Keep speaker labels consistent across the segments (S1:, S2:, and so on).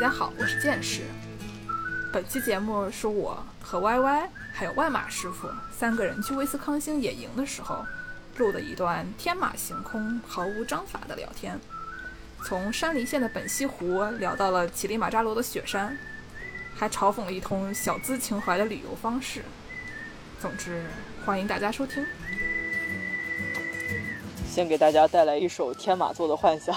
S1: 家好，我是剑师。本期节目是我和 Y Y 还有万马师傅三个人去威斯康星野营的时候录的一段天马行空、毫无章法的聊天，从山梨县的本溪湖聊到了乞力马扎罗的雪山，还嘲讽了一通小资情怀的旅游方式。总之，欢迎大家收听。
S2: 先给大家带来一首天马座的幻想。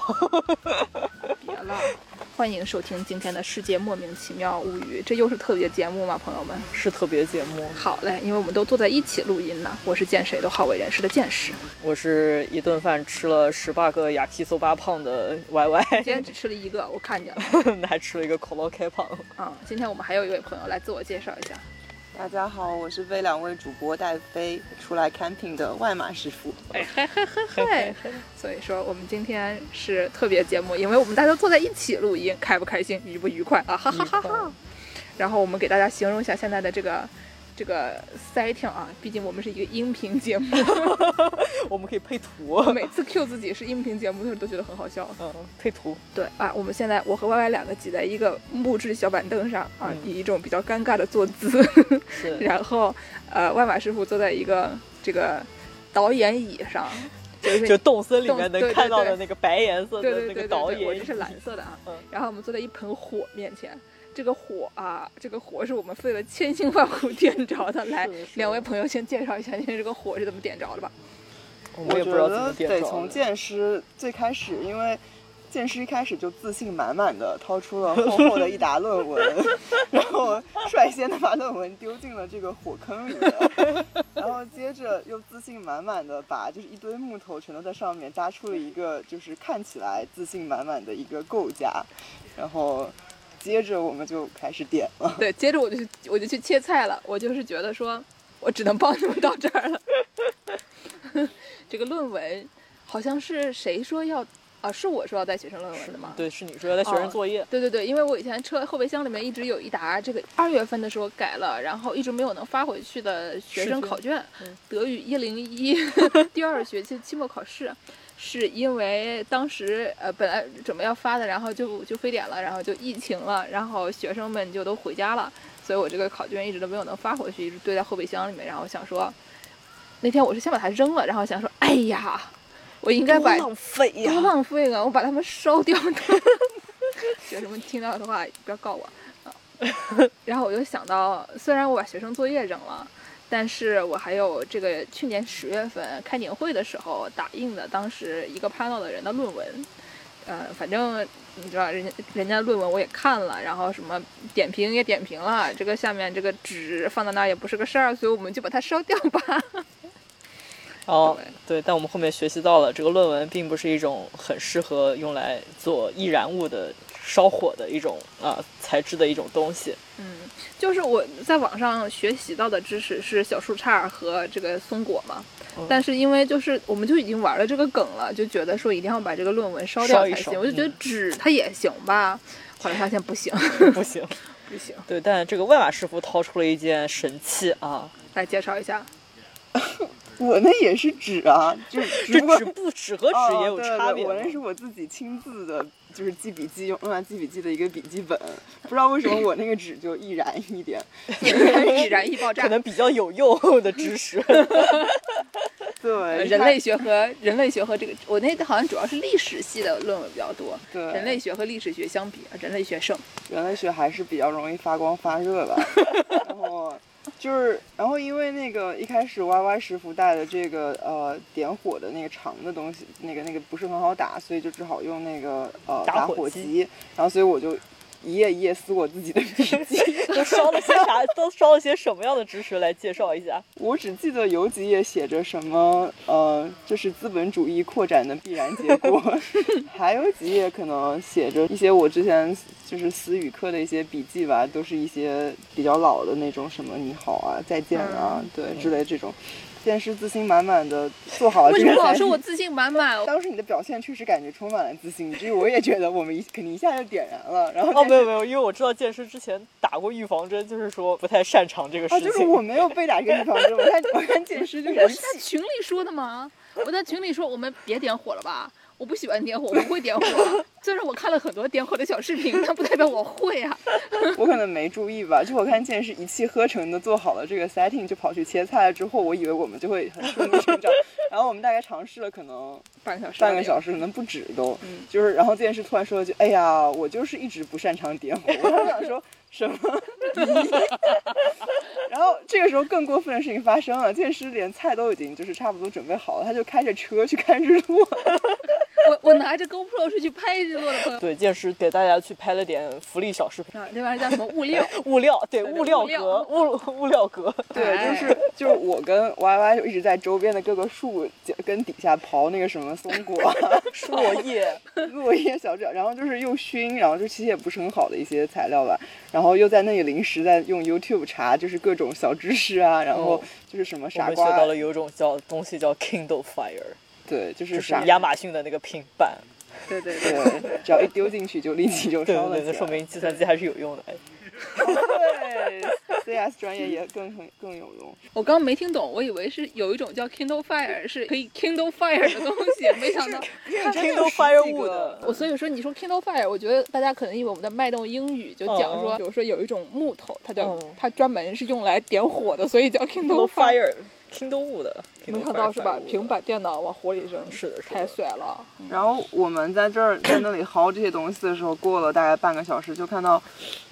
S1: 别了， 欢迎收听今天的世界莫名其妙物语，这又是特别节目吗，朋友们？
S2: 是特别节目。
S1: 好嘞，因为我们都坐在一起录音呢。我是见谁都好为人师的见识，
S2: 我是一顿饭吃了十八个雅基索巴胖的 Y Y，
S1: 今天只吃了一个，我看见了。
S2: 还吃了一个 k o l o K 胖。
S1: 啊、今天我们还有一位朋友来自我介绍一下。
S3: 大家好，我是被两位主播带飞出来 camping 的外马师傅。
S1: 哎嗨嗨嗨嗨！所以说我们今天是特别节目，因为我们大家坐在一起录音，开不开心，愉不愉快啊？哈哈哈
S2: 愉快
S1: 哈！然后我们给大家形容一下现在的这个这个 setting 啊，毕竟我们是一个音频节目，
S2: 我们可以配图
S1: 我。每次 Q 自己是音频节目的时候都觉得很好笑。
S2: 嗯，配图。
S1: 对啊，我们现在我和 Y Y 两个挤在一个木质小板凳上啊，
S2: 嗯
S1: 以一种比较尴尬的坐姿，
S2: 是。
S1: 然后呃，万马师傅坐在一个这个导演椅上，就是
S2: 就动森里面
S1: 动对
S2: 能
S1: 对
S2: 看到
S1: 对
S2: 的那个白颜色
S1: 对
S2: 的
S1: 对
S2: 那
S1: 对对对，
S2: 个导
S1: 我
S2: 演
S1: 这，是蓝色的啊。
S2: 嗯
S1: 然后我们坐在一盆火面前，这个火啊，这个火是我们费了千辛万苦点着的。来
S2: 是的，是
S1: 两位
S2: 的
S1: 朋友先介绍一下您这个火是怎么点着的吧？
S2: 我
S3: 我
S2: 们也不
S3: 觉
S2: 知道怎么
S3: 得
S2: 点
S3: 得
S2: 着
S3: 从
S2: 的
S3: 剑师最开始，因为剑师一开始就自信满满的掏出了厚厚的一沓 论文，然后率先的把论文丢进了这个火坑 里面，然后接着又自信满满的把就是一堆木头全都在上面搭出了一个就是看起来自信满满的一个构架，然后接着我们就开始点了。
S1: 对，接着我就去我就去切菜了，我就是觉得说，我只能帮你们到这儿了。 这个论文好像是谁说要啊？是我说要带学生论文的吗？
S2: 对，是你说要带学生
S1: 哦
S2: 作业，
S1: 对对对，因为我以前车后备箱里面一直有一沓这个二月份的时候改了，然后一直没有能发回去的学生考卷，
S2: 试卷嗯
S1: 德语一零 一第二学期期末考试，是因为当时呃本来准备要发的，然后就就非典了，然后就疫情了，然后学生们就都回家了，所以我这个考卷一直都没有能发回去，一直堆在后备箱里面，然后想说，那天我是先把它扔了，然后想说，哎呀，我应该把
S2: 多浪费呀
S1: 多！浪费啊！我把它们烧掉的。学生们听到的话，不要告我。 啊然后我就想到，虽然我把学生作业扔了，但是我还有这个去年十月份开年会的时候打印的，当时一个 panel 的人的论文。呃，反正你知道，人家人家论文我也看了，然后什么点评也点评了，这个下面这个纸放在那儿也不是个事儿，所以我们就把它烧掉吧。
S2: 哦
S1: 对，
S2: 对，但我们后面学习到了，这个论文并不是一种很适合用来做易燃物的烧火的一种啊、材质的一种东 西。
S1: 嗯，就是我在网上学习到的知识是小树杈儿和这个松果嘛，
S2: 嗯
S1: 但是因为就是我们就已经玩了这个梗了，就觉得说一定要把这个论文烧
S2: 烧
S1: 掉
S2: 一
S1: 才
S2: 烧
S1: 行。我就觉得
S2: 嗯
S1: 纸它也行吧，后来发现不行，
S2: 不行，
S1: 不行。
S2: 对，但这个万马师傅掏出了一件神器啊，
S1: 来介绍一 下，
S3: 我那也是纸啊，就只
S2: 这
S3: 不过
S2: 纸不纸和
S3: 哦，
S2: 纸也有
S3: 对
S2: 差别
S3: 对
S2: 吗。
S3: 我那是我自己亲自的，就是记笔记用用来记笔记的一个笔记本，不知道为什么我那个纸就易燃一点。
S1: 易燃易爆炸
S2: 可，能比较有用的知 识，
S1: 呃
S2: 呃
S3: 对，
S1: 人类学和人类学和这个我那好像主要是历史系的论文比较多，
S3: 对
S1: 人类学和历史学相比，人类学胜。
S3: 人类学还是比较容易发光发热 吧。然后就是，然后因为那个一开始 Y Y 师傅带的这个呃点火的那个长的东西，那个那个不是很好打，所以就只好用那个呃
S2: 打
S3: 打
S2: 火
S3: 火
S2: 机
S3: 机。然后所以我就一页一页撕我自己 的笔记。
S2: 都烧了些啥？都烧了些什么样的知识？来介绍一下。
S3: 我只记得有几页写着什么，呃，这是资本主义扩展的必然结果， 还有几页可能写着一些我之前就是私语课的一些笔记吧，都是一些比较老的那种什么你好啊、再见啊，对之类这种。见识自信满满的做好
S2: 啊
S3: 了
S1: 为
S3: 这
S1: 什
S3: 个
S1: 么老
S3: 才
S1: 说
S3: 艺。
S1: 我自信满满？
S3: 当时你的表现确实感觉充满了自信，就是我也觉得我们一肯定一下就点燃了，然后
S2: 哦，
S3: 但
S2: 没有
S3: 是
S2: 没 有，因为我知道剑师之前打过预防针，就是说不太擅长这个事
S3: 啊，
S2: 情。
S3: 就是我没有被打这个预防针，我看我看见识就是呃
S1: 我是在群里说的吗？我在群里说我们别点火了吧，我不喜欢 点火，我不会点火。虽然我看了很多点火的小视频，但不代表我会啊。
S3: 我可能没注意吧，就我看见是一气呵成的做好了这个 setting，就跑去切菜了。之后我以为我们就会很顺理成章，然后我们大概尝试了可能
S1: 半个小时，
S3: 半个小
S1: 时。
S3: 时，可能不止都。
S1: 嗯
S3: 就是，然后这件事突然说了一句：“哎呀，我就是一直不擅长点火。”我当时想说什么？ 然后这个时候更过分的事情发生了，剑师连菜都已经就是差不多准备好了，他就开着车去看日落。
S1: 我我拿着 GoPro 是去拍日落的朋友。
S2: 对，剑师给大家去拍了点福利小视频，
S1: 啊，那玩意儿叫什么物料？
S2: 物料对
S1: 对
S2: 物料
S1: 物料
S2: 格物物 料格，
S3: 对，就
S1: 哎
S3: 是就是我跟 Y Y 就一直在周边的各个树根底下刨那个什么松果、啊
S2: 落 叶
S3: 落叶小角，然后就是又熏，然后就其实也不是很好的一些材料吧，然后又在那里临时在用 YouTube 查，就是各种小知识啊，然后
S2: 哦
S3: 就是什么
S2: 我
S3: 傻
S2: 们学
S3: 瓜，
S2: 到了有一种叫东西叫 Kindle Fire，
S3: 对，就是
S2: 就是
S3: 傻
S2: 亚马逊的那个平板。
S1: 对对对，
S3: 对，只要一丢进去就立即就
S2: 对
S3: 烧了
S2: 对
S3: 起
S2: 对，
S3: 来。
S2: 那说明计算机还是有用的。哎
S3: 对 CS 专业也更很更有用。
S1: 我刚没听懂，我以为是有一种叫 Kindle Fire 是可以 Kindle Fire 的东西，没想 到
S3: 真的
S2: Kindle
S3: 有十几
S2: Firewood
S3: 个
S1: 我所以说，你说 Kindle Fire，我觉得大家可能以为我们在脉动英语，就讲说，
S2: 哦
S1: 比如说有一种木头，它叫、
S2: 嗯
S1: 它专门是用来点火的，所以叫 Kindle
S2: Kindle
S1: Fire。
S2: Fire Kindle Wood，
S1: 没想到是把平
S2: 板
S1: 板电脑往火里扔，
S2: 是的是的
S1: 太帅了。
S3: 然后我们在这儿在那里薅这些东西的时候，过了大概半个小时，就看到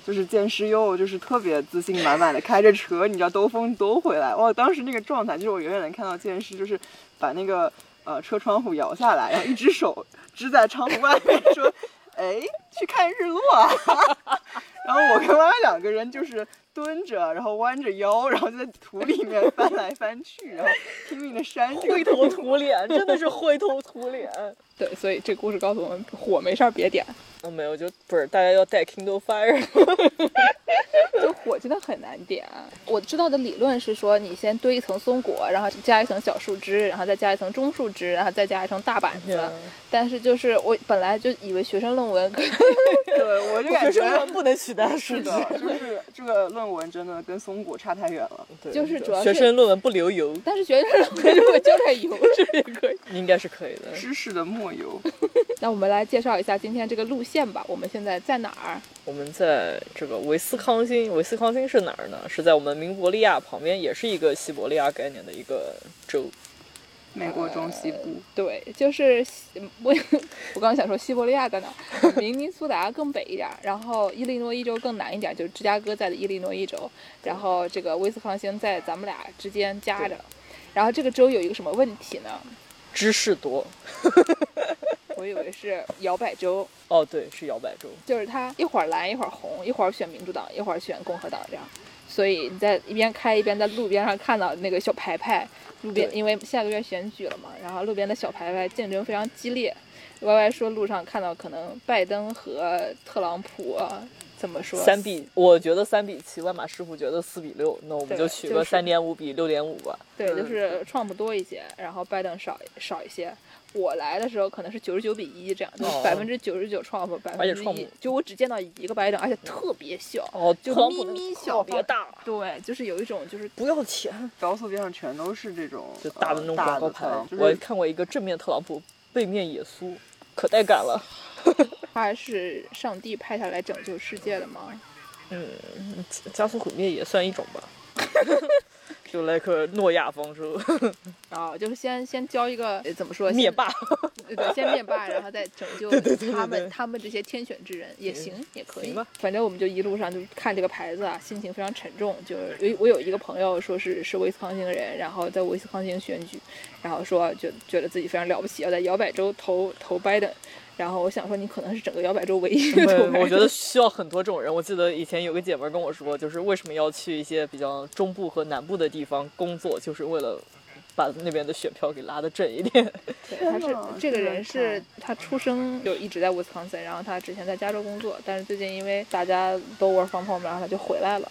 S3: 就是剑师佑就是特别自信满满的开着车，你知道兜风兜回来，哇，当时那个状态就是我远远能看到剑师就是把那个呃车窗户摇下来，然后一只手支在窗户外面说。哎，去看日落啊！然后我跟妈妈两个人就是蹲着，然后弯着腰，然后就在土里面翻来翻去，然后拼命的扇这个
S2: 灰头土脸， 真的是灰头土脸。
S1: 对，所以这故事告诉我们，火没事儿别点，
S2: 嗯，没有，就不是大家要带 Kindle Fire。
S1: 就火真的很难点。我知道的理论是说，你先堆一层松果，然后加一层小树枝，然后再加一层中树枝，然后再加一层大板子。
S2: 啊嗯
S1: 但是就是我本来就以为学生论文可以
S3: 对，我就感
S2: 学
S3: 觉
S2: 生们不能取代数
S3: 是
S2: 值，
S3: 的，就是这个论文真的跟松果差太远了。
S2: 对
S1: 就是主要
S2: 学
S1: 是
S2: 生论文不留油，
S1: 但是学生论文如果浇点油，是不是也可以？
S2: 应该是可以的。
S3: 知识的末游，
S1: 那我们来介绍一下今天这个路线吧。我们现在在哪儿？
S2: 我们在这个维斯康星，维斯康星是哪儿呢？是在我们明伯利亚旁边，也是一个西伯利亚概念的一个州。
S3: 美国中西部，
S1: 对，就是西我 我刚刚想说西伯利亚在哪儿，明尼苏达更北一点儿，然后伊利诺伊州更南一点儿，就是芝加哥在的伊利诺伊州，然后这个威斯康星在咱们俩之间夹着。然后这个州有一个什么问题呢？
S2: 知识多
S1: 我以为是摇摆州，
S2: 哦，对，是摇摆州。
S1: 就是它一会儿蓝一会儿红，一会儿选民主党，一会儿选共和党这样。所以你在一边开一边在路边上看到那个小牌牌，路边
S2: 对
S1: 因为下个月选举了嘛，然后路边的小牌牌竞争非常激烈。Y Y 说路上看到可能拜登和特朗普呃怎么说
S2: 三比，我觉得三比七，万马师傅觉得四比六，那我们
S1: 对
S2: 就取
S1: 就
S2: 个
S1: 是
S2: 三点五比六点五吧。
S1: 对，就
S3: 嗯
S1: 是 Trump 多一些，然后拜登少少一些。我来的时候可能是九十九比一这样，就是
S2: 哦
S1: 百分之九十九 Trump，百
S2: 而且
S1: 分之
S2: Trump
S1: 一，就我只见到一个拜登，而且特别小，
S2: 哦，
S1: 就
S2: 特朗
S1: 咪
S2: 普那
S1: 咪
S2: 个
S1: 小
S2: 特别大，
S1: 对，就是有一种就是
S2: 不要钱，
S3: 高速边上全都是这种
S2: 就大的那种广告牌。
S3: 呃大的
S2: 我
S3: 就是
S2: 看过一个正面特朗普，背面耶稣，可带感了。
S1: 他是上帝派下来拯救世界的吗？
S2: 加速毁灭也算一种吧， 就来个诺亚方 舟
S1: 然后啊就是先先教一个呃怎么说
S2: 灭，霸，
S1: 先对，先灭霸，然后再拯救
S2: 对对
S1: 他
S2: 对
S1: 们他们这些天选之人也行，也可以
S2: 行吧。
S1: 反正我们就一路上就看这个牌子啊，心情非常沉重。就是有我有一个朋友说是是威斯康星人，然后在威斯康星选举，然后说就觉得自己非常了不起，要在摇摆州投投拜登。然后我想说，你可能是整个摇摆州唯一一个投拜登
S2: 我觉得需要很多这种人。我记得以前有个姐们儿跟我说，就是为什么要去一些比较中部和南部的地方工作，就是为了把那边的选票给拉得正一点。
S1: 对，他
S3: 天
S1: 是
S3: 呐
S1: 这个
S3: 这个
S1: 人是
S3: 太
S1: 他出生就一直在威斯康森，然后他之前在加州工作，但是最近因为大家都 work from home，然后他就回来了，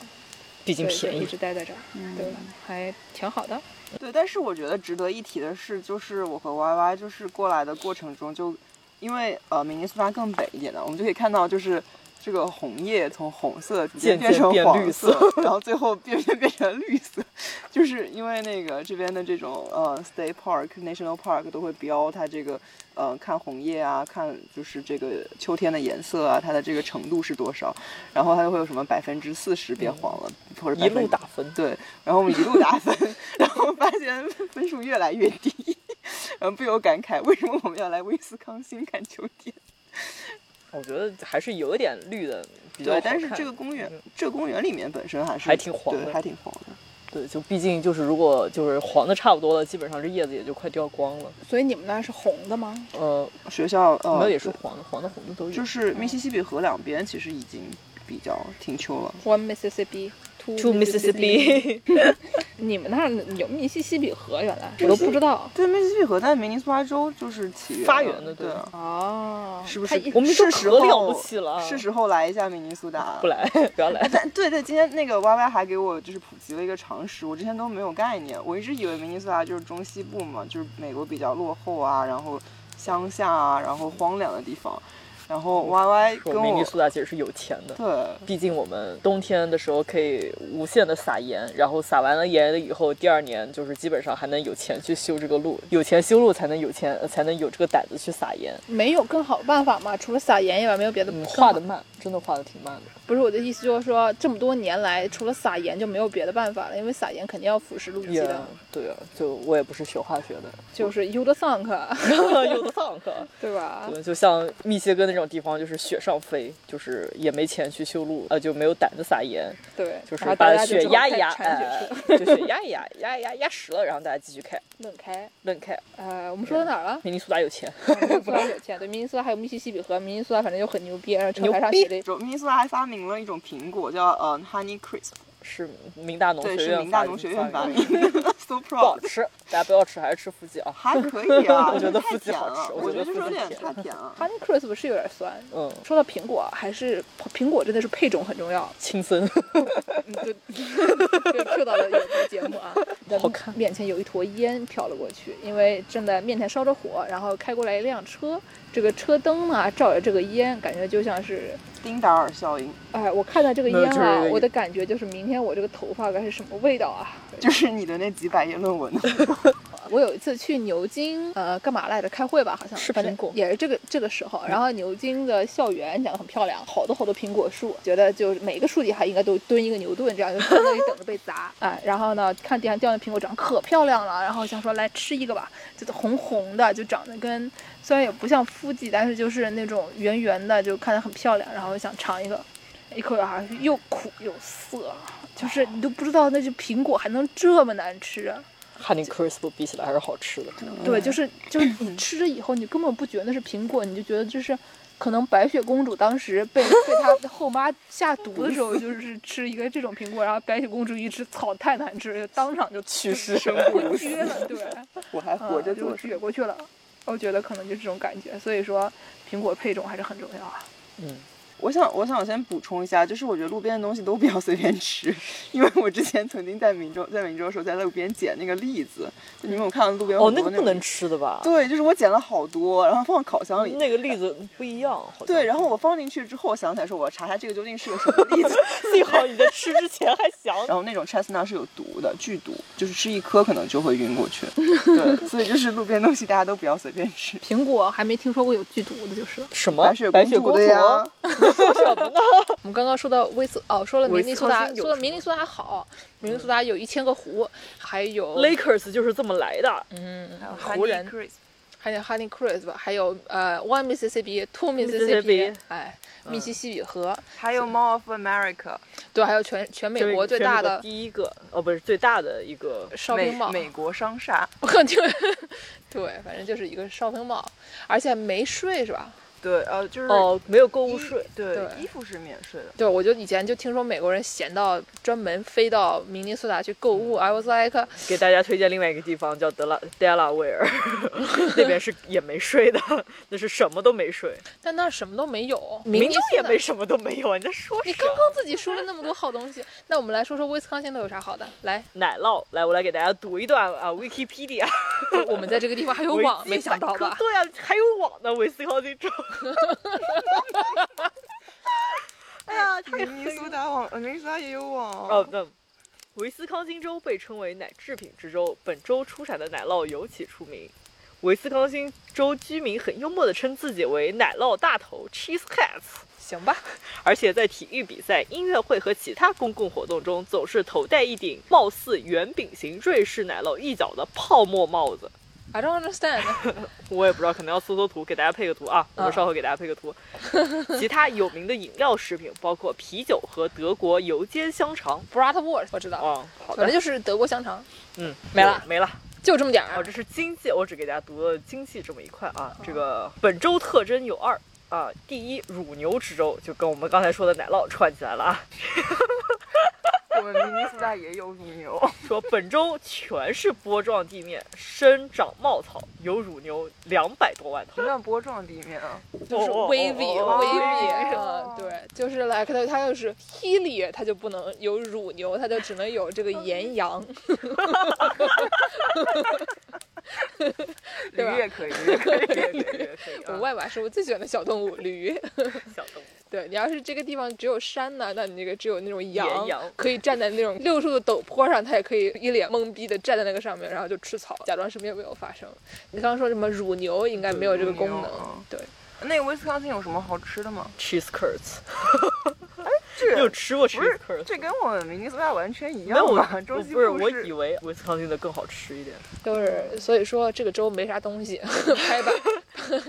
S2: 毕竟
S1: 对，就
S2: 便
S1: 一
S2: 宜
S1: 直，待在这儿，对吧？还挺好的。
S3: 对，但是我觉得值得一提的是，就是我和 Y Y 就是过来的过程中就，因为呃明尼苏达更北一点的，我们就可以看到就是。这个红叶从红色逐渐
S2: 渐渐
S3: 成
S2: 变
S3: 黄
S2: 绿
S3: 色，然后最后变变变成绿色，就是因为那个这边的这种呃 state park、national park 都会标它这个呃看红叶啊，看就是这个秋天的颜色啊，它的这个程度是多少，然后它就会有什么百分之四十变黄了，或者
S2: 嗯一
S3: 百分
S2: 路打分。
S3: 对，然后我们一路打分，然后发现分数越来越低，嗯，不由感慨，为什么我们要来威斯康星看秋天？
S2: 我觉得还是有一点绿的比较
S3: 对
S2: 好，
S3: 但是
S2: 看嗯
S3: 这个公园，这个公园里面本身还是
S2: 还挺黄
S3: 对，
S2: 的
S3: 还挺黄的。
S2: 对，就毕竟就是如果就是黄的差不多了，基本上这叶子也就快掉光了。
S1: 所以你们那是红的吗？
S2: 呃，
S3: 学校
S2: 我
S3: 呃，
S2: 们也是
S3: 对
S2: 黄的，黄的红的都有。
S3: 就是密西西比河两边其实已经比较停秋
S2: 嗯
S3: 了。
S1: One Mississippi, two,
S2: to Mississippi，
S1: 你们那儿有密西西比河，原来我都不知道。
S3: 对，密西西比河在明尼苏达州就是起源
S2: 发
S3: 了
S2: 源的对
S3: 对啊，
S1: 哦，
S3: 是不
S1: 它
S3: 是
S1: 一？
S2: 我们
S3: 是
S2: 这
S3: 时
S2: 可
S3: 候
S2: 了不起了，啊
S3: 是时候来一下明尼苏达。
S2: 不来，不要来。
S3: 但对对，今天那个 Y Y 还给我就是普及了一个常识，我之前都没有概念，我一直以为明尼苏达就是中西部嘛，就是美国比较落后啊，然后乡下啊，然后荒凉的地方。然后 Y Y
S2: 我
S3: 跟
S2: 们明尼
S3: 我
S2: 苏达嗯其实是有钱的，
S3: 对
S2: 毕竟我们冬天的时候可以无限的撒盐，然后撒完了盐了以后，第二年就是基本上还能有钱去修这个路，有钱修路才能有钱，呃才能有这个胆子去撒盐。
S1: 没有更好的办法吗？除了撒盐以外，没有别的更
S2: 嗯，
S1: 好。
S2: 画的慢，真的画的挺慢的。
S1: 不是我的意思，就是说这么多年来，除了撒盐就没有别的办法了，因为撒盐肯定要腐蚀路基
S2: 也
S1: 的。
S2: 对啊，就我也不是学化学的，
S1: 就是 you the sunk，
S2: 有的上课。
S1: 对吧？
S2: 对，就像密歇根那种地方，就是雪上飞，就是也没钱去修路，呃，就没有胆子撒盐，
S1: 对，
S2: 啊就是
S1: 然后大
S2: 把
S1: 家就
S2: 雪
S1: 只好
S2: 压一
S1: 开
S2: 压，
S1: 铲雪车，
S2: 哎，就雪压一压，压一压压实了，然后大家继续开，
S1: 弄开。
S2: 愣开。
S1: 呃，我们说到哪儿 了？
S2: 明尼苏达有钱，
S1: 明尼苏达有钱，对，明尼苏达还有密西西比河，明尼苏达反正就很牛逼，然后车
S2: 牛
S1: 牌上
S2: 逼
S1: 写的
S3: 就明尼苏达还发明了一种苹果叫嗯 Honey Crisp，
S2: 是明大农
S3: 对，
S2: 学
S3: 是
S2: 院
S3: 明大农学院发
S2: 明
S3: 明
S2: 的，
S3: 的 ，so
S2: 不好
S3: proud。
S2: 吃，大家不要吃，还是吃附近啊。
S3: 还可以啊，
S2: 我觉得
S3: 太
S2: 腹肌
S3: 甜
S2: 好
S3: 了
S2: 吃，我
S3: 我
S2: 觉得
S3: 觉得就是有
S2: 腹肌
S3: 点
S2: 甜
S3: 太甜了。
S1: Honey Crisp 是有点酸。
S2: 嗯，
S1: 说到苹果，还是苹果真的是配种很重要。
S2: 青森，
S1: 嗯，对，就 Q 到了有台节目啊，咱
S2: 好
S1: 们
S2: 看
S1: 面前有一坨烟飘了过去，因为正在面前烧着火，然后开过来一辆车，这个车灯呢照着这个烟，感觉就像是，
S3: 丁达尔效应
S1: 哎，我看到这个
S2: 没有
S1: 烟
S2: 就是
S1: 啊
S2: 那，个
S1: 我的感觉就是明天我这个头发该是什么味道啊？
S3: 就是你的那几百页论文 的
S1: 我有一次去牛津，呃，干嘛来着？开会吧，好像
S2: 吃
S1: 反正
S2: 苹果嗯
S1: 也是这个这个时候。然后牛津的校园长得很漂亮，好多好多苹果树，觉得就是每个树底下应该都蹲一个牛顿，这样就在那里等着被 砸。哎，然后呢，看地上掉的苹果长得可漂亮了，然后想说来吃一个吧，就是红红的，就长得跟虽然也不像夫妻，但是就是那种圆圆的，就看着很漂亮，然后想尝一个，一口咬下去又苦又涩。就是你都不知道那只苹果还能这么难吃，啊
S2: 哈尼 crisp 比起来还是好吃的。
S1: 对，就是就是 你吃了以后，你根本不觉得那是苹果，你就觉得这是可能白雪公主当时被被她的后妈下毒的时候， 就是吃一个这种苹果，然后白雪公主一吃，草太难吃，当场 就
S2: 去世
S1: 生昏厥了， 对，
S3: 我还活
S1: 嗯，
S3: 着
S1: 就
S3: 做
S1: 撅过去了。我觉得可能就是这种感觉，所以说苹果配种还是很重要啊。
S2: 嗯，
S3: 我想，我想先补充一下，就是我觉得路边的东西都不要随便吃，因为我之前曾经在明州，在明州的时候，在路边捡那个栗子，就你们有看到路边有
S2: 哦，
S3: 很
S2: 那
S3: 多
S2: 个
S3: 那
S2: 不能
S3: 种
S2: 吃的吧？
S3: 对，就是我捡了好多，然后放到烤箱里。
S2: 那个栗子不一样，好像
S3: 对，然后我放进去之后，我想起来说，我要查一下这个究竟是个什么栗子。
S2: 幸好你在吃之前还想
S3: 然后那种 chestnut 是有毒的，剧毒，就是吃一颗可能就会晕过 去。对，所以就是路边东西大家都不要随便吃。
S1: 苹果还没听说过有剧毒的， 就是
S2: 什么
S3: 白雪
S2: 白
S3: 公
S2: 雪
S3: 主
S2: 公
S3: 的
S2: 主
S3: 呀，
S1: 我们刚刚说到威斯哦，说了明尼苏达，
S2: 威斯康星有
S1: 说了
S2: 什么
S1: 明尼苏达好，明尼苏达有一千个湖，还有
S2: Lakers 就是这么来的。
S1: 嗯，
S3: 还有
S1: 湖人
S3: Honey Crisp
S1: 还有 Honey Crisp，还有呃 One Mississippi、Two
S2: Mississippi
S1: Mississippi，
S2: 嗯
S1: 哎，密西西比河，
S3: 还有 Mall of America，
S1: 对，还有全全美
S2: 就是
S1: 国最
S2: 全
S1: 大
S2: 美国
S1: 的
S2: 第一个哦，不是最大的一个，
S1: 烧冰帽，
S3: 美国商厦。
S1: 就对，反正就是一个烧冰帽，而且没税是吧？
S3: 对，呃，就是
S2: 哦，没有购
S3: 衣
S2: 物税，
S3: 对，
S1: 对
S3: 衣服是免税的。
S1: 对，我就以前就听说美国人闲到专门飞到明尼苏达去购物，I was like，
S2: 给大家推荐另外一个地方叫德拉德拉维 尔，那边是也没税的，那是什么都没税，
S1: 但那儿什么都没有，
S2: 民
S1: 尼
S2: 州
S1: 苏
S2: 也
S1: 达
S2: 没。什么都没有，你在说
S1: 你
S2: 啥？
S1: 刚刚自己说了那么多好东西，那我们来说说威斯康星都有啥好的？来，
S2: 奶酪，来，我来给大家读一段啊，Wikipedia，
S1: 我们在这个地方还有
S2: 维
S1: 网，
S2: 基
S1: 没想到
S2: 百科
S1: 吧？
S2: 对呀、啊，还有网呢，维斯康星州。
S3: 呀，明尼苏达网，呃明尼苏达也有
S2: 哦
S3: 网。，
S2: 那维斯康星州被称为奶制品之州，本州出产的奶酪尤其出名。维斯康星州居民很幽默地称自己为“奶酪大头 ”（Cheese Heads），
S4: 行吧，
S2: 而且在体育比赛、音乐会和其他公共活动中，总是头戴一顶貌似圆饼形瑞士奶酪一角的泡沫帽子。
S4: I don't understand。
S2: 我也不知道，可能要搜搜图，给大家配个图啊。我
S4: 嗯
S2: 们稍后给大家配个图。其他有名的饮料食品包括啤酒和德国油煎香肠。
S4: Bratwurst 我知道，
S2: 哦，好
S4: 反
S2: 的
S4: 正，就是德国香肠，
S2: 嗯，
S4: 没了啊
S2: 没了。
S4: 就这么点
S2: 哦，
S4: 儿
S2: 这。是经济，我只给大家读了经济这么一块啊。
S4: 哦
S2: 这个本州特征有二啊，第一，乳牛之州，就跟我们刚才说的奶酪串起来了啊。
S3: 我们明尼苏达也有乳牛。
S2: 说本州全是波状地面，生长茂草，有乳牛两百多万头
S3: 什么。叫波状地面啊？
S4: 就是 wavy
S2: 哦哦哦
S4: wavy，
S3: 哦
S4: 嗯，对，就是 like 它它就是 hilly，它就不能有乳牛，它就只能有这个 岩羊，
S3: 驴
S4: 对吧
S3: 也可以，驴也可
S2: 对
S3: 以。
S2: 对对，可以
S4: 我
S2: 啊。
S4: 外马是我最喜欢的小动物， 驴。
S2: 小动物。
S4: 对你要是这个地方只有山呢，那你这个只有那种
S2: 岩
S4: 羊，
S2: 羊
S4: 可以站在那种六树的陡坡上，它也可以一脸懵逼的站在那个上面，然后就吃草，假装什么也没有发生。你刚刚说什么乳牛应该没有这个功
S3: 乳
S4: 能
S3: 牛啊，
S4: 对，
S3: 那个威斯康星有什么好吃的吗？
S2: cheese curds，
S3: 这
S2: 你有吃过
S3: 不
S2: cheese
S3: 是
S2: curds？
S3: 这跟我们明尼苏达完全一
S2: 没有
S3: 样
S2: 我
S3: 嘛？
S2: 我
S3: 中西
S2: 不是，
S3: 部
S2: 我
S3: 是
S2: 以为维斯康星的更好吃一点。
S4: 就是所以说这个州没啥东西， 拍板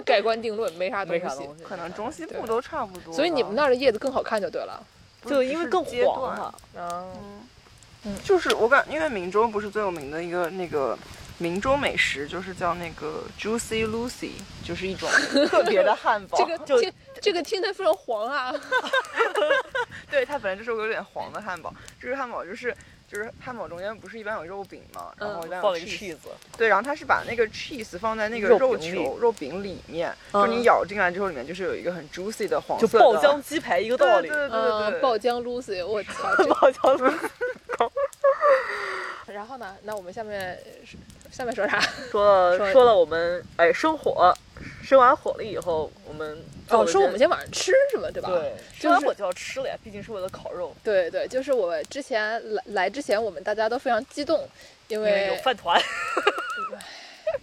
S4: 盖棺定论没啥东
S2: 没
S4: 西。
S2: 啥东西，
S3: 可能中西部
S4: 对
S3: 都差不多吧。
S4: 所以你们那儿的叶子更好看就对了。
S3: 不是
S2: 就因为更黄。
S3: 只是阶段
S2: 了。
S4: 啊，
S3: 嗯，就是我感，因为明州不是最有名的一个那个明州美食，就是叫那个 Juicy Lucy，就是一 种 特别的汉堡。
S4: 这个
S2: 哦就
S4: 听这个听得非常黄啊，
S3: 对它本来就是个有点黄的汉堡，这个汉堡就是就是汉堡中间不是一般有肉饼嘛，然后一般有
S2: 嗯放了一个
S3: cheese，
S2: cheese，
S3: 对，然后它是把那个 cheese 放在那个
S2: 肉
S3: 肉
S2: 饼
S3: 球肉饼里面，
S2: 嗯
S3: 就你咬进来之后，里面就是有一个很 juicy 的黄
S2: 就
S3: 色的
S2: 爆浆鸡排一个
S3: 对
S2: 道理。
S3: 对对对
S4: 嗯，
S3: 对，
S4: 爆浆 Lucy，我操！这
S2: 爆浆鸡
S4: 然后呢？那我们下面是下面说 啥？
S2: 说了
S4: 说
S2: 说了我们哎生火，生完火了以后，我们做
S4: 哦，
S2: 了
S4: 说
S2: 件
S4: 我们今天晚上吃什么，对吧？
S2: 对生完火就要吃了呀，毕竟是为了烤肉，
S4: 对对，就是我之前来来之前，我们大家都非常激动，因
S2: 因为有
S4: 为
S2: 饭团，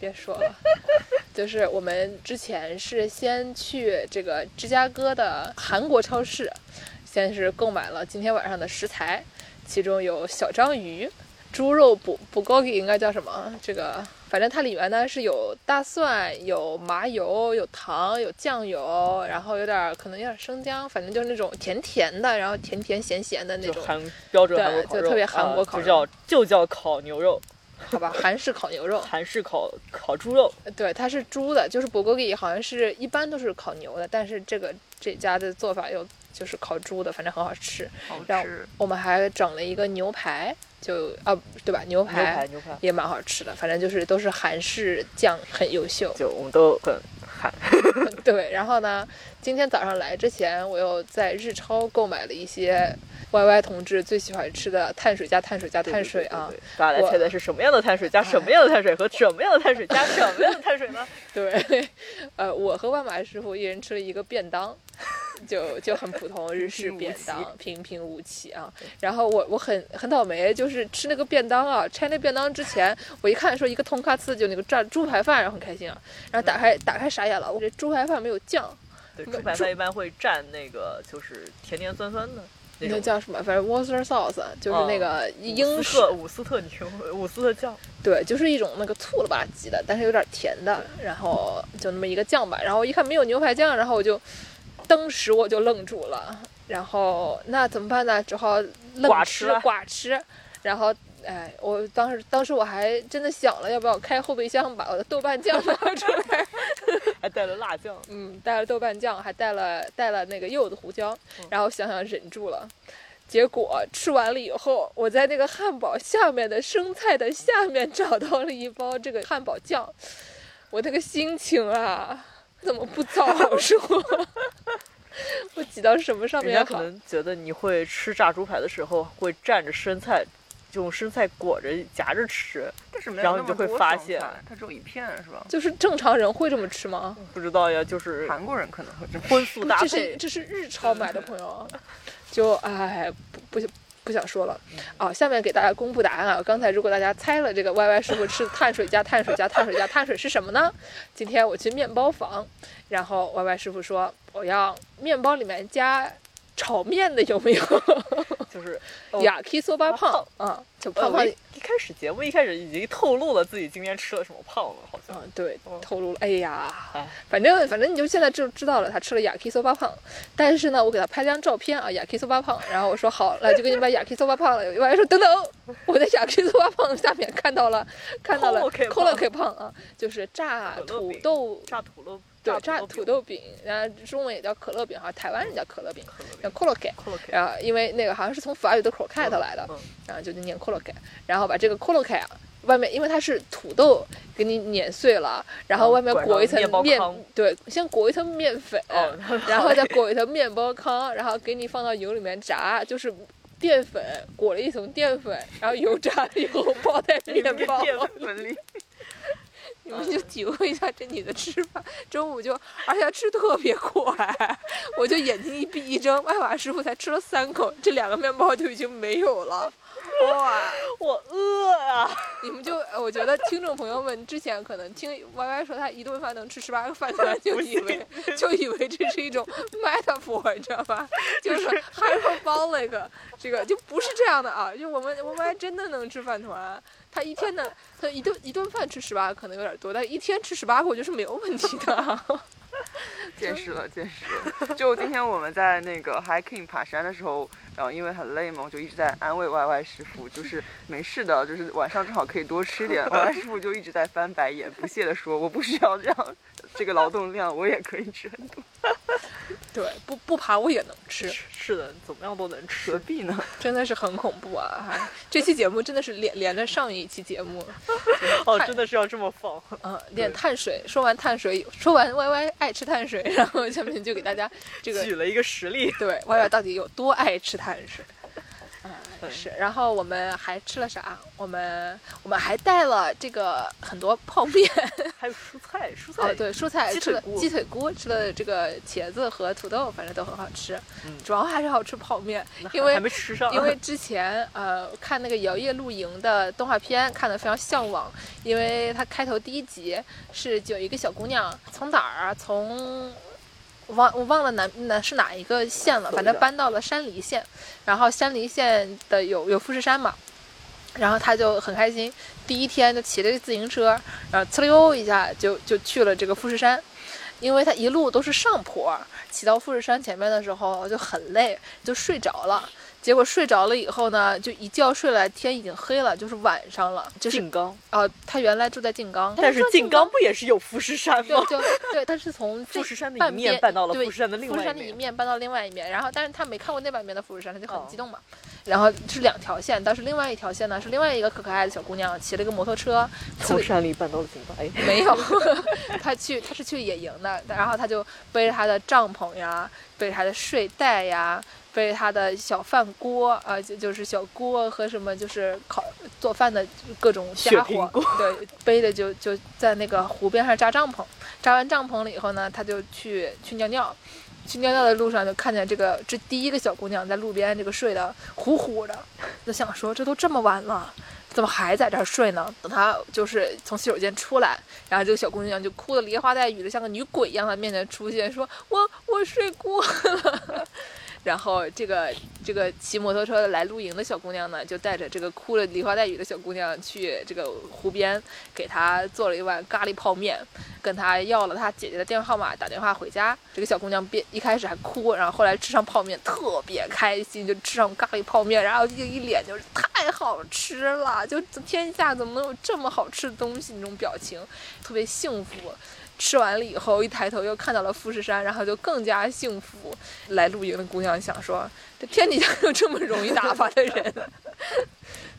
S4: 别说了， 就是我们之前是先去这个芝加哥的韩国超市，先是购买了今天晚上的食材，其中有小章鱼、猪肉补补高给应该叫什么？这个反正它里面呢是有大蒜、有麻油、有糖、有酱油，然后有点儿可能有点儿生姜，反正就是那种甜甜的，然后甜甜咸咸的那
S2: 就
S4: 种，
S2: 韩标准
S4: 对
S2: 韩国烤肉，
S4: 就特别韩国
S2: 啊
S4: 烤
S2: 就
S4: 肉
S2: 叫就叫烤牛肉，
S4: 好吧，韩式烤牛肉。
S2: 韩式烤烤猪肉，
S4: 对，它是猪的，就是博格里好像是一般都是烤牛的，但是这个这家的做法又就是烤猪的，反正很好吃。
S3: 好
S4: 让
S3: 吃。
S4: 我们还整了一个牛排，就啊对吧？牛
S2: 牛
S4: 排
S2: 排牛排，。
S4: 也蛮好吃的，反正就是都是韩式酱，很优秀
S2: 就我们都很韩，
S4: 对，然后呢，今天早上来之前，我又在日超购买了一些 YY 同志最喜欢吃的碳水加碳水加碳水啊。
S2: 对，对对对大家来
S4: 我哎
S2: 猜猜是什么样的碳水加什么样的碳水和什么样的碳水加什么样的碳水 呢？
S4: 对，呃，我和万马师傅一人吃了一个便当，就就很普通日式
S3: 平无
S4: 便
S3: 奇
S4: 当，平平无奇啊。然后我我很很倒霉，就是吃那个便当啊，拆那便当之前，我一看说一个通卡次就那个炸猪排饭，然后很开心啊，然后打
S3: 嗯
S4: 开打开傻眼了，我这猪排饭没有酱，
S2: 对，
S4: 那
S2: 猪排
S4: 猪
S2: 饭一般会蘸那个就是甜甜酸酸的那
S4: 那
S2: 种。
S4: 叫什么？反正 Worcester sauce 就是
S3: 哦
S4: 那个
S2: 伍
S4: 英
S2: 斯
S4: 式
S2: 特伍斯特牛伍斯特酱，
S4: 对，就是一种那个醋了吧唧的，但是有点甜的，然后就嗯那么一个酱吧。然后一看没有牛排酱，然后我就当时我就愣住了。然后那怎么办呢？只好
S2: 寡
S4: 愣
S2: 吃
S4: 吃
S2: 啊
S4: 寡吃。然后哎，我当时当时我还真的想了，要不要开后备箱把我的豆瓣酱拿出来？
S2: 还带了辣酱。
S4: 嗯，带了豆瓣酱，还带了带了那个柚子胡椒，
S2: 嗯
S4: 然后想想忍住了。结果吃完了以后，我在那个汉堡下面的生菜的下面找到了一包这个汉堡酱，我那个心情啊，怎么不早 说？ 我挤到什么上
S2: 人
S4: 面
S2: 家可
S4: 好？
S2: 能觉得你会吃炸猪排的时候会蘸着生菜用生菜裹着夹着吃，
S3: 但是没有
S2: 然后
S3: 那
S2: 你就
S3: 么
S2: 会
S3: 多
S2: 发
S3: 种
S2: 现
S3: 菜它只有一片是吧？
S4: 就是正常人会这么吃吗？
S2: 不知道呀，就是
S3: 韩国人可能会这么
S2: 荤素搭
S4: 嗯这
S2: 配嗯
S4: 是。这是日超买的朋友啊，就哎不不不想说了
S2: 嗯
S4: 啊。下面给大家公布答案啊。刚才如果大家猜了这个 Y Y 师傅吃的碳水加碳水加碳水加碳水是什么呢？今天我去面包房，然后 Y Y 师傅说我要面包里面加炒面的有没有？
S2: 就是
S4: 雅 k i soba 胖啊，就
S2: 呃哦
S4: 胖胖
S2: 我
S4: 的
S2: 一一开始节目一开始已经透露了自己今天吃了什么胖了，好像
S4: 嗯，对
S2: 哦，
S4: 透露了。哎呀
S2: 哎，
S4: 反正反正你就现在就知道了，他吃了雅 k i soba 胖。但是呢，我给他拍张照片啊，雅 k i soba 胖。然后我说好，来就给你买雅 k i soba 胖了。有一外说等等，我在雅 k i soba 胖下面看到了看到了
S2: Koloke 胖
S4: o l o k 胖啊，就是炸
S2: 可乐
S4: 土
S2: 饼
S4: 豆，
S2: 炸土豆，
S4: 对，炸土
S2: 豆
S4: 豆饼，然后中文也叫可乐饼哈，台湾人叫可乐饼，
S2: 可乐饼
S4: 叫 c o l o k
S2: 可乐饼，
S4: 然后因为那个好像是从法语的 croquet 来的，
S2: 嗯
S4: 然后就念 c o l o k 然后把这个 c o l o k 啊，外面因为它是土豆给你碾碎了，然后
S2: 嗯
S4: 外面
S2: 裹上
S4: 裹一层
S2: 面包
S4: 面
S2: 糠，
S4: 对，先裹一层面粉，
S2: 哦
S4: 然后再裹一层面包糠，然后给你放到油里面炸，就是。淀粉裹了一层淀粉，然后油炸了以后包在面 包，
S2: 淀粉 里，
S4: 你们就体会一下这女的吃法。中午就，而且她吃特别快， 我就眼睛一闭一睁，外马师傅才吃了三口，这两个面包就已经没有了。 哇！
S2: 我饿啊！
S4: 你们就，呃我觉得听众朋友们之前可能听 Y Y 说他一顿饭能吃十八个饭团，就以为就以为这是一种 metaphor，你知道吧？就是 hyperbolic，这个就不是这样的啊！就我们我们还真的能吃饭团，他一天能，他一顿一顿饭吃十八个可能有点多，但一天吃十八个我觉得是没有问题的 啊。
S3: 见识了，见识了。就今天我们在那个 hiking 爬山的时候，然后因为很累嘛，我就一直在安慰 Y Y 师傅，就是没事的，就是晚上正好可以多吃点。Y Y 师傅就一直在翻白眼，不屑地说：“我不需要这样，这个劳动量我也可以吃很多，
S4: 对，不不爬我也能吃，
S2: 是的，怎么样都能
S3: 何
S2: 吃。
S3: 必呢
S4: 真的是很恐怖啊！哎这期节目真的是连连着上一期节目。
S2: 哦，
S4: 太
S2: 真的是要这么 放。
S4: 嗯，练碳水。说完碳水，说完 Y Y 爱吃碳水， 然后下面就给 大家这个
S2: 举了一个实例，
S4: 对 Y Y 到底有多爱吃碳水。 嗯，是，然后我们还吃了啥？我们我们还带了这个很多泡面，
S2: 还有蔬菜，蔬菜
S4: 哦，对，蔬菜
S2: 鸡
S4: 吃
S2: 腿
S4: 了
S2: 菇
S4: 鸡腿菇，吃了这个茄子和土豆，反正都很好吃。
S2: 嗯
S4: 主要还是好吃泡面
S2: 那，还
S4: 因为
S2: 还没吃上，
S4: 因为之前呃看那个摇曳露营的动画片看得非常向往，因为它开头第一集是有一个小姑娘从哪儿啊从。我忘我忘了南南是哪一个县了，
S3: 走
S4: 反正
S3: 的
S4: 搬到了山梨县，然后山梨县的有有富士山嘛，然后她就很开心，第一天就骑着自行车，然后呲溜一下就就去了这个富士山，因为它一路都是上坡，骑到富士山前面的时候就很累，就睡着了。结果睡着了以后呢，就一觉睡来，天已经黑了，就是晚上了。就是
S2: 静冈，
S4: 呃，他原来住在静冈，
S2: 但是
S4: 说
S2: 静冈不也是有富士山
S4: 对
S2: 吗？
S4: 就对，他是从
S2: 富
S4: 这
S2: 士山的
S4: 半
S2: 一面
S4: 边
S2: 搬到了
S4: 对
S2: 富士山的另
S4: 富士
S2: 外
S4: 山
S2: 一
S4: 的一
S2: 面，
S4: 面搬到另外一面，然后但是他没看过那半边的富士山，他就
S2: 哦
S4: 很激动嘛。然后是两条线，但是另外一条线呢是另外一个可可爱的小姑娘骑了个摩托车，呲
S2: 从
S4: 溜
S2: 山里搬到了静冈。哎，
S4: 没有，他去他是去野营的，然后他就背着他的帐篷呀，背着他的睡袋呀，背着他的小饭锅，呃，就就是小锅和什么就是烤做饭的各种
S2: 雪
S4: 家
S2: 平
S4: 伙，对，背着就就在那个湖边上扎帐篷，扎完帐篷了以后呢，他就去去尿尿。去尿尿的路上就看见这个这第一个小姑娘在路边这个睡得呼呼的，就想说这都这么晚了，怎么还在这儿睡呢？等她就是从洗手间出来，然后这个小姑娘就哭得梨花带雨的，像个女鬼一样在面前出现，说我我睡过了。 然后这个这个骑摩托车的来露营的小姑娘呢，就带着这个哭得梨花带雨的小姑娘去这个湖边，给她做了一碗咖喱泡面，跟她要了她姐姐的电话号码，打电话回家。这个小姑娘边一开始还哭，然后后来吃上泡面特别开心，就吃上咖喱泡面，然后就一脸就是太好吃了，就天下怎么能有这么好吃的东西那种表情。特别幸福。吃完了以后，一抬头又看到了富士山，然后就更加幸福。来露营的姑娘想说，这天底下有这么容易打发的人？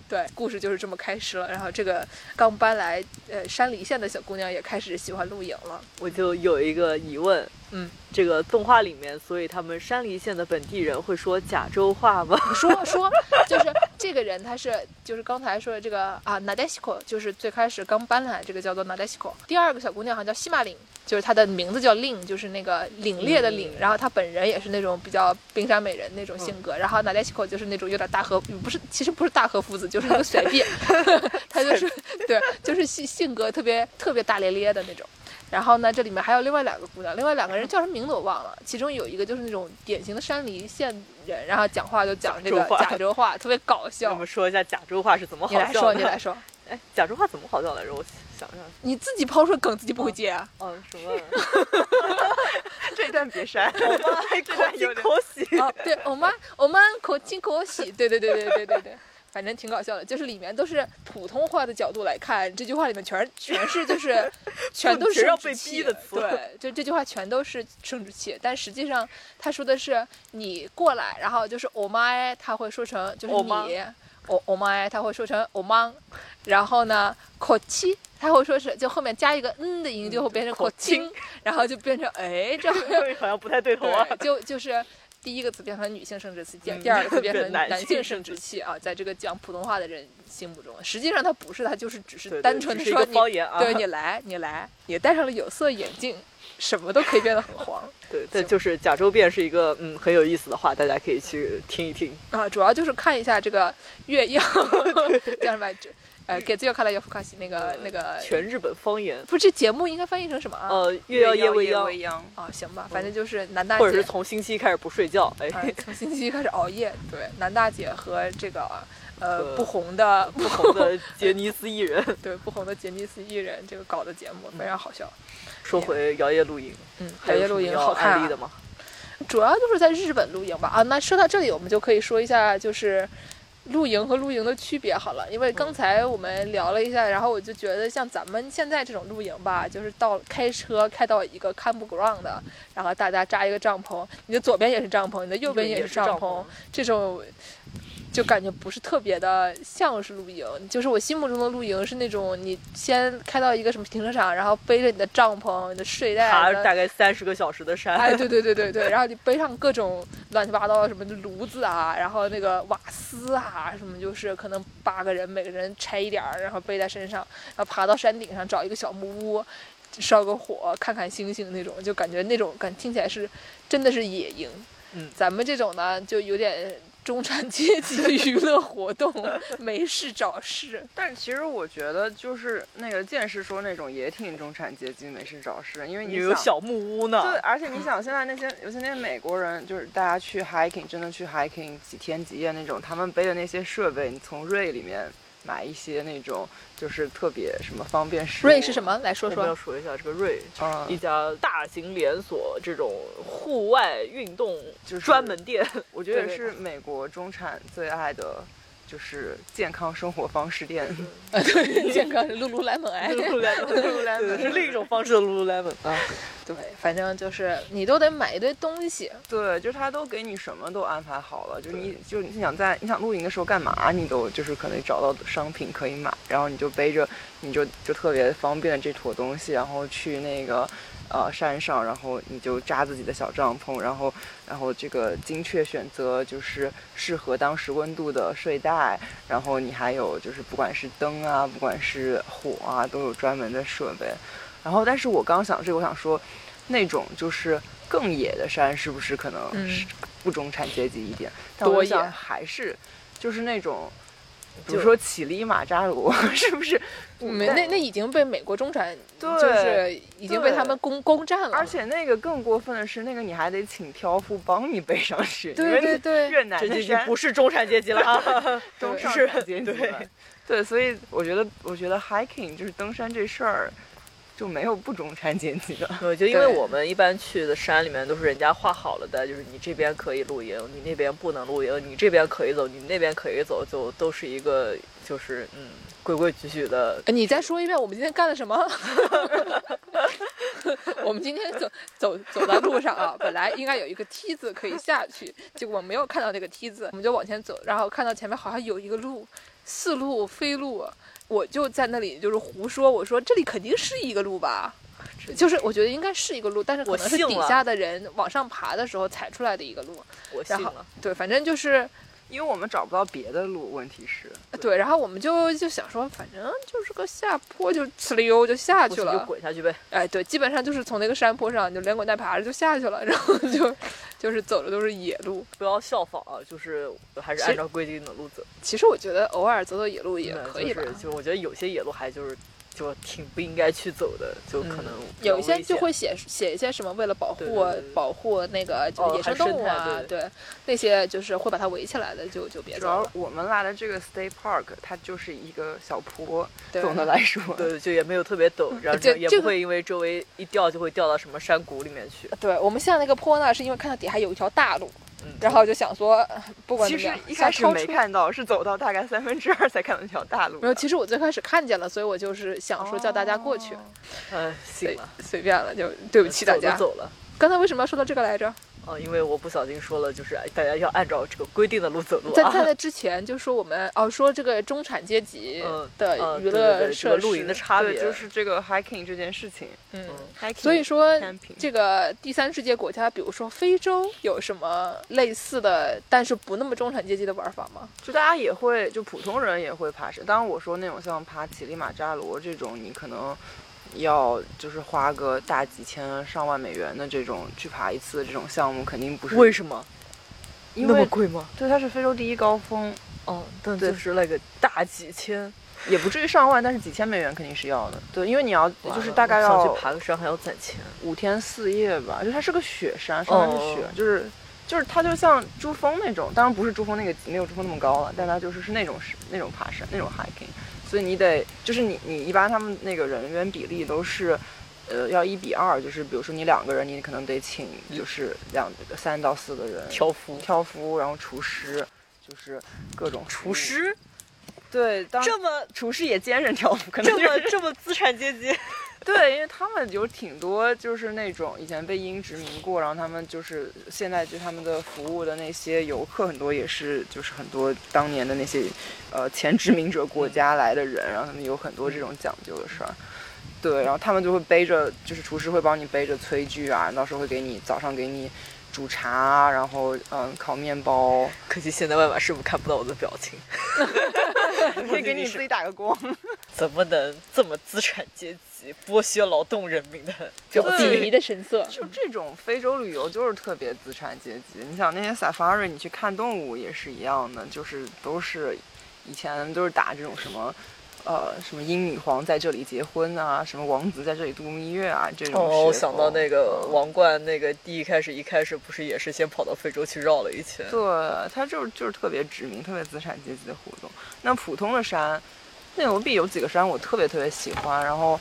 S4: 对，故事就是这么开始了。然后这个刚搬来呃山梨县的小姑娘也开始喜欢露营了。
S2: 我就有一个疑问，
S4: 嗯，
S2: 这个动画里面，所以他们山梨县的本地人会说甲州话吗？
S4: 说说，就是这个人他是就是刚才说的这个啊 n a d e s h i k o 就是最开始刚搬来这个叫做 n a d e s h i k o 第二个小姑娘好像叫西马岭，就是她的名字叫令，就是那个凛冽的凛。然后她本人也是那种比较冰山美人那种性格。然后 n a d e s h i k o 就是那种有点大和不是，其实不是大和夫子，就是那个甩辫， 她就是 对，就是性性格特别特别大咧咧的那种。然后呢，这里面还有另外两个姑娘，另外两个人叫什么名字我忘了。其中有一个就是那种典型的山梨县人，然后讲话就讲这个
S2: 甲州话
S4: 甲州话，特别搞
S2: 那我
S4: 笑。
S2: 们说一下甲州话是怎么好
S4: 你来
S2: 笑
S4: 说，
S2: 的。
S4: 你来。说，
S2: 哎，甲州话怎么好笑来着？我想想。
S4: 你自己抛出的梗自己不会接啊？
S2: 哦，什 么？
S3: 这一段别 删，
S2: 这段有点可惜。
S4: 啊，对，我们我们口亲口喜，对对对对对对对。反正挺搞笑的，就是里面都是普通话的角度来看，这句话里面全全是就是 全都是
S2: 全
S4: 生
S2: 要
S4: 殖
S2: 被
S4: 器
S2: 逼的词
S4: 对，就这句话全都是生殖器，但实际上他说的是你过来，然后就是我妈，他会说成就是
S2: 我妈
S4: 你，我我妈，他会说成我妈，然后呢，口七他会说是就后面加一个嗯的音，就会变成
S2: 口
S4: 口
S2: 清
S4: 清，然后就变成哎这好像
S2: 好像不太对头啊。
S4: 对，就就是第一个词变成女性生殖器，第
S2: 嗯
S4: 第二个词变成
S2: 变男
S4: 男
S2: 性
S4: 性生
S2: 生
S4: 殖
S2: 殖
S4: 器啊，在这个讲普通话的人心目中，实际上它不是，它就是只
S2: 对
S4: 是
S2: 对
S4: 单纯的
S2: 只是一
S4: 说
S2: 个
S4: 你，
S2: 方言啊
S4: 对你来，你来，你戴上了有色眼镜，什么都可以变得很黄
S2: 对，但就是甲州辩是一个嗯很有意思的话，大家可以去听一听。
S4: 啊，主要就是看一下这个月曜 叫什么来着，呃，给自由看来要福卡西那个那个，
S2: 呃全日本方言，
S4: 不是节目应该翻译成什么啊？
S2: 呃，月曜夜未
S3: 未
S2: 央，
S3: 央，
S4: 啊，行吧，反正就是南大
S2: 或者
S4: 姐
S2: 是。从星期一开始不睡觉，哎，
S4: 哎，从星期一开始熬夜，对，南大姐和这个呃
S2: 和
S4: 不红的
S2: 不同的杰尼斯艺 人。
S4: 对不红的杰尼斯艺人这个搞的节目非常好笑。
S2: 说回摇曳露营，
S4: 嗯，
S2: 嗯还
S4: 摇
S2: 有
S4: 曳
S2: 什么
S4: 露营
S2: 要
S4: 好看、
S2: 安利的
S4: 啊，
S2: 吗？
S4: 主要就是在日本露营吧。啊，那说到这里，我们就可以说一下就是。露营和露营的区别好了，因为
S2: 嗯
S4: 刚才我们聊了一下，然后我就觉得像咱们现在这种露营吧，就是到开车开到一个 campground 的，然后大家扎一个帐篷，你的左边也是帐篷，你的右边
S2: 也
S4: 是帐篷，这种就感觉不是特别的像是露营，就是我心目中的露营是那种你先开到一个什么停车场，然后背着你的帐篷、你的睡
S2: 爬
S4: 袋
S2: 了
S4: 的
S2: 大概三十个小时的
S4: 哎，
S2: 山，
S4: 对对对对对，然后你背上各种乱七八糟的什么炉子啊，然后那个瓦斯啊，什么就是可能八个人每个人拆一点儿，然后背在身上，然后爬到山顶上找一个小木屋，烧个火，看看星星那种，就感觉那种感听起来是真的是野营。
S2: 嗯
S4: 咱们这种呢就有点中产阶级的娱乐活动，没事找事。
S3: 但其实我觉得，就是那个剑士说那种也挺中产阶级没事找事，因为
S2: 你
S3: 你
S2: 有
S3: 想
S2: 小木屋呢。
S3: 对，而且你想，现在那些，尤其那些美国人，就是大家去 hiking，真的去 hiking 几天几夜那种，他们背的那些设备，你从瑞里面买一些那种，就是特别什么方便食物。
S4: 瑞是什？么？来说
S2: 我们要
S4: 说。
S2: 说一下这个瑞，一
S3: 嗯，
S2: 家大型连锁这种户外运动
S3: 就是
S2: 专门 店，
S3: 我觉得也
S2: 对
S3: 是美国中产最爱的，就是健康生活方式店。
S4: 对，健康是露露莱蒙哎。
S2: Lululemon 是另一种方式的 Lululemon 啊。
S4: 对，反正就是你都得买一堆东西，
S3: 对，就是他都给你什么都安排好了，就你就你想在你想露营的时候干嘛，你都就是可能找到商品可以买，然后你就背着，你就就特别方便这坨东西，然后去那个呃山上，然后你就扎自己的小帐篷，然后然后这个精确选择就是适合当时温度的睡袋，然后你还有就是不管是灯啊，不管是火啊，都有专门的设备。然后，但是我刚想这个，我想说，那种就是更野的山，是不是可能
S4: 嗯
S3: 是不中产阶级一点？但我
S4: 多
S3: 就想
S4: 野
S3: 还是就是那种，比
S2: 就
S3: 如说乞力马扎罗， 是不是不？
S4: 没
S3: 但
S4: 那那已经被美国中产
S3: 对
S4: 就是已经被他们攻攻占了，
S3: 而且那个更过分的是，那个你还得请挑夫帮你背上去，因
S4: 对
S3: 为
S4: 对对
S3: 越南
S2: 这
S3: 的
S2: 就已经
S3: 山
S2: 不是中产阶级了 啊，
S3: 都
S4: 对
S3: 上
S2: 是
S3: 产阶级
S2: 对
S3: 了对，所以我觉得，我觉得 hiking 就是登山这事儿，就没有不中产阶级的。
S2: 我觉得，因为
S4: 对
S2: 我们一般去的山里面都是人家画好了的，就是你这边可以露营，你那边不能露营，你这边可以走，你那边可以走，就都是一个就是嗯规规矩矩的。
S4: 呃你再说一遍，我们今天干了什么？ 我们今天走走走在路上啊，本来应该有一个梯子可以下去，结果没有看到那个梯子，我们就往前走，然后看到前面好像有一个路，似路非路，我就在那里就是胡说，我说这里肯定是一个路吧。就是我觉得应该是一个路，但是可
S2: 我
S4: 能是
S2: 信
S4: 底
S2: 了
S4: 下的人往上爬的时候踩出来的一个路。
S2: 我信
S4: 然后
S2: 了，
S4: 对，反正就是
S3: 因为我们找不到别的路，问题是，
S4: 对，然后我们就就想说，反正就是个下坡，就呲溜就下
S2: 不
S4: 去
S2: 行就
S4: 了。
S2: 滚下去呗。
S4: 哎，对，基本上就是从那个山坡上就连滚带爬着就下去了， 然后就就是走的都是野路。
S2: 不要效仿啊，就是还是
S4: 其
S2: 按照规定的路走。
S4: 其实我觉得偶尔走走野路也
S2: 对
S4: 可以吧，
S2: 就是就我觉得有些野路还就是就挺不应该去走的，就可能比较
S4: 嗯有一些
S2: 危
S4: 就
S2: 险
S4: 会写写一些什么为了保护
S2: 对对对对
S4: 保护那个就
S2: 哦
S4: 野生
S2: 还生
S4: 动物
S2: 态
S4: 啊，
S2: 对
S4: 那些就是会把它围起来的，就就别
S3: 主
S4: 走
S3: 要
S4: 了。
S3: 我们来的这个 State Park 它就是一个小坡，
S4: 对
S3: 总的来说，
S2: 对，就也没有特别陡，然后
S4: 嗯这
S2: 也
S4: 这
S2: 不
S4: 个
S2: 会因为周围一掉就会掉到什么山谷里面去。
S4: 对，我们下那个坡呢，是因为看到底下有一条大路，
S2: 嗯，
S4: 然后就想说， 呃不管
S3: 其
S4: 怎么
S3: 实
S4: 样，
S3: 一
S4: 想
S3: 开始
S4: 超
S3: 没
S4: 出
S3: 看到，是走到大概三分之二才看到那条大路的。
S4: 没有，其实我最开始看见了，所以我就是想说叫大家过去，
S3: 哦
S2: 哎，
S4: 对
S2: 行了，
S4: 随便了，就对不起大
S2: 走就
S4: 家。
S2: 走了。
S4: 刚才为什么要说到这个来着？
S2: 哦，因为我不小心说了，就是哎大家要按照这个规定的路走路
S4: 在
S2: 啊。
S4: 在那之前就说我们哦，说这个中产阶级
S2: 嗯
S4: 的
S2: 呃
S4: 娱
S2: 对对
S4: 乐
S2: 对这
S4: 设
S2: 个
S4: 施，
S2: 露营的差别
S3: 对，就是这个 hiking 这件事情
S4: 嗯。
S2: 嗯
S3: ，hiking，
S4: 所以说
S3: camping，
S4: 这个第三世界国家，比如说非洲，有什么类似的，但是不那么中产阶级的玩法吗？
S3: 就大家也会，就普通人也会爬山。当然，我说那种像爬乞力马扎罗这种，你可能要就是花个大几千上万美元的这种去爬一次的这种项目，肯定不是
S2: 为什么
S3: 因
S2: 那么
S3: 为
S2: 贵吗？
S3: 对它是非洲第一高峰，
S2: 哦，但
S3: 对
S2: 就是那个大几千，
S3: 也不至于上万，但是几千美元肯定是要的。对，因为你要就
S2: 完
S3: 是
S2: 了
S3: 大概
S2: 我
S3: 要
S2: 想去爬个山还要攒钱。
S3: 五天四夜吧，就它是个雪山，上面
S2: 哦
S3: 是雪，就是就是它就像珠峰那种，当然不是珠峰那个没有珠峰那么高了，但它就是是那种是那种爬山那种 hiking，所以你得就是你你一般他们那个人员比例都是。呃，要一比二，就是比如说你两个人，你可能得请就是两三到四个人
S2: 挑夫、
S3: 挑夫，然后厨师，就是各种服
S2: 厨，
S3: 务
S2: 师，
S3: 对，当
S2: 这么
S3: 厨师也兼任挑夫，可能
S2: 这
S3: 就是
S2: 么这么资产阶级，
S3: 对，因为他们有挺多就是那种以前被英殖民过，然后他们就是现在对他们的服务的那些游客很多也是就是很多当年的那些呃前殖民者国家来的人，然后他们有很多这种讲究的事儿。对，然后他们就会背着，就是厨师会帮你背着炊具啊，到时候会给你早上给你煮茶啊，然后嗯烤面包，
S2: 可惜现在外卖师傅看不到我的表情，
S3: 可以给你自己打个光。
S2: 怎么能这么资产阶级剥削劳动人民的表
S4: 就
S2: 情
S4: 鄙？夷的神色，
S3: 就这种非洲旅游就是特别资产阶级。你想那些 safari，你去看动物也是一样的，就是都是以前都是打这种什么。呃，什么英女皇在这里结婚啊，什么王子在这里度蜜月啊，这种噱头。
S2: 哦，我想到那个
S3: 嗯
S2: 王冠，那个第一开始一开始不是也是先跑到非洲去绕了一圈？
S3: 对，它就是就是特别殖民、特别资产阶级的活动。那普通的山，内罗毕有几个山我特别特别喜欢。然后，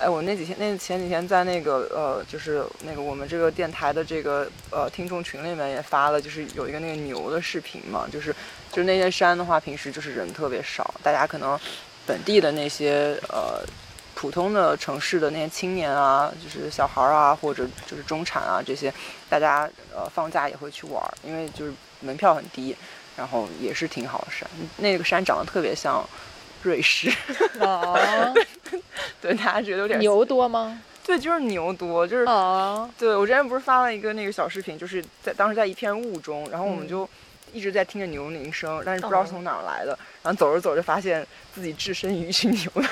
S3: 哎，我那几天那前几天在那个呃，就是那个我们这个电台的这个呃听众群里面也发了，就是有一个那个牛的视频嘛，就是就是那些山的话，平时就是人特别少，大家可能本地的那些呃。普通的城市的那些青年啊，就是小孩儿啊，或者就是中产啊，这些大家呃放假也会去玩儿，因为就是门票很低，然后也是挺好的山。那个山长得特别像瑞士，
S4: 哦，
S3: 对大家觉得有点
S4: 牛多吗？
S3: 对，就是牛多，就是、
S4: 哦，
S3: 对我之前不是发了一个那个小视频，就是在当时在一片雾中，然后我们
S2: 嗯
S3: 就。一直在听着牛铃声，但是不知道
S2: 哦
S3: 从哪儿来的。然后走着走着，发现自己置身于一群牛的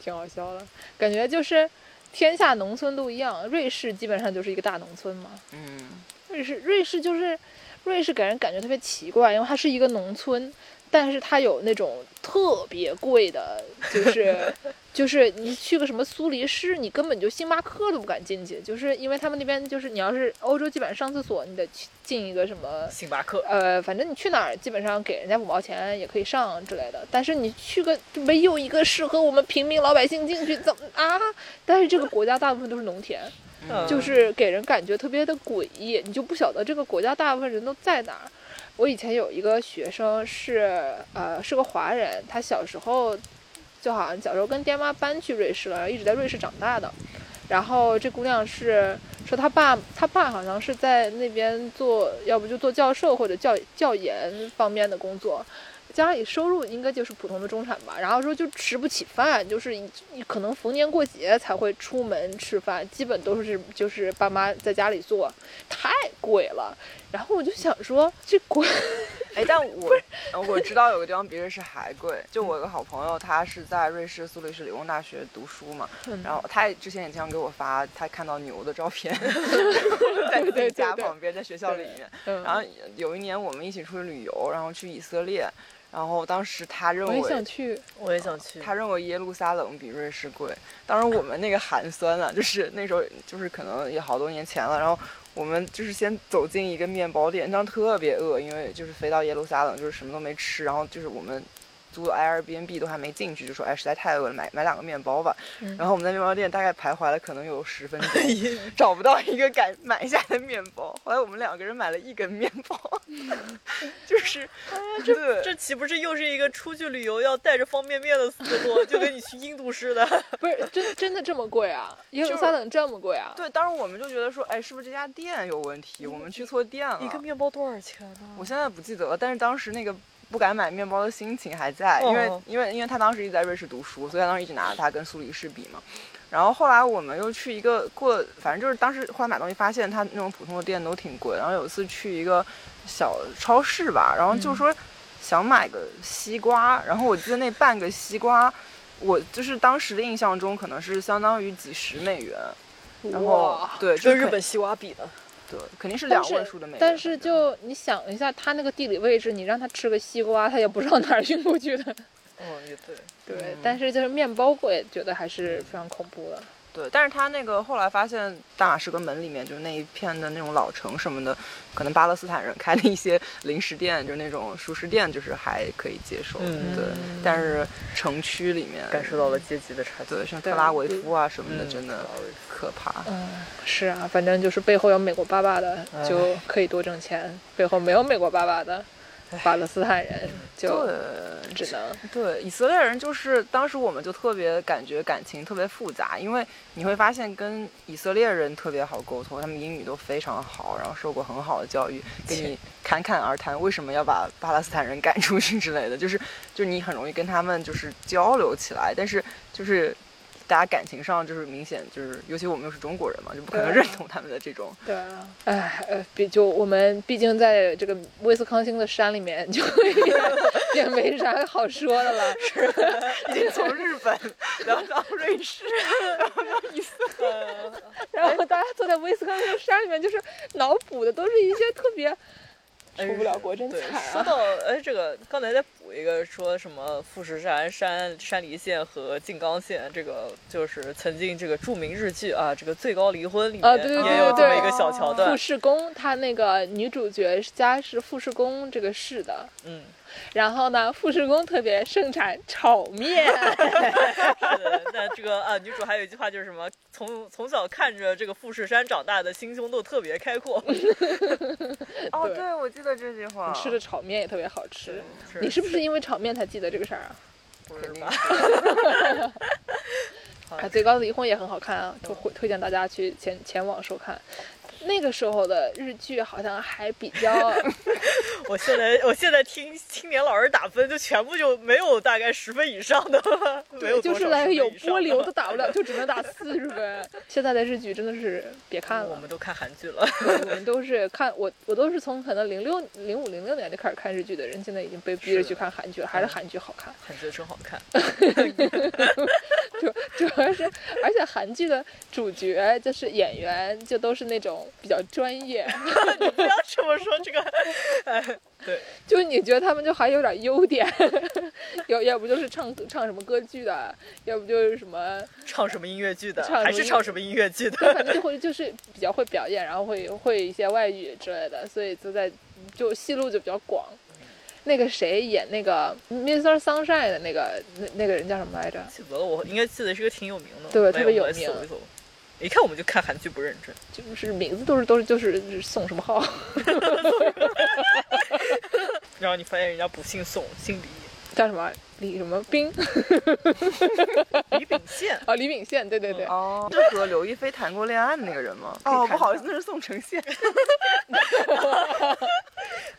S4: 挺好笑的，感觉就是天下农村都一样，瑞士基本上就是一个大农村嘛。
S3: 嗯，
S4: 瑞士，瑞士就是瑞士给人感觉特别奇怪，因为它是一个农村，但是它有那种特别贵的，就是 就是你去个什么苏黎世，你根本就星巴克都不敢进去，就是因为他们那边就是你要是欧洲基本上上厕所，你得去进一个什么。
S2: 星巴克，
S4: 呃，反正你去哪儿，基本上给人家五毛钱也可以上之类的。但是你去个就没有一个适合我们平民老百姓进去，怎么啊？但是这个国家大部分都是农田，
S2: 嗯
S4: 就是给人感觉特别的诡异，你就不晓得这个国家大部分人都在哪儿。我以前有一个学生是呃是个华人，他小时候就好像小时候跟爹妈搬去瑞士了，然后一直在瑞士长大的。然后这姑娘是说他爸他爸好像是在那边做，要不就做教授或者教教研方面的工作，家里收入应该就是普通的中产吧。然后说就吃不起饭，就是一可能逢年过节才会出门吃饭，基本都是就是爸妈在家里做，太贵了。然后我就想说，这国
S3: 哎，但我呃 我知道有个地方比瑞士还贵，就我有个好朋友，他是在瑞士苏黎世理工大学读书嘛，
S4: 嗯
S3: 然后他也之前也经常给我发他看到牛的照 片，在自己
S4: 对
S3: 家
S4: 对
S3: 旁边，在学校里
S4: 对
S3: 面。
S4: 嗯，
S3: 然后有一年我们一起出去旅游，然后去以色列，然后当时他认
S4: 我也想
S3: 为
S4: 去，
S2: 我也想去。
S3: 他认为耶路撒冷比瑞士贵，当时我们那个寒酸啊，就是那时候就是可能也好多年前了，然后。我们就是先走进一个面包店，当时特别饿，因为就是飞到耶路撒冷，就是什么都没吃，然后就是我们租的 Airbnb 都还没进去，就说哎实在太饿了，买买两个面包吧。
S4: 嗯
S3: 然后我们在面包店大概徘徊了可能有十分钟，找不到一个敢买下的面包。后来我们两个人买了一根面包， 就是这
S2: 这岂不是又是一个出去旅游要带着方便面的思路？就跟你去印度似的。
S4: 不是真真的这么贵啊？耶
S3: 就
S4: 路
S3: 是
S4: 撒冷这么贵啊？
S3: 对，当时我们就觉得说，哎，是不是这家店有问题？我们去错店了。
S2: 一个面包多少钱 呢？
S3: 我现在不记得了，但是当时那个不敢买面包的心情还在，因为、
S2: 哦
S3: 因为因为他当时一直在瑞士读书，所以他当时一直拿它跟苏黎世比嘛。然后后来我们又去一个过了，反正就是当时后来买东西发现他那种普通的店都挺贵。然后有一次去一个小超市吧，然后
S2: 嗯
S3: 就说想买个西瓜，然后我记得那半个西瓜，我就是当时的印象中可能是相当于几十美元，然后
S4: 哇！
S3: 对，
S2: 跟
S3: 就
S2: 日
S3: 肯
S2: 本西瓜比呢？
S3: 对肯定是
S4: 但
S3: 两
S4: 是
S3: 位数的美元，
S4: 但是就你想一下，他那个地理位置，你让他吃个西瓜，他也不知道哪儿运过去的。
S2: 嗯，也对。
S4: 对，
S3: 嗯
S4: 但是就是面包贵，觉得还是非常恐怖的。
S3: 对，但是他那个后来发现大马士革门里面，就是那一片的那种老城什么的，可能巴勒斯坦人开的一些零食店，就是那种熟食店，就是还可以接受。
S2: 嗯
S3: 对。但是城区里面，
S2: 感受到了阶级的差距。
S3: 对，像特拉维夫啊什么的，
S2: 嗯
S3: 真的可怕。
S4: 嗯，是啊，反正就是背后有美国爸爸的
S2: 哎
S4: 就可以多挣钱，背后没有美国爸爸的巴勒斯坦人就
S3: 哎对
S4: 只能
S3: 对，以色列人就是当时我们就特别感觉感情特别复杂，因为你会发现跟以色列人特别好沟通，他们英语都非常好，然后受过很好的教育，跟你侃侃而谈为什么要把巴勒斯坦人赶出去之类的，就是就是你很容易跟他们就是交流起来，但是就是。大家感情上就是明显就是，尤其我们又是中国人嘛，就不可能
S4: 对啊
S3: 认同他们的这种。
S4: 对啊，哎，呃，比就我们毕竟在这个威斯康星的山里面，就 也也没啥好说的了。
S3: 已经从日本聊到瑞士，
S4: 然后大家坐在威斯康星山里面，就是脑补的都是一些特别
S2: 哎
S4: 出不了国真
S2: 对
S4: 惨
S2: 说
S4: 啊！
S2: 到哎，这个刚才再补一个，说什么富士山山山梨县和静冈县，这个就是曾经这个著名日剧啊，这个《最高离婚》里面、
S4: 啊对对
S2: 也有这么
S4: 对
S2: 一个小桥
S4: 富
S2: 段。
S4: 士宫，她那个女主角家是富士宫这个市的，
S2: 嗯，
S4: 然后呢，富士宫特别盛产炒面，
S2: 是的。那这个啊，女主还有一句话就是什么，从从小看着这个富士山长大的心胸都特别开阔。
S3: 哦，
S4: 对
S3: 对，我记得这句话。
S4: 吃的炒面也特别好吃。
S2: 啊是
S4: 你是不是因为炒面才记得这个事儿啊？
S2: 不
S3: 肯
S2: 是
S3: 定
S2: 吧？
S4: 啊，最高的离婚也很好看啊，推推荐大家去前前往收看。那个时候的日剧好像还比较
S2: 我现在我现在听青年老师打分，就全部就没有大概十分以上的了， 没有
S4: 就
S2: 多
S4: 是
S2: 少
S4: 来
S2: 10
S4: 有
S2: 分以上
S4: 波
S2: 的
S4: 流都打不了，就只能打四十分。现在的日剧真的是别看
S2: 我
S4: 了
S2: 们，都看韩剧了。
S4: 对我们都是看我我都是从可能零六零五零六年就开始看日剧的人，现在已经被逼着
S2: 是的
S4: 去看韩剧了，还是韩剧好看。
S2: 韩剧真好看，
S4: 主主要是，而且韩剧的主角就是演员就都是那种比较专业，
S2: 不要这么说这个， 哎，对，
S4: 就是你觉得他们就还有点优点， 要要不就是唱唱什么歌剧的，要不就是什么，
S2: 唱什么音乐剧的，
S4: 唱什么
S2: 还是唱什么音乐剧
S4: 就
S2: 的，
S4: 反正就会就是比较会表演，然后会会一些外语之类的，所以就在就戏路就比较广。那个谁演那个 Mr. Sunshine 的那个那那个人叫什么来着？
S2: 记不得了，我应该记得是个挺有名的，
S4: 对
S2: 没
S4: 特别有
S2: 我来
S4: 名
S2: 搜一搜。一看我们就看韩剧不认真，
S4: 就是名字都是都是就是宋什么浩，
S2: 然后你发现人家不姓宋，姓李，
S4: 叫什么李什么冰
S2: 李 秉宪。
S4: 啊，李秉宪，对对对，
S3: 哦，是和刘亦菲谈过恋爱的那个人吗？
S4: 以
S3: 哦，
S4: 谈
S3: 不好意思，那是宋承 宪。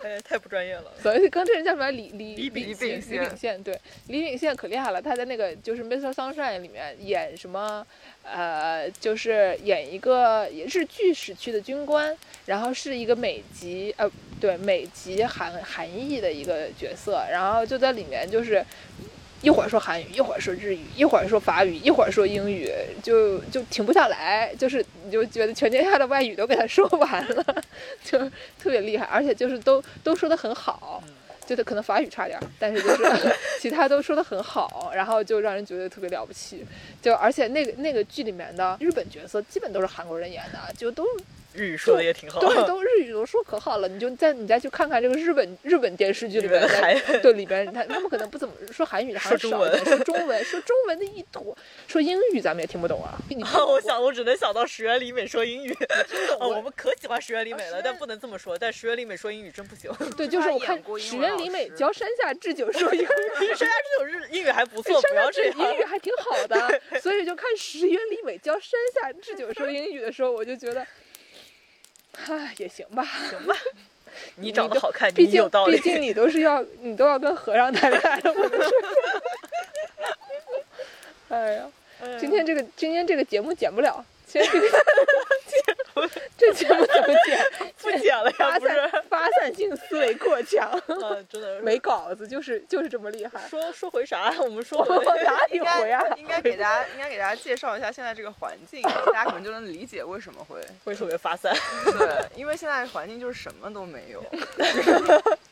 S2: 哎，太不专业了。
S4: 所以跟这人叫什么李李
S2: 李
S4: 秉
S2: 秉
S4: 宪
S3: 宪
S4: 李秉宪对，李秉宪可厉害了，他在那个就是《Mr. Sunshine》里面演什么，呃，就是演一个也是剧时区的军官，然后是一个美籍呃对美籍韩韩裔的一个角色，然后就在里面就是。一会儿说韩语，一会儿说日语，一会儿说法语，一会儿说英语，就就停不下来，就是你就觉得全天下的外语都给他说完了， 就特别厉害，而且就是都都说的很好，
S2: 嗯
S4: 就他可能法语差点儿，但是就是 其他都说的很好，然后就让人觉得特别了不起。就而且那个那个剧里面的日本角色基本都是韩国人演的，就都
S2: 日语说的也挺好。
S4: 对，都日语都说可好了。你就再你再去看看这个日本日本电视剧里
S2: 日本
S4: 面
S2: 的
S4: 的
S2: 韩
S4: 对里边他他们可能不怎么说韩语的，还
S2: 说
S4: 是
S2: 中
S4: 少
S2: 文
S4: 一点，说中文，说中文的一坨，说英语咱们也听不懂啊。你
S2: 我想我只能想到石原里美说英语。啊，我们可喜欢石原里美
S4: 啊石
S2: 了，
S4: 原
S2: 但不能这么说。但石原里美说英语真不行。
S4: 对，就是我
S3: 他
S4: 看
S3: 演过英
S4: 石
S3: 文
S4: 原
S3: 老
S4: 里美
S3: 师
S4: 教山下智久说英 语。
S2: 虽然这种日英语还不错，不
S4: 山
S2: 要
S4: 下
S2: 这
S4: 智
S2: 样。
S4: 英语还挺好 的，所以就看石原里美教山下智久说英语的时候，我就觉得，唉，也行吧。
S2: 你长得
S4: 都
S2: 好看，
S4: 毕
S2: 你
S4: 竟
S2: 嗯有道理
S4: 毕。竟你都是要你都要跟和尚谈恋爱了，我就是。 哎呀，今天这个今天这个节目剪不了， 今天这个 这节目怎么 剪？
S2: 不剪了
S4: 发
S2: 呀，不是？
S4: 散发散性思维过强，
S2: 嗯，真的是
S4: 没稿子就是就是这么厉害。
S2: 说说回啥？我们说回
S4: 我 哪 里
S3: 应该
S4: 回啊？
S3: 应 该给大家应该给大家介绍一下现在这个环境，大家可能就能理解为什么会
S2: 为什么发散？
S3: 对，因为现在环境就是什么都没 有，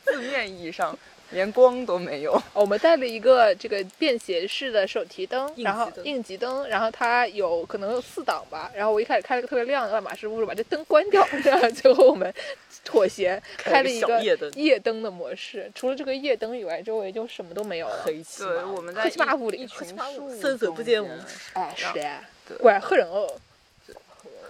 S3: 字面意义上连光都没有。
S4: 哦我们带了一个这个便携式的手提灯，
S2: 应急灯
S4: 然后应急灯，然后它有可能有四档吧。然后我一开始开了个特别亮的，马师傅说把这灯关掉，然后最后我们 妥协开
S2: 开
S4: 了
S2: 了
S4: 一
S2: 一
S4: 个
S2: 个小夜灯
S4: 夜灯的模式。除了这个夜灯以外，周围就什么都没有了。
S2: 黑漆
S3: 对，我们在
S4: 黑漆麻乌里
S3: 一一群
S4: 黑漆麻乌
S3: 树
S2: 伸手不见五
S3: 中间
S2: 指
S4: 哎，是
S2: 嗯
S4: 哎
S3: 对，
S4: 果然黑人哦。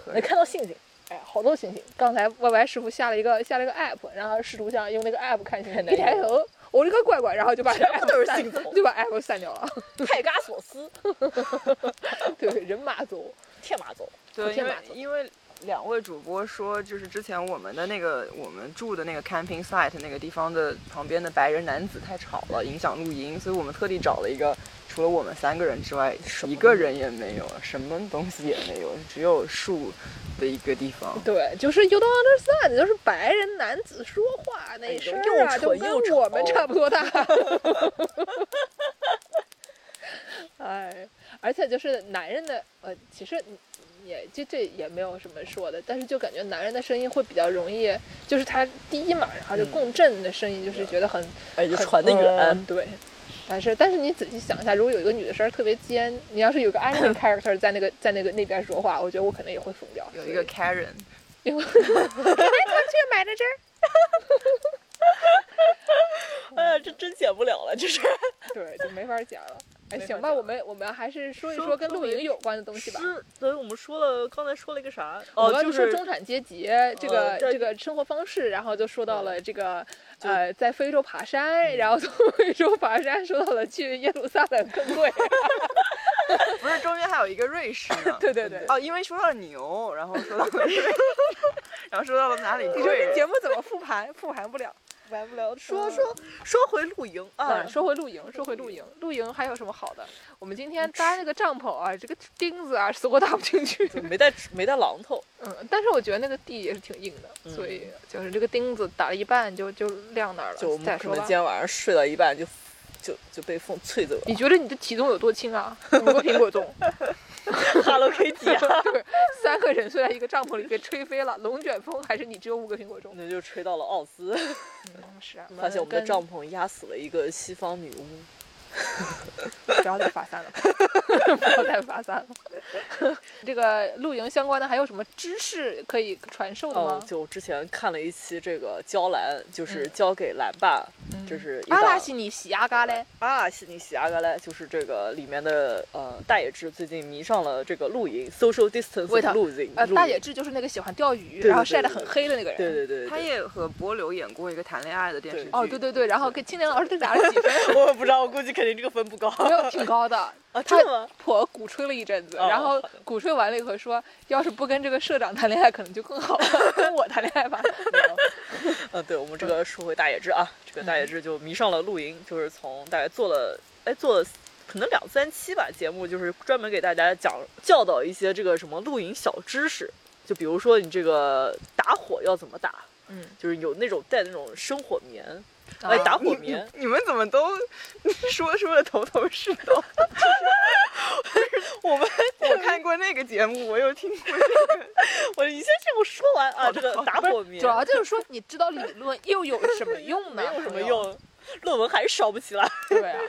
S2: 能看到星星。
S4: 哎，好多星星。刚才 Y Y 师傅下了一个下了一个 app，然后试图想用那个 app 看星
S2: 太
S4: 星，
S2: 难
S4: 一抬
S2: 用
S4: 头，我这个乖乖，然后就把这个
S2: 哎全部都
S4: app
S2: 是
S4: 删
S2: 信头
S4: 就把 app 删掉了。
S2: 泰嘎索斯、
S4: 对，人马族。
S2: 天马座，
S4: 昨
S3: 对，因
S4: 天
S3: 为
S4: 吧昨
S3: 因为两位主播说，就是之前我们的那个我们住的那个 camping site 那个地方的旁边的白人男子太吵了，影响录音，所以我们特地找了一个除了我们三个人之外，
S2: 什么
S3: 一个人也没有，什么东西也没有，只有树的一个地方。
S4: 对，就是 you don't understand，就是白人男子说话
S2: 哎
S4: 那
S2: 呦
S4: 声儿啊，
S2: 又
S4: 都
S2: 蠢又哦
S4: 跟我们
S2: 丑
S4: 差不多 大。哎，而且就是男人的，呃，其实也这这也没有什么说的，但是就感觉男人的声音会比较容易，就是他低嘛，然后就
S2: 嗯
S4: 共振的声音，就是觉得很
S2: 哎，就
S4: 很
S2: 传得远
S4: 嗯。对。但是，但是你仔细想一下，如果有一个女的声儿特别尖，你要是有 个 Asian character 在那个在那个那边说话，我觉得我可能也会疯掉。
S3: 有
S4: 所
S3: 一
S4: 以
S3: 个 Karen，
S4: 因为 哎，同学买的针儿。
S2: 哎呀，这真剪不了了，这是。
S4: 对，就没法讲了。哎，
S2: 没法
S4: 行吧，
S2: 讲
S4: 我们我们还是说一
S2: 说
S4: 说跟
S2: 说
S4: 露
S2: 回
S4: 营有关的东西吧。
S2: 是，对，我们说了，刚才说了一个啥？
S4: 我
S2: 哦，
S4: 刚
S2: 就
S4: 说
S2: 是
S4: 中产阶级这个、
S2: 呃对
S4: 这个生活方式，然后就说到了这个
S2: 就
S4: 呃，在非洲爬山，然后从非洲爬山说到了去耶路撒冷 更贵。？
S3: 不是中间还有一个瑞士呢
S4: 对对 对，
S3: 哦，因为说到了牛，然后说到了瑞士，然后说到了哪里贵？
S4: 你说这节目怎么复盘？复盘不了。
S2: 完不了。说说说回露营啊
S4: 嗯，，说回露营，说回露营，露营还有什么好的？我们今天搭那个帐篷啊，这个钉子啊，死活搭不进去。
S2: 就没带没带榔头，
S4: 嗯，但是我觉得那个地也是挺硬的，
S2: 嗯
S4: 所以就是这个钉子打了一半就就晾那儿了。
S2: 就我们
S4: 啊再
S2: 可
S4: 说
S2: 能
S4: 吧
S2: 今。天晚上睡到一半就就就被风吹 走了。
S4: 你觉得你的体重有多轻啊？五个苹果重，
S2: Hello Kitty 啊，
S4: 对，三个人睡在一个帐篷里被吹飞了。龙卷风还是你只有五个苹果重？
S2: 那就吹到了奥斯，
S4: 嗯，是啊，
S2: 发现我们的
S4: 跟
S2: 帐篷压死了一个西方女巫。
S4: 不要再发散了，不要再发散了。 这个露营相关的还有什么知识
S2: 呃哦
S4: 可以传授的吗
S2: 嗯，？就之前看了一期这个娇兰，就是交给兰爸这是一
S4: 阿拉
S2: 档
S4: 西尼喜阿嘎嘞，
S2: 啊，悉尼喜阿嘎莱就是这个里面的呃大野智最近迷上了这个露营，social distance
S4: Wait，
S2: losing，
S4: 呃，
S2: 露
S4: 大
S2: 营
S4: 野智就是那个喜欢钓鱼，
S2: 对
S4: 然后
S2: 对
S4: 晒得
S2: 对
S4: 很
S2: 对
S4: 黑的那个人。
S2: 对对对，
S3: 他
S2: 对
S3: 也和柏柳演过一个谈恋爱的电视剧，
S4: 哦，对对对，然后跟青年老师对打了几分，
S2: 我也不知道，我估计肯定这个分不高。
S4: 没有挺高的。
S2: 啊，真
S4: 他
S2: 的吗？
S4: 婆鼓吹了一阵子，
S2: 哦
S4: 然后
S2: 好的
S4: 鼓吹完了以后说，要是不跟这个社长谈恋爱，可能就更好了， 跟我谈恋爱吧。没有
S2: 嗯，对，我们这个说回大野智啊，这个大野智就迷上了露营，就是从大概做了，哎，做了可能两三期吧节目，就是专门给大家讲教导一些这个什么露营小知识，就比如说你这个打火要怎么打，
S4: 嗯，
S2: 就是有那种带那种生火棉，
S4: 啊
S2: 哎，打火
S3: 你你
S2: 棉，
S3: 你们怎么都说说的头头是道？
S2: 我们
S3: 我看过那个节目，我又听过
S2: 我你先这我说完啊，这个打火棉
S4: 主要就是说，你知道理论又有什么用
S2: 没
S4: 呢？
S2: 有什么
S4: 朋友。
S2: 用，论文还是烧不起来。
S4: 对啊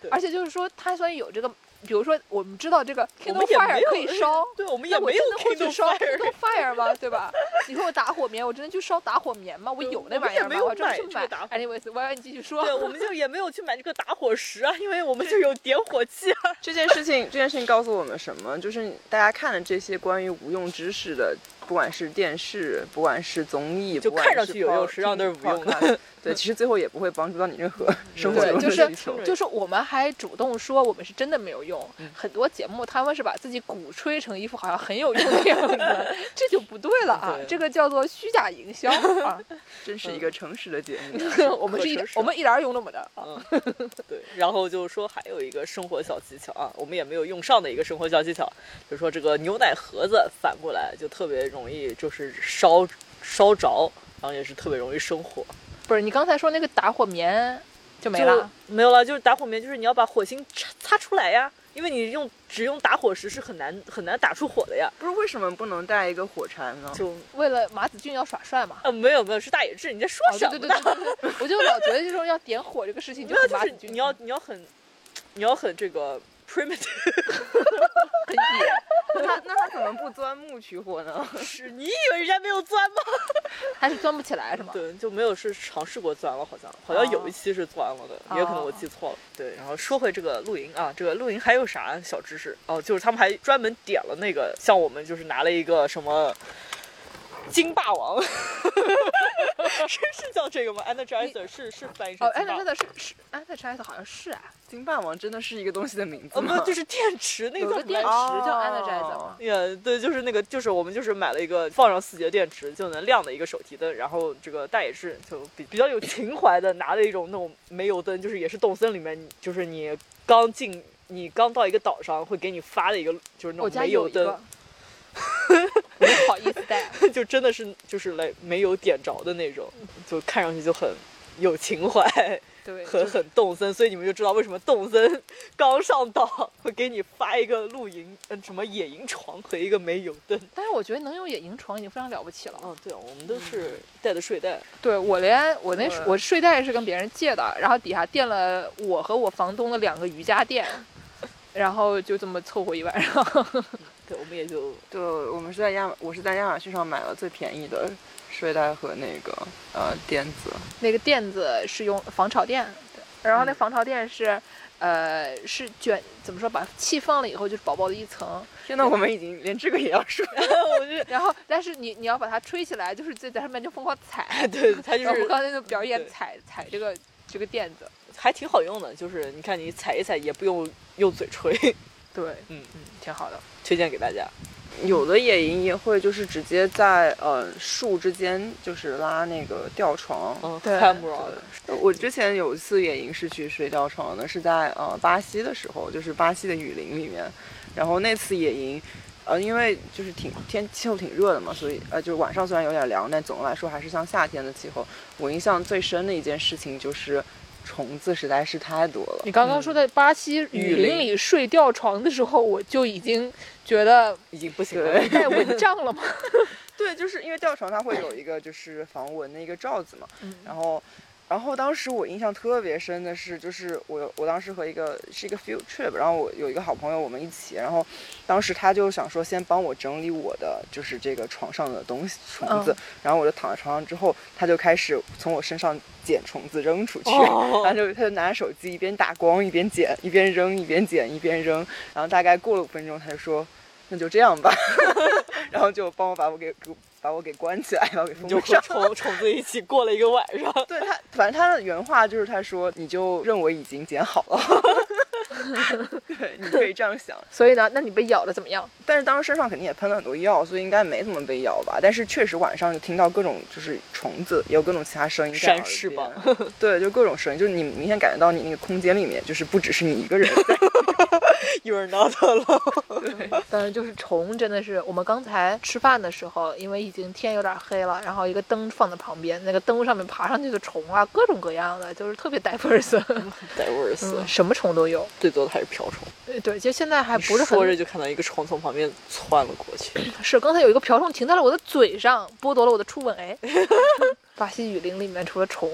S2: 对，
S4: 而且就是说，它虽然有这个，比如说我们知道这个
S2: 我
S4: Kindle
S2: 们也没
S4: Fire
S2: 有
S4: 可以烧。
S2: 对，我们也
S4: 那我
S2: 没
S4: 真
S2: 有
S4: 的会去
S2: Kindle
S4: 烧
S2: Fire
S4: Kindle Fire 吗？对吧？你说我打火棉，我真的去烧打火棉吗？我有那玩意儿
S2: 我们也没
S4: 吗？
S2: 有
S4: 我还专门
S2: 买
S4: 去
S2: 这
S4: 买
S2: 个打。火
S4: Anyways，我要你继续说。
S2: 对，我们就也没有去买这个打火石啊，因为我们就有点火器啊。
S3: 这件事情，这件事情告诉我们什么？就是大家看了这些关于无用知识的，不管是电视，不管是综艺，
S2: 就
S3: 不管是
S2: 看上去有用
S3: pod-
S2: 实际上都是无用的
S3: podcast，对，其实最后也不会帮助到你任何生活
S4: 对
S3: 中的
S4: 就是
S3: 需求。
S4: 就是我们还主动说我们是真的没有用，
S2: 嗯
S4: 很多节目他们是把自己鼓吹成一副好像很有用的样子， 这就不对了啊
S2: 对！
S4: 这个叫做虚假营销 啊！
S3: 真是一个诚实的节目。啊
S4: 我们是一
S2: 可持续
S4: 我们一点儿用都没得啊！
S2: 嗯，对。然后就说还有一个生活小技巧啊，我们也没有用上的一个生活小技巧，就是说这个牛奶盒子反过来就特别容易就是烧烧着，然后也是特别容易生火。
S4: 不是你刚才说那个打火棉就没了，
S2: 就没有了，就是打火棉，就是你要把火星擦擦出来呀，因为你用只用打火石是很难很难打出火的呀。
S3: 不是为什么不能带一个火柴 呢？
S2: 就
S4: 为了马子俊要耍帅 嘛。
S2: 呃没有没有是大野智，你在说
S4: 哦，
S2: 什
S4: 对
S2: 么
S4: 对
S2: 呢？
S4: 对对对对，我就老觉得这种要点火这个事情
S2: 没
S4: 就
S2: 有
S4: 很
S2: 就
S4: 马子
S2: 是
S4: 俊，
S2: 你要你要很你要很这个 primitive，
S4: 很野。
S3: 那他那他怎么不钻木取火呢？
S2: 是你以为人家没有钻吗？
S4: 他是钻不起来是吗？
S2: 对，就没有是尝试过钻了，好像好像有一期是钻了的，也有可能我记错了。对，然后说回这个露营啊，这个露营还有啥小知识？哦，就是他们还专门点了那个，像我们就是拿了一个什么。金霸王 是是叫这个吗？Energizer 是是翻译成
S4: 哦，
S2: 金
S4: 安
S2: 霸
S4: 德
S2: 王
S4: 真的是是安德柴斯好像是啊，
S3: 金霸王真的是一个东西的名字
S2: 呃
S3: 吗？
S2: 不就是电池那
S4: 有
S2: 个
S4: 个
S2: 叫什么来
S4: 电
S2: 着
S4: 池叫 Energizer
S3: 哦。
S4: 嘛
S2: 也对，就是那个，就是我们就是买了一个放上四节电池就能亮的一个手提灯，然后这个大野智就比比较有情怀的拿了一种那种煤油灯，就是也是动森里面，就是你刚进你刚到一个岛上会给你发的一个就是那
S4: 我
S2: 种
S4: 家
S2: 煤
S4: 有
S2: 油
S4: 一个
S2: 灯，，
S4: 不好意思带。
S2: 就真的是就是来煤油点着的那种，就看上去就很有情怀，
S4: 对，
S2: 很
S4: 就是
S2: 很动森，所以你们就知道为什么动森刚上岛会给你发一个露营呃什么野营床和一个煤油灯。
S4: 但是我觉得能用野营床已经非常了不起了。啊
S2: 哦，对，我们都是带的睡袋，
S4: 对我连我那
S3: 对
S4: 我睡袋是跟别人借的，然后底下垫了我和我房东的两个瑜伽垫， 然后就这么凑合一晚上。
S2: 对，我们也就
S3: 对，我们是在亚，我是在亚马逊上买了最便宜的睡袋和那个呃垫子。
S4: 那个垫子是用防潮垫，对然后那
S2: 嗯
S4: 防潮垫是，呃，是卷怎么说，把气放了以后就是薄薄的一层，
S3: 天呐，我们已经连这个也要说，
S2: 我就
S4: 然后但是你你要把它吹起来，就是在在上面就疯狂踩，
S2: 哎对，它 就
S4: 然后我
S2: 是
S4: 刚才那种表演
S2: 对
S4: 踩踩这个这个垫子，
S2: 还挺好用的，就是你看你踩一踩也不用用嘴吹，
S4: 对，
S2: 嗯，
S4: 嗯，挺好的。
S2: 推荐给大家。
S3: 有的野营也会就是直接在呃树之间就是拉那个吊床。
S2: 嗯
S4: 对
S2: c a m r o
S3: 我之前有一次野营是去睡吊床的，是在呃巴西的时候，就是巴西的雨林里面。然后那次野营，呃，因为就是挺天气候挺热的嘛，所以呃，就是晚上虽然有点凉，但总的来说还是像夏天的气候。我印象最深的一件事情就是，虫子实在是太多了
S4: 你。刚刚说的巴西嗯雨林里睡吊床的时候，我就已经觉得
S2: 已经不行了。
S3: 对
S4: 盖蚊帐了嘛。
S3: 对，就是因为吊床它会有一个就是防蚊的一个罩子嘛，
S4: 嗯
S3: 然后然后当时我印象特别深的是，就是我我当时和一个是一个 field trip，然后我有一个好朋友，我们一起，然后当时他就想说先帮我整理我的就是这个床上的东西虫子，
S4: 嗯
S3: 然后我就躺在床上之后，他就开始从我身上捡虫子扔出去，
S2: 哦
S3: 然后 就他就拿着手机一边打光一边捡，一边扔一边捡一边扔，然后大概过了五分钟，他就说那就这样吧， 然后就帮我把我给给把我给关起来，把我给封
S2: 就
S3: 上
S2: 和。虫虫子一起过了一个晚上。
S3: 对他，反正他的原话就是他说，你就认为已经剪好了， 对，你可以这样想。
S4: 所以呢，那你被咬的怎么样？
S3: 但是当时身上肯定也喷了很多药，所以应该没怎么被咬吧。但是确实晚上就听到各种就是虫子，也有各种其他声音在
S2: 扇
S3: 耳
S2: 翅膀
S3: 边，对，就各种声音，就是你明显感觉到你那个空间里面，就是不只是你一个人在。
S2: You are not alone。
S4: 但是就是虫真的是，我们刚才吃饭的时候，因为已经天有点黑了，然后一个灯放在旁边，那个灯上面爬上去的虫啊，各种各样的，就是特别 diverse，、
S2: Diverse，、
S4: 嗯、 什么虫都有。
S2: 最多的还是瓢虫。
S4: 呃对，就现在还不是
S2: 说着
S4: 很
S2: 就看到一个虫从旁边窜了过去。
S4: 是，刚才有一个瓢虫停在了我的嘴上，剥夺了我的初吻。哎， 巴西雨林里面除了虫，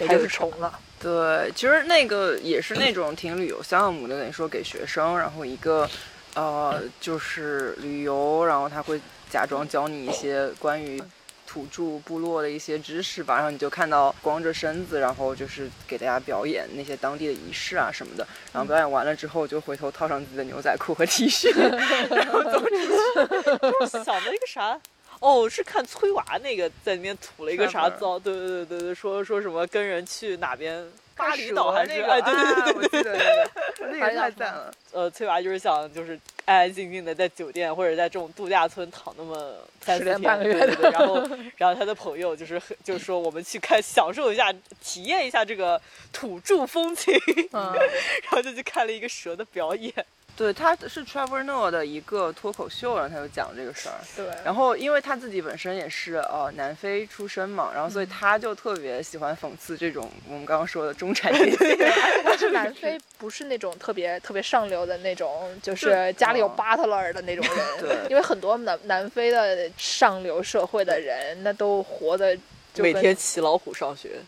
S4: 也
S2: 还
S4: 就
S2: 有
S4: 是
S2: 啥
S4: 虫了。
S3: 对，其实那个也是那种挺旅游项目的，等于说给学生，然后一个，呃，就是旅游，然后他会假装教你一些关于土著部落的一些知识吧，然后你就看到光着身子，然后就是给大家表演那些当地的仪式啊什么的，然后表演完了之后就回头套上自己的牛仔裤和 T 恤，然后走出去。
S2: 想到一个啥？ 哦，是看崔娃那个在那边吐了一个啥
S3: 看门
S2: 糟？对对对对对，说说什么跟人去哪边巴
S3: 巴
S2: 厘
S3: 黎
S2: 岛还是、
S3: 那个，
S2: 哎对对对，
S3: 对，我记得那个，那
S4: 巴厘
S3: 个
S4: 岛
S3: 太
S4: 是
S3: 赞
S4: 吗
S3: 了。
S2: 呃，崔娃就是想就是安安静静的在酒店或者在这种度假村躺那么三四
S4: 十
S2: 天，
S4: 天半个月
S2: 对对对，然后然后他的朋友就是很就是说我们去看享受一下体验一下这个土著风情，
S4: 嗯，
S2: 然后就去看了一个蛇的表演，
S3: 对，他是 Trevor Noah 的一个脱口秀，然后他就讲这个事儿。
S4: 对。
S3: 然后因为他自己本身也是呃南非出身嘛，然后
S4: 嗯
S3: 所以他就特别喜欢讽刺这种我们刚刚说的中 产阶级。
S4: 但是南非不是那种特别特别上流的那种，就
S3: 对
S4: 是家里有
S2: 哦
S3: 嗯
S4: 巴特勒尔的那种
S3: 对
S4: 人，因为很多南南非的上流社会的人，那都活的就
S2: 每
S4: 跟
S2: 天骑老虎上学，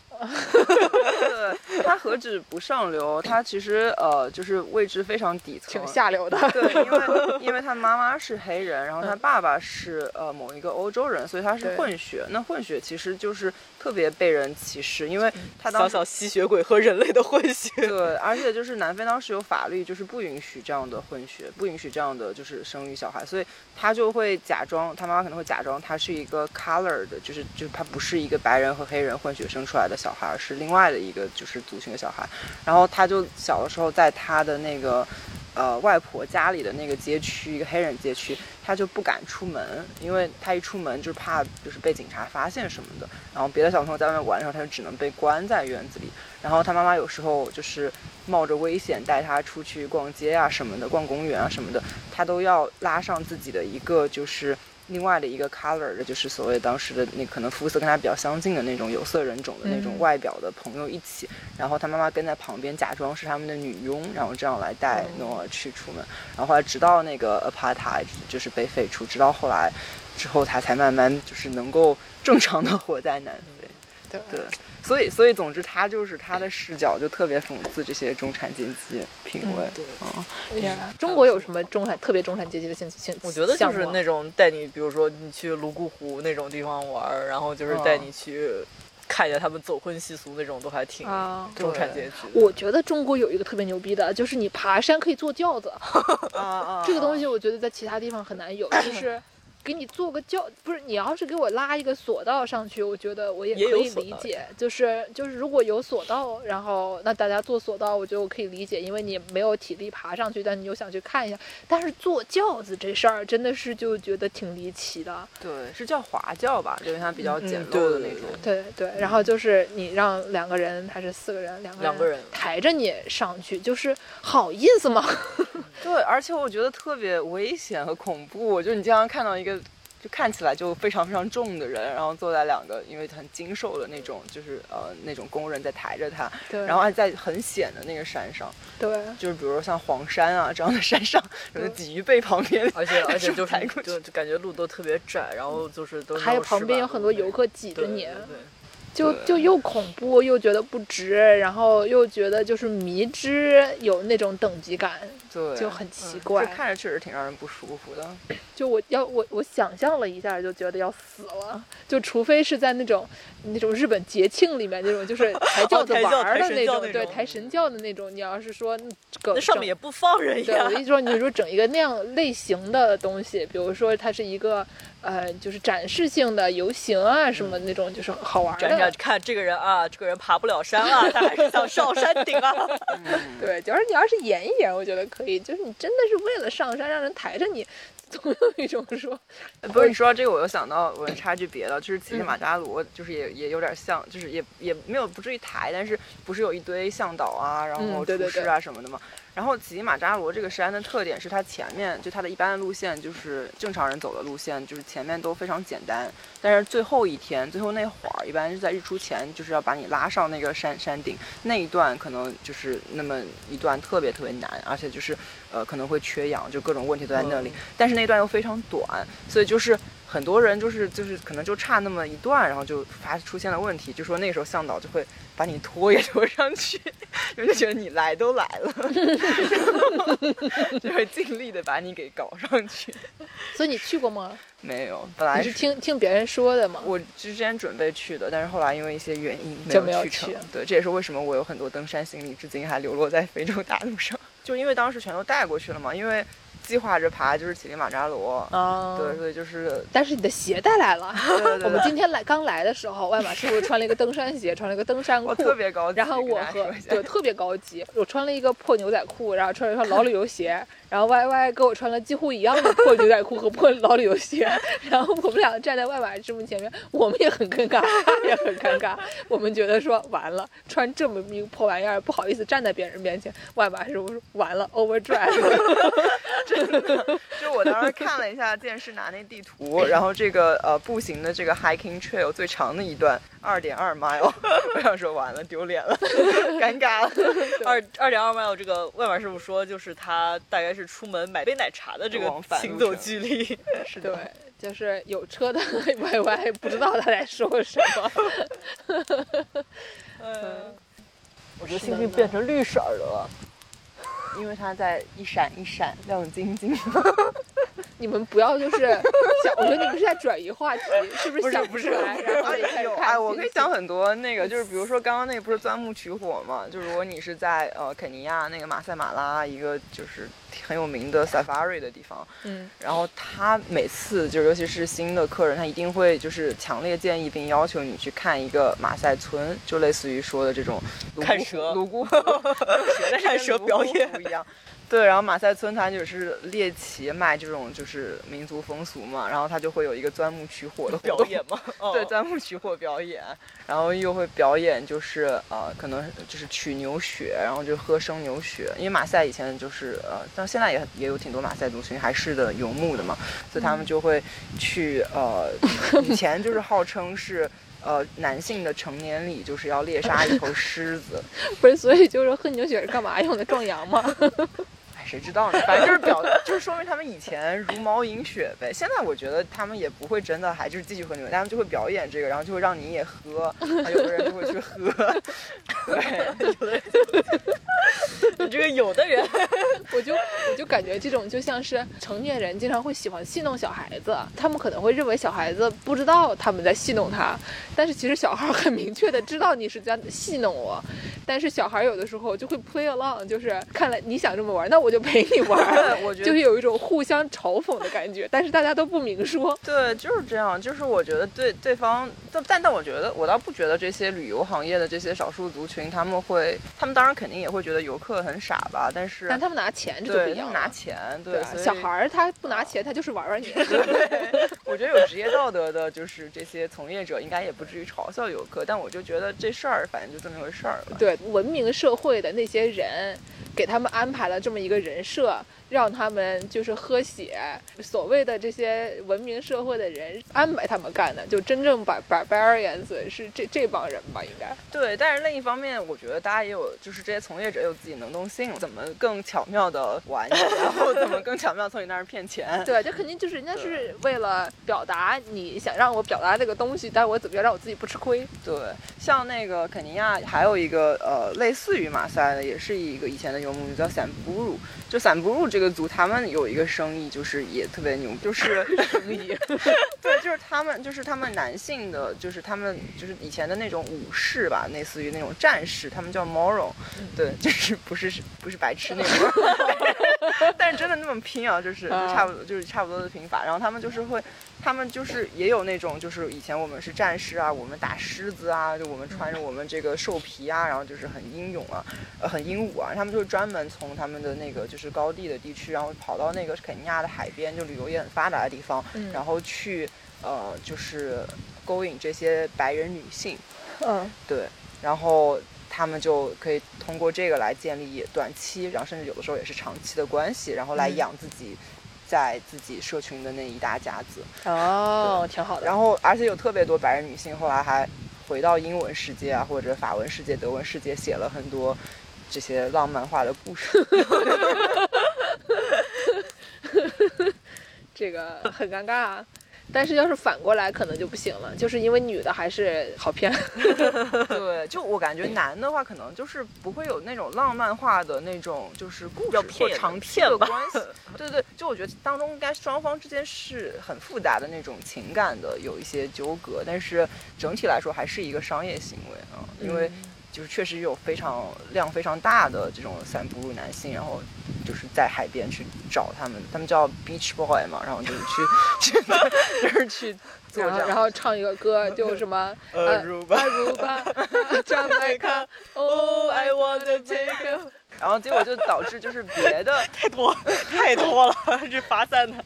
S3: 对他何止不上流，他其实呃就是位置非常底层。
S4: 挺下流的。
S3: 对，因为因为他妈妈是黑人，然后他爸爸是呃某一个欧洲人，所以他是
S4: 嗯对
S3: 混血。那混血其实就是特别被人歧视，因为他当
S2: 想
S3: 时
S2: 想吸血鬼和人类的混血。
S3: 对，而且就是南非当时有法律，就是不允许这样的混血，不允许这样的就是生育小孩，所以他就会假装，他妈妈可能会假装他是一个 color 的，就是就是他不是一个白人和黑人混血生出来的小孩，是另外的一个就是族群的小孩。然后他就小的时候在他的那个。呃，外婆家里的那个街区，一个黑人街区，他就不敢出门，因为他一出门就怕就是被警察发现什么的。然后别的小朋友在外面玩的时候，他就只能被关在院子里。然后他妈妈有时候就是冒着危险带他出去逛街啊什么的，逛公园啊什么的，他都要拉上自己的一个就是另外的一个 color 的，就是所谓当时的那可能肤色跟他比较相近的那种有色人种的那种
S4: 嗯
S3: 外表的朋友一起，然后他妈妈跟在旁边假装是他们的女佣，然后这样来带诺尔去出门。然后后来直到那个呃 apartheid 就是被废除，直到后来之后他才慢慢就是能够正常的活在南非。
S4: 对
S3: 对，所以所以总之，他就是他的视角就特别讽刺这些中产阶级品味。
S2: 对
S3: 嗯
S4: 对呀中国有什么中产特别中产阶级的兴兴？
S2: 我觉得就
S4: 项
S2: 是
S4: 目啊
S2: 那种带你，比如说你去泸沽湖那种地方玩儿，然后就是带你去看一下他们走婚习俗那种，都还挺
S4: 啊。
S2: 中产阶级的。
S4: 我觉得中国有一个特别牛逼的，就是你爬山可以坐轿子，
S3: 啊啊
S4: 呃这个
S2: 嗯
S4: 东西我觉得在其他地方很难有， 就是给你做个轿，不是你要是给我拉一个索道上去，我觉得我也
S2: 也
S4: 可
S2: 有
S4: 以
S2: 索
S4: 理
S2: 道
S4: 解，就是就是如果有索道，然后那大家坐索道，我觉得我可以理解，因为你没有体力爬上去，但你又想去看一下，但是坐轿子这事儿真的是就觉得挺离奇的，
S3: 对，是叫华教吧，因为它比较
S2: 嗯
S3: 简
S2: 对
S3: 陋的
S2: 对
S3: 那
S2: 对
S3: 种。
S4: 对对，然后就是你让两个人还是四个人，两
S2: 嗯
S4: 个
S2: 两个人
S4: 抬着你上去，就是好意思吗？
S3: 对而且我觉得特别危险和恐怖，就你经常看到一个。就看起来就非常非常重的人，然后坐在两个因为很精瘦的那种，就是呃那种工人在抬着他，
S4: 对，
S3: 然后还在很险的那个山上，
S4: 对。
S3: 就是比如说像黄山啊这样的山上，有的脊鱼背旁边
S2: 而且而且就
S3: 抬
S2: 是
S3: 过去
S2: 就就感觉路都特别窄，然后就是都是
S4: 还有
S2: 那种石
S4: 旁边有
S2: 板
S4: 很
S2: 路
S4: 多
S2: 那种
S4: 游客挤着
S2: 对
S4: 你，
S2: 对对
S4: 就就又恐怖又觉得不值，然后又觉得就是迷之有那种等级感，
S3: 对，
S4: 就很奇怪。
S3: 嗯这看着确实挺让人不舒服的。
S4: 就我要我我想象了一下，就觉得要死了。就除非是在那种那种日本节庆里面那种，就是抬轿子
S2: 哦抬轿
S4: 玩儿
S2: 抬
S4: 的
S2: 神轿
S4: 种，
S2: 那
S4: 对，
S2: 种
S4: 抬神轿的那种。你要是说个
S2: 那上面也不放人
S4: 对，
S2: 呀
S4: 我。的意思说，你说整一个那样类型的东西，比如说它是一个呃，就是展示性的游行啊什么
S2: 嗯
S4: 那种，就是好玩
S2: 转
S4: 的
S2: 眼。看这个人啊，这个人爬不了山啊，他还是想上山顶啊。
S3: 嗯，
S4: 对，主要是你要是演一演，我觉得可以。就是你真的是为了上山让人抬着你，总有一种说，
S3: 不是你说到这个，我又想到我插句别的，就是骑
S4: 嗯
S3: 骑马扎罗，就是也也有点像，就是也也没有不至于抬，但是不是有一堆向导啊，然后
S4: 嗯对对
S3: 厨师啊什么的嘛。然后骑骑马扎罗这个山的特点是它前面就它的一般的路线就是正常人走的路线，就是前面都非常简单，但是最后一天最后那会儿一般是在日出前，就是要把你拉上那个山山顶那一段，可能就是那么一段特别特别难，而且就是呃可能会缺氧，就各种问题都在
S4: 嗯
S3: 那里。但是那段又非常短，所以就是很多人就是就是可能就差那么一段，然后就发出现了问题，就说那时候向导就会把你拖也拖上去，我就觉得你来都来了， 就会尽力的把你给搞上去。
S4: 所以你去过吗？
S3: 没有，本
S4: 你
S3: 来
S4: 是听听别人说的吗？
S3: 我之前准备去的，但是后来因为一些原因没
S4: 就没有
S3: 去成
S4: 去。
S3: 对，这也是为什么我有很多登山行李至今还流落在非洲大陆上，就因为当时全都带过去了嘛，因为计划着爬就是乞力马扎罗。
S4: 啊
S3: 对，所以 就是
S4: 但是你的鞋带来了。
S3: 对对对
S4: 我们今天来刚来的时候，外马师傅穿了一个登山鞋，穿了一个登山裤
S3: 我，特别高级，
S4: 然后
S3: 跟
S4: 我
S3: 大家
S4: 和
S3: 说一下
S4: 对特别 高级，我穿了一个破牛仔裤，然后穿了一双老旅游鞋，然后 Y Y 给我穿了几乎一样的破牛仔裤和破老旅游鞋，然后我们俩站在外马师傅前面，我们也很尴尬， 他也很尴尬，我们觉得说完了，穿这么一个破玩意儿，不好意思站在别人面前，外马师傅说完了，overdrive，
S3: 就我当时看了一下健士拿那地图，然后这个呃步行的这个 hiking trail 最长的一段二点二 mile，我想说完了丢脸了， 尴尬了。
S2: 二二点二 mile 这个外面师傅说，就是他大概是出门买杯奶茶的这个
S3: 往返路
S2: 行走
S3: 程
S2: 距离。
S3: 是
S4: 对。就是有车的 Y Y 不知道他在说什么，
S2: 嗯，我这
S4: 星星变
S2: 成绿色的了。
S3: 因为它在一闪一闪亮晶 晶。
S4: 你们不要就是想，我觉得你们是在转移话题，是不
S2: 不
S4: 是
S2: 是
S4: 想
S2: 不
S4: 出
S2: 是
S4: 来，然后也开始
S3: 有
S4: 看
S3: 哎，我
S4: 星
S3: 可以
S4: 星
S3: 讲很多那个，就是比如说刚刚那个不是钻木取火嘛，就如果你是在呃肯尼亚那个马赛马拉一个就是很有名的 safari 的地方，
S4: 嗯，
S3: 然后他每次就是尤其是新的客人，他一定会就是强烈建议并要求你去看一个马赛村，就类似于说的这种泸
S2: 看
S3: 沽
S2: 蛇
S3: 泸沽
S2: 看蛇表演
S3: 不一样。对，然后马赛村它就是猎奇卖这种就是民族风俗嘛，然后它就会有一个钻木取火的活
S2: 表
S3: 动。
S2: 演吗？ 哦
S3: 对，钻木取火表演，然后又会表演就是呃，可能就是取牛血，然后就喝生牛血，因为马赛以前就是呃，但现在也也有挺多马赛族群还是的游牧的嘛，所
S2: 嗯
S3: 以他们就会去呃，以前就是号称是。呃，男性的成年礼就是要猎杀一头狮子，
S4: 不是，所以就是喝牛血是干嘛用的？壮阳吗？
S3: 哎，谁知道呢？反正就是表， 就是说明他们以前茹毛饮血呗。现在我觉得他们也不会真的还就是继续喝牛，他们就会表演这个，然后就会让你也喝，还有的人就会去喝。对，
S2: 你这个有的人
S4: 我就我就感觉这种就像是成年人经常会喜欢戏弄小孩子，他们可能会认为小孩子不知道他们在戏弄他，但是其实小孩儿很明确的知道你是在戏弄我，但是小孩儿有的时候就会 play along，就是看来你想这么玩，那我就陪你玩儿，
S3: 我觉
S4: 就
S3: 得
S4: 是有一种互相嘲讽的感觉，但是大家都不明说。
S3: 对，就是这样。就是我觉得对对方，但但但我觉得我倒不觉得这些旅游行业的这些少数族群，他们会，他们当然肯定也会觉得游客很傻吧，但是
S4: 但他们拿钱这就不
S3: 对
S4: 一
S3: 他
S4: 样
S3: 们拿
S4: 了，
S3: 钱，
S4: 对
S3: 对
S4: 啊，
S3: 所以
S4: 小孩儿他不拿钱，他就是玩玩你。
S3: 我觉得有职业道德的，就是这些从业者应该也不至于嘲笑游客，但我就觉得这事儿反正就这么回事儿了。
S4: 对文明社会的那些人，给他们安排了这么一个人设，让他们就是喝血，所谓的这些文明社会的人安排他们干的，就真正把 barbarians 是这这帮人吧，应该。
S3: 对，但是另一方面，我觉得大家也有，就是这些从业者有自己能动性，怎么更巧妙的玩你，然后怎么更巧妙地从你那儿骗钱。
S4: 对，这肯定就是人家是为了表达你想让我表达这个东西，但我怎么样让我自己不吃亏？
S3: 对，像那个肯尼亚还有一个呃，类似于马赛的，也是一个以前的游牧民族叫散布鲁。就散布鲁这个族，他们有一个生意，就是也特别牛，就是生意。 对，就是他们，就是他们男性的，就是他们就是以前的那种武士吧，类似于那种战士，他们叫 moral。对，就是不是不是白痴那种， 但是真的那么拼啊，就是
S2: 啊
S3: 差不多就是差不多的拼法。然后他们就是会。他们就是也有那种，就是以前我们是战士啊，我们打狮子啊，就我们穿着我们这个兽皮啊，然后就是很英勇啊，呃，很英武啊。他们就是专门从他们的那个就是高地的地区，然后跑到那个肯尼亚的海边，就旅游也很发达的地方，
S4: 嗯
S3: 然后去呃，就是勾引这些白人女性，
S4: 嗯，
S3: 对，然后他们就可以通过这个来建立短期，然后甚至有的时候也是长期的关系，然后来
S2: 嗯
S3: 养自己在自己社群的那一大家子。
S2: 哦，挺好的。
S3: 然后而且有特别多白人女性后来还回到英文世界啊，或者法文世界、德文世界，写了很多这些浪漫化的故事。
S4: 这 个很尴尬、啊。但是要是反过来，可能就不行了，就是因为女的还是好 骗。
S3: 对，就我感觉男的话，可能就是不会有那种浪漫化的那种，就是故事
S2: 要
S3: 或
S2: 骗
S3: 长期
S2: 骗
S3: 的
S2: 吧
S3: 关系。对对，就我觉得当中应该双方之间是很复杂的那种情感的，有一些纠葛，但是整体来说还是一个商业行为啊，因为就是确实有非常量非常大的这种散步入男性，然后就是在海边去找他们，他们叫 beach boy 嘛，然后就是去 去就是去做
S4: 然
S3: 这
S4: 后
S3: 样，
S4: 然后唱一个歌，就什 么
S5: 呃，如吧，
S4: 阿如巴，张开看，Oh I wanna take you。
S3: 然后结果就导致就是别的。
S2: 太多太多了，这发散的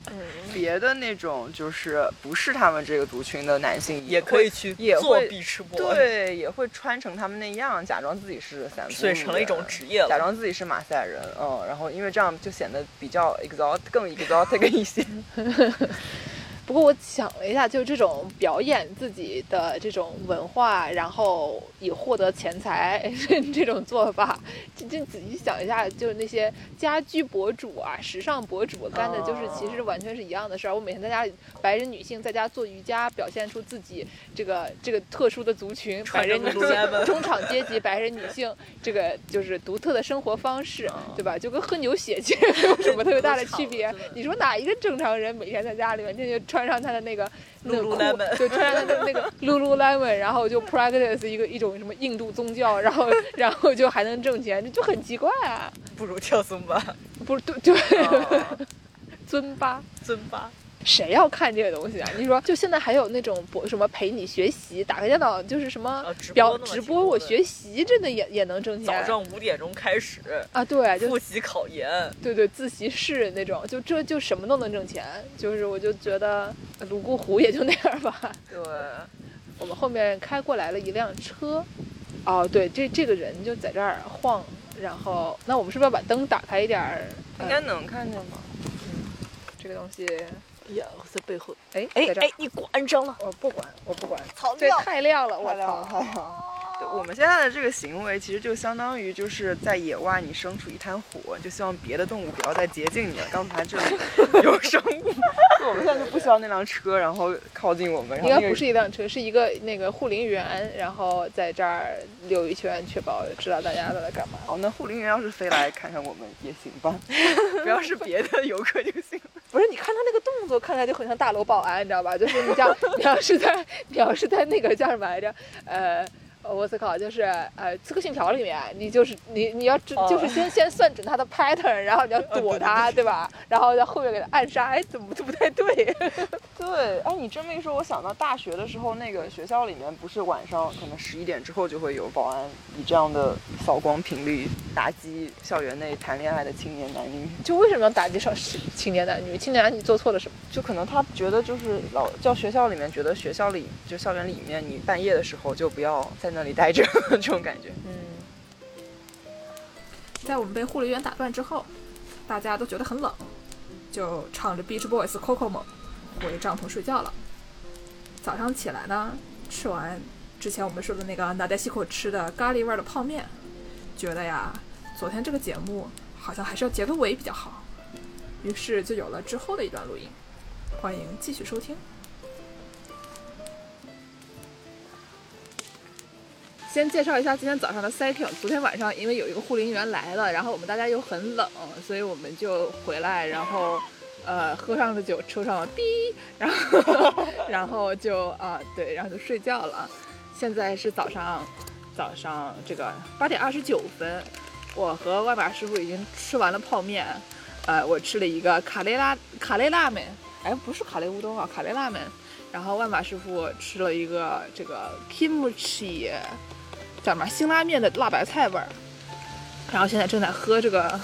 S3: 别的那种就是不是他们这个族群的男性
S2: 也可以去
S3: 也
S2: 做
S3: 会
S2: 必吃播，，
S3: 对，也会穿成他们那样，假装自己是散步
S2: 所以成了一种
S3: 人
S2: 职业了
S3: 假。装自己是马赛人，嗯，然后因为这样就显得比较 exotic，更 exotic 一些。
S4: 不过我想了一下，就是这种表演自己的这种文化，然后以获得钱财 这种做法，这这仔细想一下，就是那些家居博主啊、时尚博主干的，就是其实完全是一样的事儿。我每天在家里，白人女性在家做瑜伽，表现出自己这个这个特殊的族群，白
S2: 穿着
S4: 人女性
S2: Lululemon
S4: 中产阶级白人女性这个就是独特的生活方式，对吧？就跟喝牛血其实 没有什么特别大的区别。你说哪一个正常人每天在家里面，天天就穿上他的那个那个裤
S2: Lululemon
S4: 就穿上他的那个 Lululemon，然后就 practice 一个一种什么印度宗教，然后 然后就还能挣钱，这就很奇怪啊！
S2: 不如跳森巴、
S4: 不是对对，
S3: 嗯
S4: 尊巴。
S2: 哦尊巴。
S4: 谁要看这个东西啊？你说，就现在还有那种博什么陪你学习，打开电脑就是什 么
S2: 啊直播
S4: 表
S2: 呢
S4: 直
S2: 直
S4: 播，
S2: 播
S4: 我
S2: 的
S4: 学习真的也也能挣
S2: 早
S4: 钱
S2: 上五点钟开始
S4: 啊？对，就
S2: 复习考研，
S4: 对对，自习室那种，就这就什么都能挣钱，就是我就觉得呃泸沽湖也就那样吧。
S3: 对，
S4: 我们后面开过来了一辆车，哦，对，这这个人就在这儿晃，然后那我们是不是要把灯打开一点儿？
S3: 应
S4: 呃
S3: 该能看见吧？
S4: 这个东西，
S2: 哎呀，我在背后，
S4: 哎
S2: 哎
S4: 在这儿
S2: 哎，你果然脏了，
S4: 我不管，我不管，
S2: 操
S4: 这
S2: 掉！
S4: 太亮了，我
S5: 太亮了，
S4: 操！
S5: 太亮了。
S3: 对，我们现在的这个行为其实就相当于就是在野外你生出一滩火，就希望别的动物不要再接近你了。刚才这里有生物，就我们现在就不需要那辆车，然后靠近我们，然
S4: 应
S3: 后那
S4: 该
S3: 个
S4: 不是一辆车，是一个那个护林员，然后在这儿溜一圈，确保知道大家都在干嘛。
S3: 哦，那护林员要是飞来看看我们也行吧， 不要是别的游客就行。
S4: 不是，你看他那个动作，看起来就很像大楼保安，你知道吧？ 就是你这样，你要是在，你要是在那个叫什么来着，呃。呃我思考就是，呃，《刺客信条》里面，你就是你你要知就是先先算准他的 pattern，然后你要躲他，哦 对吧？然后在后面给他暗杀，哎，怎么就不太对？
S3: 对，哎，你这么一说，我想到大学的时候，那个学校里面不是晚上可能十一点之后就会有保安以这样的扫光频率打击校园内谈恋爱的青年男女，
S4: 就为什么要打击少青年男女？青年男女做错了什么？
S3: 就可能他觉得就是老叫学校里面觉得学校里就校园里面你半夜的时候就不要在那里待着 这种感觉。
S4: 嗯，
S1: 在我们被护理员打断之后，
S4: 大家都觉得很冷，就唱着 Beach Boys《Kokomo》回帐篷睡觉了。早上起来呢，吃完之前我们说的那个拿代西口吃的咖喱味儿的泡面，觉得呀，昨天这个节目好像还是要结个尾比较好，于是就有了之后的一段录音，欢迎继续收听。先介绍一下今天早上的 setting。昨天晚上因为有一个护林员来了，然后我们大家又很冷，所以我们就回来，然后呃喝上了酒，抽上了逼，然后 然后就啊、对，然后就睡觉了。现在是早上早上这个八点二十九分，我和外卖师傅已经吃完了泡面，呃，我吃了一个卡雷拉卡雷拉面，哎，不是卡雷乌冬啊，卡雷拉面。然后万马师傅吃了一个这个 kimchi，叫呃什么辛拉面的辣白菜味儿，然后现在正在喝这个，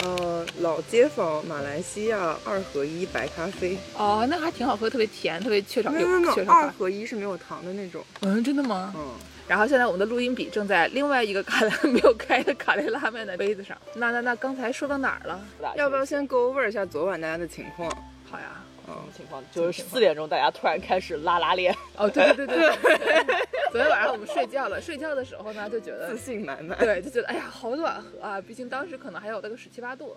S3: 呃，老街坊马来西亚二合一白咖啡，
S4: 哦，那还挺好喝，特别甜，特别缺少
S3: 没
S4: 有
S3: 有没
S4: 缺
S3: 有，
S4: 少
S3: 二
S4: 咖。
S3: 合一是没有糖的那种。
S4: 嗯，真的吗？
S3: 嗯，
S4: 然后现在我们的录音笔正在另外一个卡 没有开的卡雷拉面的杯子上。那那那刚才说到哪儿了？
S3: 要不要先 go over 一下昨晚大家的情况？
S4: 好呀，
S3: 嗯，
S2: 情况？就是四点钟大家突然开始拉拉 链，
S4: 哦，对对对对对， 昨天晚上我们睡觉了，睡觉的时候呢就觉得
S3: 自信满满，
S4: 对，就觉得哎呀好暖和啊，毕竟当时可能还有那个十七八度，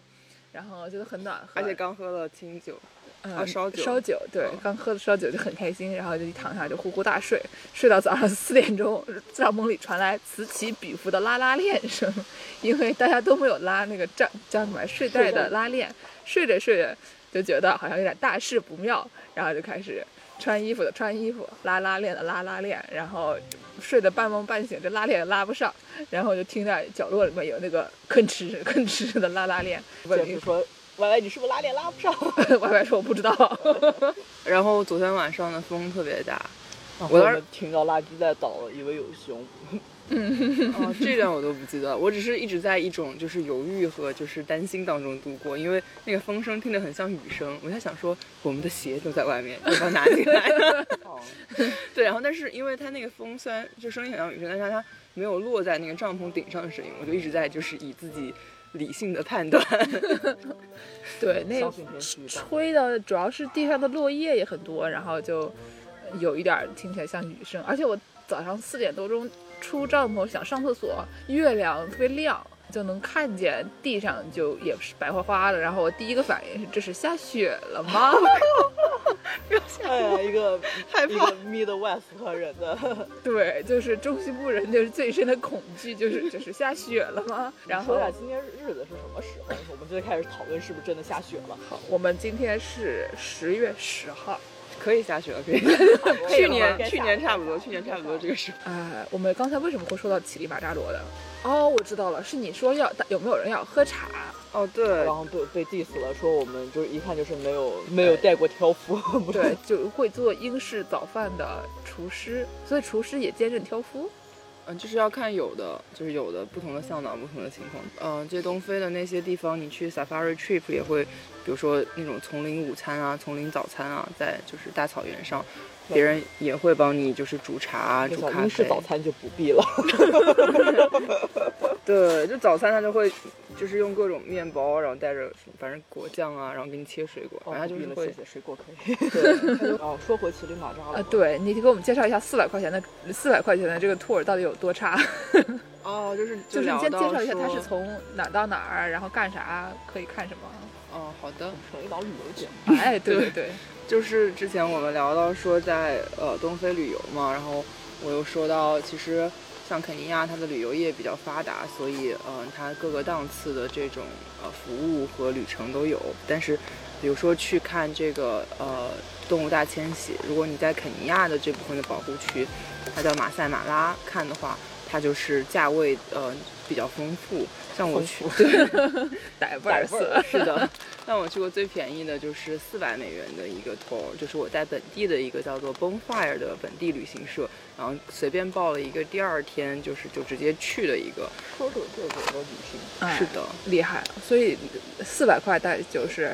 S4: 然后觉得很暖和，
S3: 而且刚喝了清酒。
S4: 嗯、
S3: 啊烧酒
S4: 烧酒对，
S3: 嗯
S4: 刚喝了烧酒就很开心，然后就一躺下就呼呼大睡，睡到早上四点钟，帐篷里传来此起彼伏的拉拉链声， 因为大家都没有拉那个帐叫什么睡袋的拉链，睡着睡着就觉得好像有点大事不妙，然后就开始。穿衣服的穿衣服，拉拉链的拉拉链，然后睡得半梦半醒，这拉链也拉不上，然后就听见角落里面有那个吭哧吭哧的拉拉链。问
S2: 简
S4: 了一
S2: 直说，歪歪你是不是拉链拉不上？
S4: 声，歪歪说我不知道。
S3: 然后昨天晚上的风特别大，
S2: 嗯 我
S3: 哦我
S2: 当
S3: 当
S2: 时
S3: 时
S2: 听到垃圾袋倒了，以为有熊。
S3: 哦，这段我都不记得，我只是一直在一种就是犹豫和就是担心当中度过，因为那个风声听得很像雨声，我在想说我们的鞋都在外面，要不要拿进来？ 对，然后但是因为它那个风虽然就声音很像雨声，但是它没有落在那个帐篷顶上的声音，我就一直在就是以自己理性的判断，
S4: 对，那
S2: 相信天
S4: 个
S2: 气预报
S4: 吹的主要是地上的落叶也很多，然后就有一点儿听起来像雨声。而且我早上四点多钟出帐篷想上厕所，月亮特别亮，就能看见地上就也是白花花的。然后我第一个反应是这是下雪了吗？
S2: 哎呀，一 个
S3: 害
S2: 一
S3: 怕
S2: 个 Mid West 人的，
S4: 对，就是中西部人就是最深的恐惧就是 这是下雪了吗？然后
S2: 说一下今天日子是什么时候？我们就开始讨论是不是真的下雪了。
S4: 我们今天是十月十号。
S3: 可以下雪了，可以。去年去年差不多，去年差不多这个时候。
S4: 呃，我们刚才为什么会说到乞力马扎罗的？哦，我知道了，是你说要大有没有人要喝茶？
S3: 哦，对
S2: 然，后被被 diss 了，说我们就是一看就是没有没有带过挑夫，不是
S4: 对，就会做英式早饭的厨师，所以厨师也兼任挑夫。
S3: 嗯，就是要看有的，就是有的不同的向导，不同的情况。嗯、这东非的那些地方，你去 safari trip 也会，比如说那种丛林午餐啊、丛林早餐啊，在就是大草原上，别人也会帮你就是煮茶啊、
S2: 那
S3: 煮
S2: 小
S3: 咖
S2: 英式
S3: 啡。
S2: 嗯早餐就不必了。
S3: 对，就早餐他就会就是用各种面包，然后带着反正果酱啊，然后给你切水果，
S2: 哦
S3: 反正
S2: 不
S3: 就
S2: 必了，
S3: 是会
S2: 谢。谢水果可以。 对，哦，说回乞力马扎
S4: 啊，
S2: 了，，
S4: 对，你给我们介绍一下四百块钱的四百块钱的这个 tour 到底有多差？
S3: 哦，就是
S4: 就
S3: 就是
S4: 你
S3: 聊
S4: 先
S3: 到
S4: 介绍一下它是
S3: 说
S4: 从哪儿到哪儿，然后干啥，可以看什 么？
S3: 哦，好的。
S2: 成一档旅游节目。
S4: 哎，对对对，
S3: 就是之前我们聊到说在呃东非旅游嘛，然后我又说到，其实像肯尼亚它的旅游业比较发达，所以嗯、呃它各个档次的这种呃服务和旅程都有。但是比如说去看这个呃动物大迁徙，如果你在肯尼亚的这部分的保护区，它叫马赛马拉看的话，它就是价位呃比较丰富。像我去 对。
S4: 逮味
S2: 逮
S4: 儿
S2: 味
S4: 死
S2: 儿。
S3: 是的，那我去过最便宜的就是四百美元的一个 tour，就是我在本地的一个叫做 Bonfire 的本地旅行社，然后随便报了一个第二天就是就直接去的一个，
S2: 说说这个的旅行，
S4: 哎
S3: 是的，
S4: 厉害，所以四百块大概就是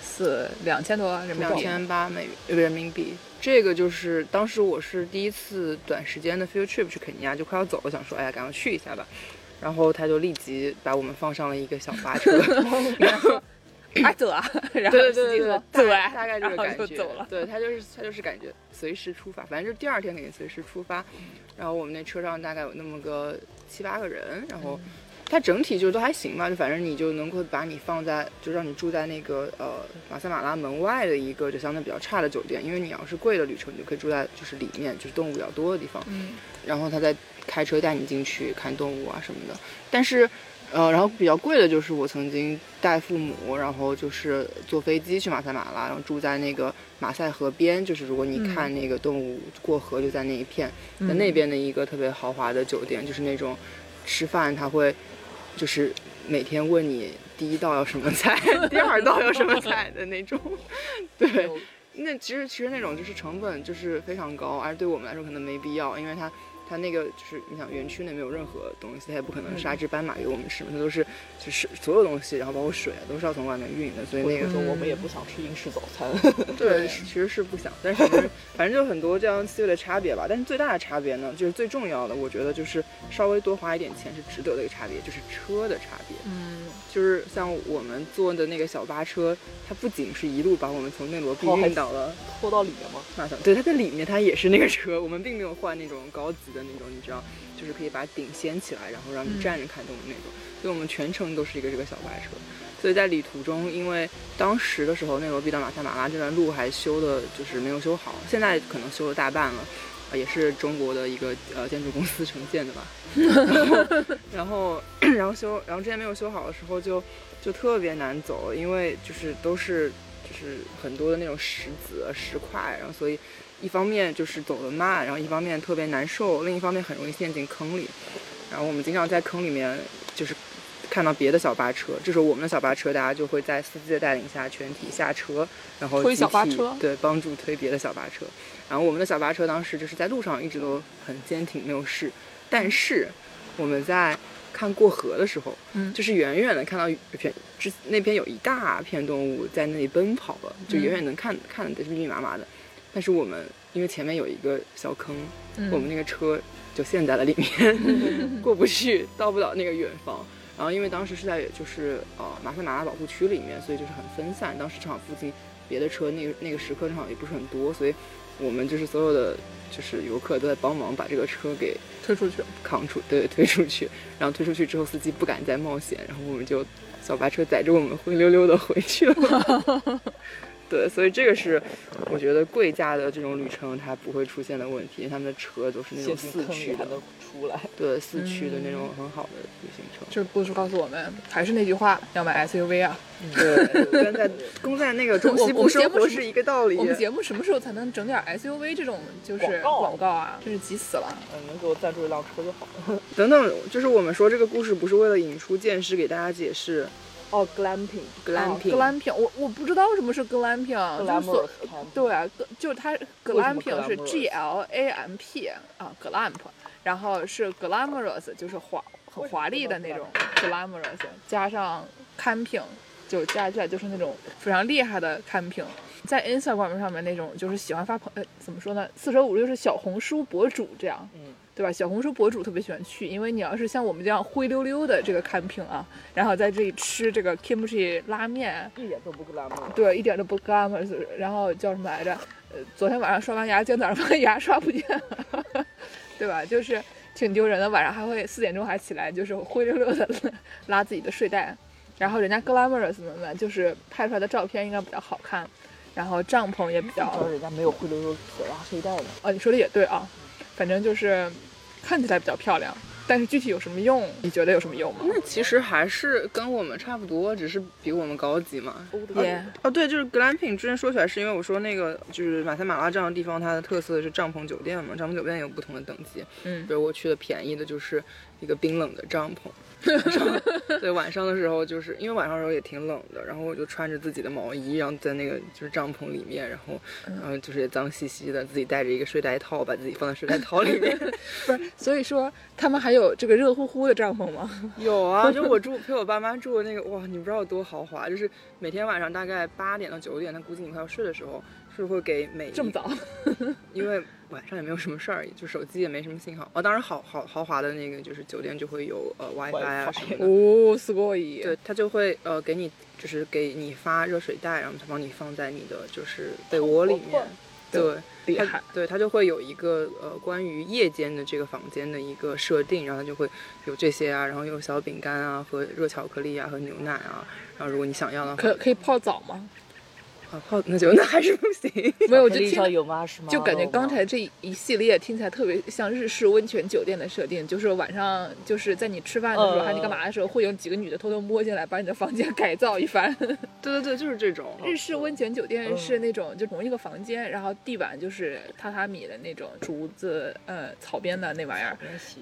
S4: 四两千多人民
S3: 两
S4: 币。
S3: 千八美元呃人民币。这个就是当时我是第一次短时间的 field trip 去肯尼亚，就快要走了，想说哎呀赶快去一下吧。然后他就立即把我们放上了一个小巴车，
S4: 啊走啊，
S3: 对
S4: 然后
S3: 对
S4: 司
S3: 对对
S4: 机说
S3: 对，
S4: 走
S3: 大
S4: 啊，
S3: 大概这
S2: 然
S3: 个
S2: 后
S3: 感
S2: 就
S3: 觉。
S2: 走了
S3: 对他就是他就是感觉随时出发，反正就是第二天肯定随时出发。
S2: 嗯
S3: 然后我们那车上大概有那么个七八个人，然后
S2: 嗯
S3: 它整体就都还行吧，就反正你就能够把你放在，就让你住在那个呃马赛马拉门外的一个就相对比较差的酒店，因为你要是贵的旅程，你就可以住在就是里面，就是动物比较多的地方。
S4: 嗯，
S3: 然后他再开车带你进去看动物啊什么的。但是，呃，然后比较贵的就是我曾经带父母，然后就是坐飞机去马赛马拉，然后住在那个马赛河边，就是如果你看那个动物过河，就在那一片，在那边的一个特别豪华的酒店，就是那种吃饭他会就是每天问你第一道要什么菜，第二道要什么菜的那种，对。那其实其实那种就是成本就是非常高，而对我们来说可能没必要，因为它它那个就是你想园区内没有任何东西，它也不可能
S2: 嗯
S3: 杀只斑马给我们吃嘛，它都是就是所有东西，然后包括水啊都是要从外面运的，所以
S2: 我
S3: 那
S2: 有
S3: 个
S2: 时候我们也不想吃英式早餐，
S3: 对其实是不想，但是反正反正就很多这样细微的差别吧。但是最大的差别呢，就是最重要的，我觉得就是稍微多花一点钱是值得的一个差别，就是车的差别。
S4: 嗯，
S3: 就是像我们坐的那个小巴车，它不仅是一路把我们从内罗毕
S2: 哦还
S3: 运到了。
S2: 拖到里面吗？
S3: 马上，对，它在里面，它也是那个车，我 们并没有换那种高级的那种，你知道，就是可以把顶掀起来，然后让你站着看动物那种。所以我们全程都是一个这个小巴车。所以在旅途中，因为当时的时候，内罗毕到马赛马拉这段路还修的，就是没有修好，现在可能修了大半了。呃也是中国的一个呃建筑公司 承建的吧，然后 然后然后修，然后之前没有修好的时候就就特别难走，因为就是都是就是很多的那种石子啊石块，然后所以一方面就是走得慢，然后一方面特别难受，另一方面很容易陷进坑里。然后我们经常在坑里面就是看到别的小巴车，这时候我们的小巴车大家就会在司机的带领下全体下车，然后
S4: 推
S3: 集
S4: 小巴
S3: 体
S4: 车
S3: 对，帮助推别的小巴车。然后我们的小巴车当时就是在路上一直都很坚挺，没有事。但是我们在看过河的时候，
S4: 嗯
S3: 就是远远的看到片之那边有一大片动物在那里奔跑了，就远远能看、看的是密密麻麻的。但是我们因为前面有一个小坑，
S4: 嗯
S3: 我们那个车就陷在了里
S2: 嗯
S3: 面，过不去，到不了那个远方。然后因为当时是在就是呃马赛马拉保护区里面，所以就是很分散。当时正好附近别的车那个那个时刻正好也不是很多，所以我们就是所有的就是游客都在帮忙把这个车给
S2: 推出去，
S3: 扛出，对， 推出去，然后推出去之后，司机不敢再冒险，然后我们就小巴车载着我们灰溜溜的回去了。 对，所以这个是我觉得贵价的这种旅程它不会出现的问题，因为他们的车都是那
S2: 陷
S3: 种
S2: 进
S3: 四
S2: 坑
S3: 驱
S2: 里还
S3: 的，
S2: 能出来。
S3: 对，四驱的那
S4: 嗯
S3: 种很好的旅行车。
S4: 这故事告诉我们，还是那句话，要买 SUV 啊。
S2: 嗯
S3: 对，跟在跟在那个中西
S4: 我我
S3: 部
S4: 们节
S3: 生
S4: 目
S3: 活
S4: 是
S3: 是一个道理
S4: 我。们节目什么时候才能整点 SUV 这种就是
S2: 广告
S4: 广告啊？真是急死了。
S2: 嗯，能给我赞助一辆车就好了。
S3: 等等，就是我们说这个故事不是为了引出见识给大家解释啊
S2: 哦，glamping，
S4: 格
S3: glamping，、
S4: 兰平，啊我我不知道什么是格兰平，就是所
S2: glamorous camping
S4: 对啊，格就是它格
S2: 为什
S4: 兰
S2: 么
S4: 平是
S2: glamorous？
S4: G L A M P 啊，格兰 p 然后是 glamorous，就是华很华丽的那种 glamorous，加上 camping，就加起来就是那种非常厉害的 camping。在 Instagram 上面那种就是喜欢发朋呃怎么说呢，四舍五入就是小红书博主这样，
S2: 嗯，
S4: 对吧？小红书博主特别喜欢去，因为你要是像我们这样灰溜溜的这个 camping 啊，然后在这里吃这个 kimchi 拉面，
S2: 一点都不 glamorous。
S4: 对，一点都不 glamorous。然后叫什么来着？呃，昨天晚上刷完牙，今天早上发现牙刷不见了， 对吧？就是挺丢人的。晚上还会四点钟还起来，就是灰溜溜的拉自己的睡袋。然后人家 glamorous 们呢，就是拍出来的照片应该比较好看，然后帐篷也比较
S2: 但是人家没有灰溜溜铁拉睡袋呢。
S4: 哦，你说的也对啊，反正就是看起来比较漂亮，但是具体有什么用？你觉得有什么用吗？
S3: 那其实还是跟我们差不多，只是比我们高级嘛。
S1: 嗯
S4: 也
S3: 哦，对，就是 glamping。之前说起来是因为我说那个就是马赛马拉这样的地方，它的特色是帐篷酒店嘛，帐篷酒店有不同的等级。
S4: 嗯
S3: 比如我去的便宜的就是一个冰冷的帐篷，对，晚上的时候就是因为晚上的时候也挺冷的，然后我就穿着自己的毛衣，然后在那个就是帐篷里面，然后然后就是也脏兮兮的，自己带着一个睡袋套，把自己放在睡袋套里面。
S4: 不是，所以说他们还有这个热乎乎的帐篷吗？
S3: 有啊，就我住陪我爸妈住的那个，哇，你不知道有多豪华，就是每天晚上大概八点到九点，他估计你快要睡的时候，是会给每
S4: 这么
S3: 一
S4: 早，
S3: 因为晚上也没有什么事儿，就手机也没什么信号。哦，当然好好豪华的那个就是酒店就会有呃
S2: 哎
S3: WiFi 啊什么的，
S4: 哦，すごい。
S3: 对，他就会呃给你就是给你发热水袋，然后他帮你放在你的就是被窝里面。对，
S4: 厉
S3: 它
S4: 害，
S3: 对，它就会有一个呃关于夜间的这个房间的一个设定，然后它就会有这些啊，然后有小饼干啊和热巧克力啊和牛奶啊，然后如果你想要的话，
S4: 可可以泡澡吗？
S3: 啊泡那就那还是不行。
S4: 没有，我就
S2: 地
S4: 听
S2: 上有吗？是吗？
S4: 就感觉刚才这一系列听起来特别像日式温泉酒店的设定，就是晚上就是在你吃饭的时
S2: 嗯
S4: 候，还是你干嘛的时候，会有几个女的偷偷摸进来，把你的房间改造一番。
S3: 对对对，就是这种。
S4: 日式温泉酒店是那种就同一个房间，然后地板就是榻榻米的那种竹子，呃，草编的那玩意儿。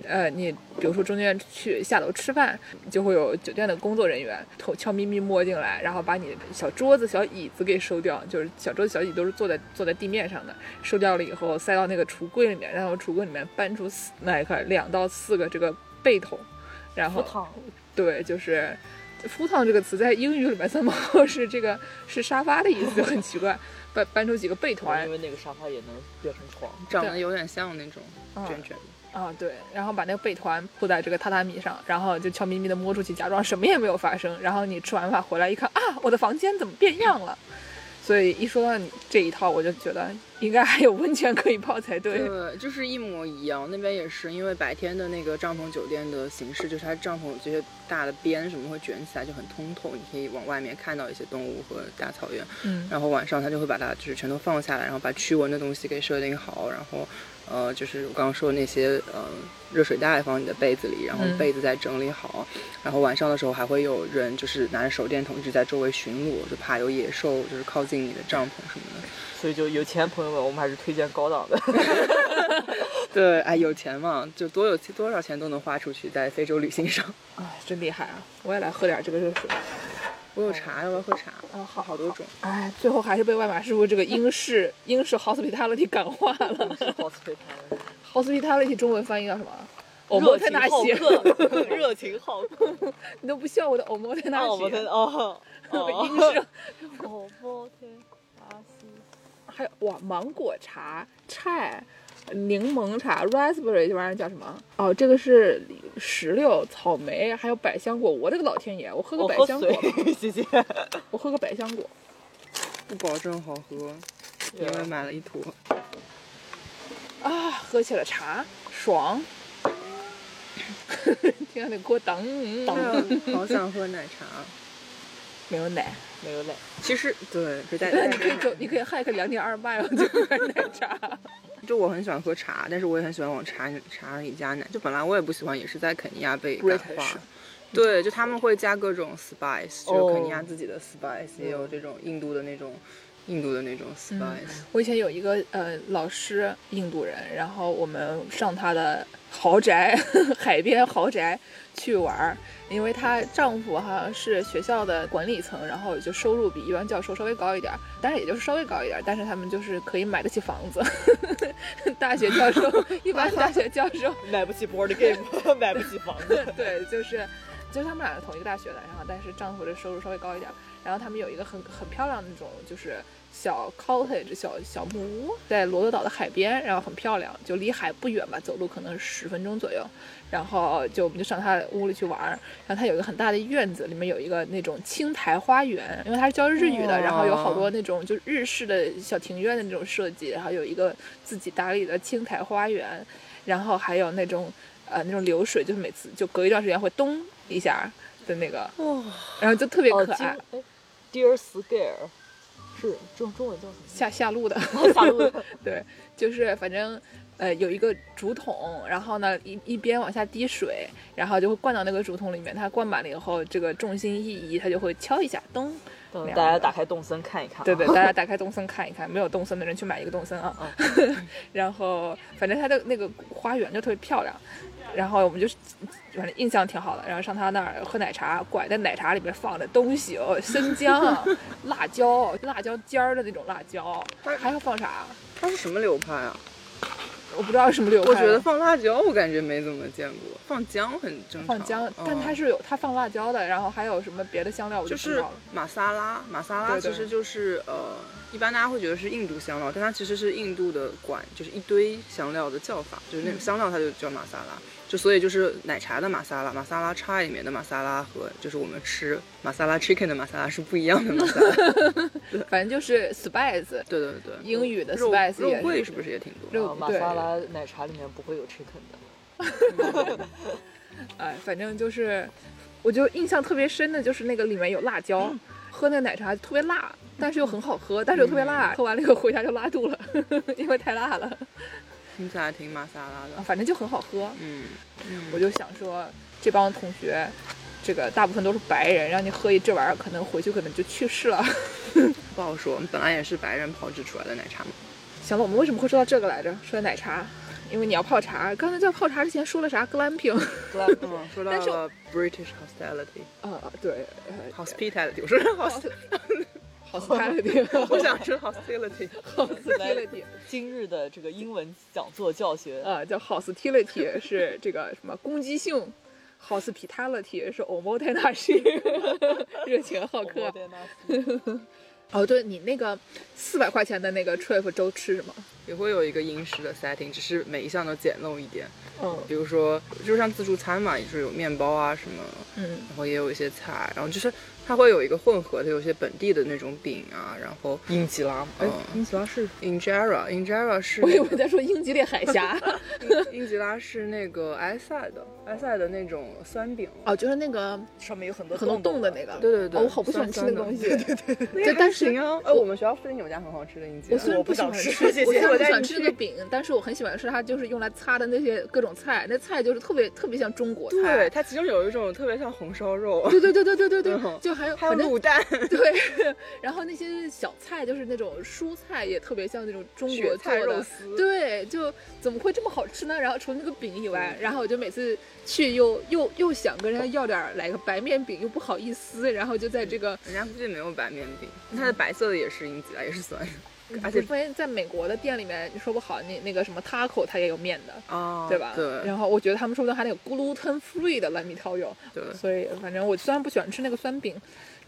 S4: 呃，你比如说中间去下楼吃饭，就会有酒店的工作人员偷悄咪咪摸进来，然后把你小桌子、小椅子给收掉，就是小桌子、小椅都是坐在坐在地面上的，收掉了以后塞到那个橱柜里面，然后橱柜里面搬出四那一块两到四个这个被筒，然后
S2: 躺
S4: 对，就是“敷烫”这个词在英语里面三毛 是这个是沙发的意思，就很奇怪。搬搬出几个被团
S2: 因为那个沙发也能变成床。
S3: 长得有点像那种
S4: 啊
S3: 卷卷，
S4: 啊，对，然后把那个被团铺在这个榻榻米上，然后就悄咪咪的摸出去，假装什么也没有发生。然后你吃完饭回来一看啊，我的房间怎么变样了？所以一说到你这一套，我就觉得应该还有温泉可以泡才对。
S3: 对，就是一模一样。那边也是，因为白天的那个帐篷酒店的形式，就是它帐篷有这些大的边什么会卷起来，就很通透，你可以往外面看到一些动物和大草原。
S4: 嗯，
S3: 然后晚上他就会把它就是全都放下来，然后把驱蚊的东西给设定好，然后呃就是我刚刚说的那些呃热水袋放你的被子里，然后
S4: 嗯
S3: 被子再整理好，然后晚上的时候还会有人就是拿着手电筒一直在周围巡逻，就怕有野兽就是靠近你的帐篷什么的。
S2: 所以就有钱朋友们，我们还是推荐高档的。
S3: 对，哎，有钱嘛，就多有多少钱都能花出去在非洲旅行上。
S4: 哎，真厉害啊！我也来喝点这个热水。
S3: 我
S4: 哦
S3: 有茶，要不要喝茶？
S4: 啊，好好
S3: 好多种，
S4: 哎，最后还是被外马师傅这个英式英式 hospitality 感化了。
S2: 好推 他
S4: hospitality 中文翻译叫什么？欧
S2: 热
S4: 摩特
S2: 情
S4: 纳
S2: 好
S4: 鞋，
S2: 客，热情好客。
S4: 你都不笑我的欧摩特纳
S2: 那我们
S4: 鞋
S2: 的， 哦，
S4: 英式
S2: 哦，哦，摩天巴西。
S4: 还有哇，芒果茶、chai、柠檬茶、raspberry 这玩意儿叫什么？哦，这个是石榴、草莓，还有百香果。我的个老天爷，我喝个
S2: 我
S4: 百
S2: 喝
S4: 香果
S2: 水
S4: 吧，，
S2: 谢 谢。
S4: 我喝个百香果。
S3: 不保证好喝，因为买了一 坨。
S4: 啊，喝起了茶，爽。 听到那锅当，
S3: 好想喝奶茶。
S4: 没有奶。
S2: 没有累。
S3: 其实对，别 带
S4: 你可以走，你可以 hike 两点二 mile 就买奶茶。
S3: 就我很喜欢喝茶，但是我也很喜欢往茶茶里加奶。就本来我也不喜欢，也是在肯尼亚被感
S4: British
S3: 化。对，就他们会加各种 spice，就
S2: 哦
S3: 是肯尼亚自己的 spice，、也
S4: 嗯
S3: 有这种印度的那种，印度的那种 spice。
S4: 我以前有一个呃老师，印度人，然后我们上他的豪宅， 海边豪宅去玩儿，因为她丈夫好像是学校的管理层，然后就收入比一般教授稍微高一点儿，但是也就是稍微高一点儿，但是他们就是可以买得起房子。 大学教授， 一般大学教授
S2: 买不起 board game，买 不起房子。
S4: 对，就是，就是他们俩是同一个大学的，然后但是丈夫的收入稍微高一点儿，然后他们有一个很很漂亮的那种就是小 cottage 小小木屋，在罗德岛的海边，然后很漂亮，就离海不远吧，走路可能十分钟左右，然后就我们就上他的屋里去玩儿，然后他有一个很大的院子，里面有一个那种青苔花园，因为他是教日语的，然后有好多那种就日式的小庭院的那种设计，然后有一个自己打理的青苔花园，然后还有那种呃那种流水，就是每次就隔一段时间会咚一下的那个，
S3: 哇、
S4: 然后就特别可爱，
S2: 哎，Dear Scare，是中中文叫 什么？
S4: 下下路的。
S2: 下路
S4: 对，就是反正呃有一个竹筒，然后呢一一边往下滴水，然后就会灌到那个竹筒里面。它灌满了以后，这个重心一移，它就会敲一下，咚。
S2: 大家打开动森看一看。啊
S4: 对 对，，大家打开动森看一看，没有动森的人去买一个动森啊。
S3: 哦
S4: 然后反正它的那个花园就特别漂亮，然后我们就反正印象挺好的。然后上他那儿喝奶茶，拐在奶茶里面放的东西哦，生姜啊、辣椒、辣椒尖儿的那种辣椒，还要放啥？
S3: 它是什么流派啊？
S4: 我不知道是什么流派
S3: 我
S4: 啊。
S3: 觉得放辣椒我感觉没怎么见过，放姜很正常。
S4: 放姜，但它
S3: 是
S4: 是有它放辣椒的，然后还有什么别的香料我
S3: 就
S4: 不知
S3: 是
S4: 道了。
S3: 马萨拉，马萨拉
S4: 对对
S3: 其实就是呃，一般大家会觉得是印度香料，但它其实是印度的管，就是一堆香料的叫法，就是那种香料它就叫马萨拉。就所以就是奶茶的马萨拉，马萨拉茶里面的马萨拉和就是我们吃马萨拉 chicken 的马萨拉是不一样的马萨拉。
S4: 反正就是 spice，
S3: 对对对，
S4: 英语的
S3: 肉
S4: spice 也
S3: 肉
S4: 是
S3: 桂是不是也挺多？
S4: 肉
S2: 啊马
S4: 对
S2: 萨拉奶茶里面不会有 chicken 的。
S4: 哎，反正就是，我就印象特别深的就是那个里面有辣椒，喝那个奶茶特别辣，但是又很好喝，但是又特别辣，喝完了以后回家就拉肚了， 因为太辣了，
S3: 听起来挺马萨拉
S4: 啊
S3: 的。
S4: 反正就很好喝。
S3: 嗯，
S4: 我就想说，这帮同学，这个大部分都是白人，让你喝一这玩意儿，可能回去可能就去世了。
S3: 不好说，我们本来也是白人炮制出来的奶茶嘛。
S4: 行了，我们为什么会说到这个来着？说奶茶，因为你要泡茶。刚才在泡茶之前说了啥？glamping。
S3: 嗯，说到
S4: 但是
S3: 了 British hospitality。
S4: 啊，对，呃
S3: hospitality，我说 host，
S4: 好 s p i t a l i
S3: 我想说 hospitality，
S4: hostility
S2: 今日的这个英文讲座教学，
S4: 啊，叫 hostility 是这个什么攻击性，hospitality 是 o m o t e n a s h 热情好客。哦，对你那个四百块钱的那个 trip 周吃什么？
S3: 也会有一个英式的 setting，只是每一项都简陋一点。
S4: 嗯
S3: 比如说，就像自助餐嘛，就是有面包啊什么，
S4: 嗯
S3: 然后也有一些菜，然后就是它会有一个混合的，有些本地的那种饼啊，然后
S2: 英吉拉，
S3: 哎
S2: 英吉拉是
S3: injera，injera 是
S4: 我以为在说英吉利海峡。
S3: 英吉拉是那个埃塞的，埃塞的那种酸饼。
S4: 哦，就是那个
S2: 上面有很多
S4: 很多洞的那
S2: 个。
S4: 个。
S3: 对对对
S4: 哦我好不喜欢吃那个东西。
S3: 酸
S4: 对对对
S3: 就
S4: 但
S3: 但
S4: 是
S3: 行啊，哎，我们学校附近有家很好吃的英吉
S4: 我
S3: 拉，
S4: 虽然
S2: 我不
S4: 喜欢
S2: 想吃谢
S4: 我
S2: 谢
S4: 虽然
S2: 我
S4: 不
S2: 带
S4: 喜欢
S2: 你
S4: 吃那个饼，但是我很喜欢吃它，就是用来擦的那些各种菜，那菜就是特别特别像中国
S3: 对
S4: 菜。
S3: 它其中有一种特别像红烧 肉，
S4: 对对对对对对对，
S3: 嗯
S4: 就还有
S3: 还有
S4: 反正
S3: 卤蛋，
S4: 对，然后那些小菜就是那种蔬菜，也特别像那种中国
S3: 雪
S4: 做
S3: 菜肉
S4: 的。
S3: 丝，
S4: 对，就怎么会这么好吃呢？然后除了那个饼以
S3: 嗯
S4: 外，然后我就每次去又又又想跟人家要点儿来个白面饼，又不好意思，然后就在这个，
S3: 人家附近没有白面饼，它的白色的也是英吉拉，也是酸而且
S4: 因为在美国的店里面，你说不好，那那个什么 taco 它也有面的，
S3: 啊
S4: 对吧？
S3: 对
S4: 然后我觉得他们说不定还得有 gluten free 的 let me tell you。
S3: 对。
S4: 所以反正我虽然不喜欢吃那个酸饼，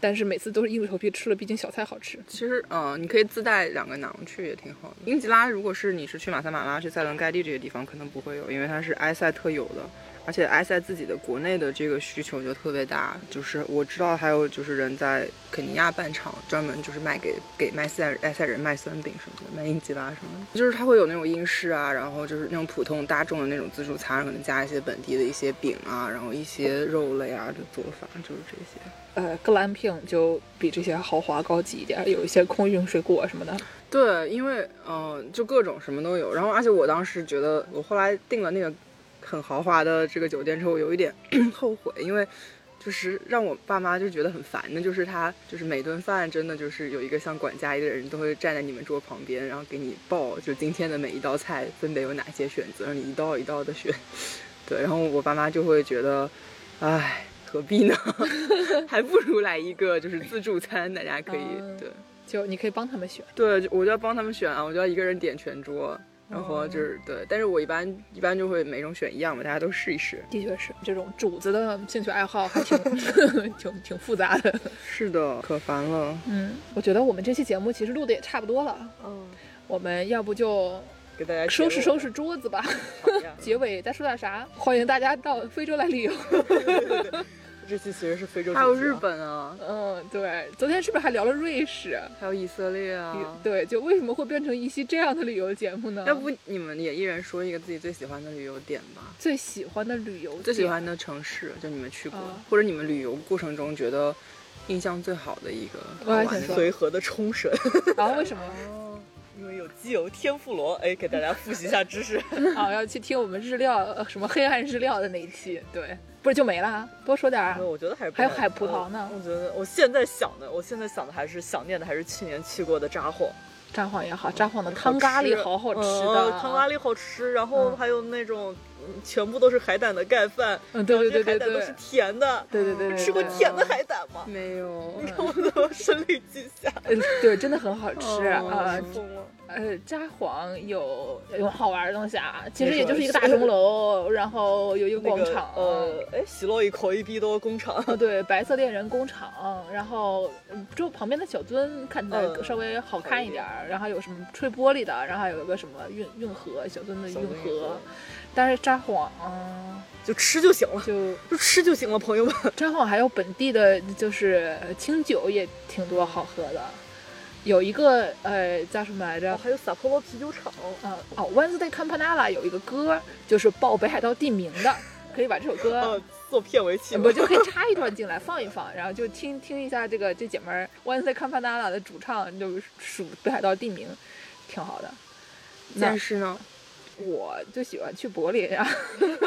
S4: 但是每次都是硬着头皮吃了，毕竟小菜好吃。
S3: 其实，嗯、你可以自带两个馕去也挺好的。英吉拉，如果是你是去马萨马拉、去塞伦盖蒂这些地方，可能不会有，因为它是埃塞特有的，而且埃塞自己的国内的这个需求就特别大。就是我知道还有就是人在肯尼亚办厂，专门就是卖给给卖塞埃塞人卖酸饼什么的，卖英吉拉什么的，就是它会有那种英式啊，然后就是那种普通大众的那种自助餐，可能加一些本地的一些饼啊，然后一些肉类啊的做法，就是这些。
S4: 呃，glamping 就比这些豪华高级一点，有一些空运水果什么的。
S3: 对，因为嗯、呃就各种什么都有。然后，而且我当时觉得，我后来订了那个很豪华的这个酒店之后，有一点 后悔，因为就是让我爸妈就觉得很烦的，就是他就是每顿饭真的就是有一个像管家一样的人都会站在你们桌旁边，然后给你报就今天的每一道菜分别有哪些选择，让你一道一道的选。对，然后我爸妈就会觉得，唉，何必呢？ 还不如来一个就是自助餐，大家可以
S4: 嗯
S3: 对。
S4: 就你可以帮他们选，
S3: 对，就我就要帮他们选啊，我就要一个人点全桌，然后就是、对，但是我一般一般就会每种选一样嘛，大家都试一试。
S4: 的确是这种主子的兴趣爱好还挺挺挺复杂的。
S3: 是的，可烦了。
S4: 嗯，我觉得我们这期节目其实录的也差不多了，
S2: 嗯，
S4: 我们要不就
S3: 给大家
S4: 收拾收
S3: 拾。
S4: 拾桌子吧。
S2: 呀
S4: 结尾再说点啥？欢迎大家到非洲来旅游。
S2: 这期其实是非洲主题啊，
S3: 还有日本啊，
S4: 嗯，对，昨天是不是还聊了瑞士？
S3: 还有以色列啊。
S4: 对，就为什么会变成一期这样的旅游节目呢？
S3: 要不你们也一人说一个自己最喜欢的旅游点吧，
S4: 最喜欢的旅游，
S3: 最喜。欢的城市，就你们去过、
S4: 啊
S3: 或者你们旅游过程中觉得印象最好的一个
S4: 我
S3: 好
S4: 也
S3: 玩
S4: 想
S3: 的
S4: 说
S3: 地
S2: 随和的冲绳，
S4: 然后为什么？
S2: 因为有基友天妇罗，哎，给大家复习一下知识。
S4: 啊，要去听我们日料呃什么黑暗日料的那一期，对，不是就没了，啊多说点儿
S2: 没有，我觉得还是不
S4: 还有
S2: 太嗯
S4: 海葡萄呢
S2: 我我觉得我现在想的，我现在想的还是想念的还是去年去过的札幌，
S4: 札幌也好，札幌的汤咖喱好好吃的，
S2: 嗯汤咖喱好吃，然后
S4: 嗯
S2: 还有那种嗯全部都是海胆的盖饭，
S4: 嗯对
S2: 然后这些
S4: 对对
S2: 海
S4: 对
S2: 胆
S4: 对
S2: 都是甜的。
S4: 对对对对，
S2: 吃过
S4: 对嗯
S2: 甜的海胆吗
S3: 方？？没有，
S2: 我都声泪俱下，
S4: 嗯呃对，真的很好吃
S3: 哦
S4: 啊
S3: 嗯，
S2: 疯了！
S4: 呃，札幌有有好玩的东西啊，其实也就是一个大钟楼，然后有一个
S2: 那
S4: 广
S2: 个
S4: 场，
S2: 呃，哎，喜洛伊口一逼多工厂，
S4: 哦，对，白色恋人工厂，然后嗯就旁边的小樽看起来
S2: 嗯
S4: 稍微好看一点儿，然后还有什么吹玻璃的，然后还有一个什么运运河，小樽的运
S2: 小樽运
S4: 河
S2: 河，
S4: 但是札幌嗯
S2: 就吃就行了，
S4: 就
S2: 就吃就行了，朋友们。
S4: 札幌还有本地的，就是呃清酒也挺多好喝的，有一个呃叫什么来 着？
S2: 还有撒泼罗啤酒厂，
S4: 呃，哦，Wednesday Campanella 有一个歌，就是报北海道地名的，可以把这首歌
S2: 呃，做片尾曲。
S4: 我就可以插一段进来放一放，然后就听听一下这个这姐们儿 One Day Campanella 的主唱，就是数北海道地名，挺好的。那
S1: 但是 呢，
S4: 我就喜欢去柏林啊，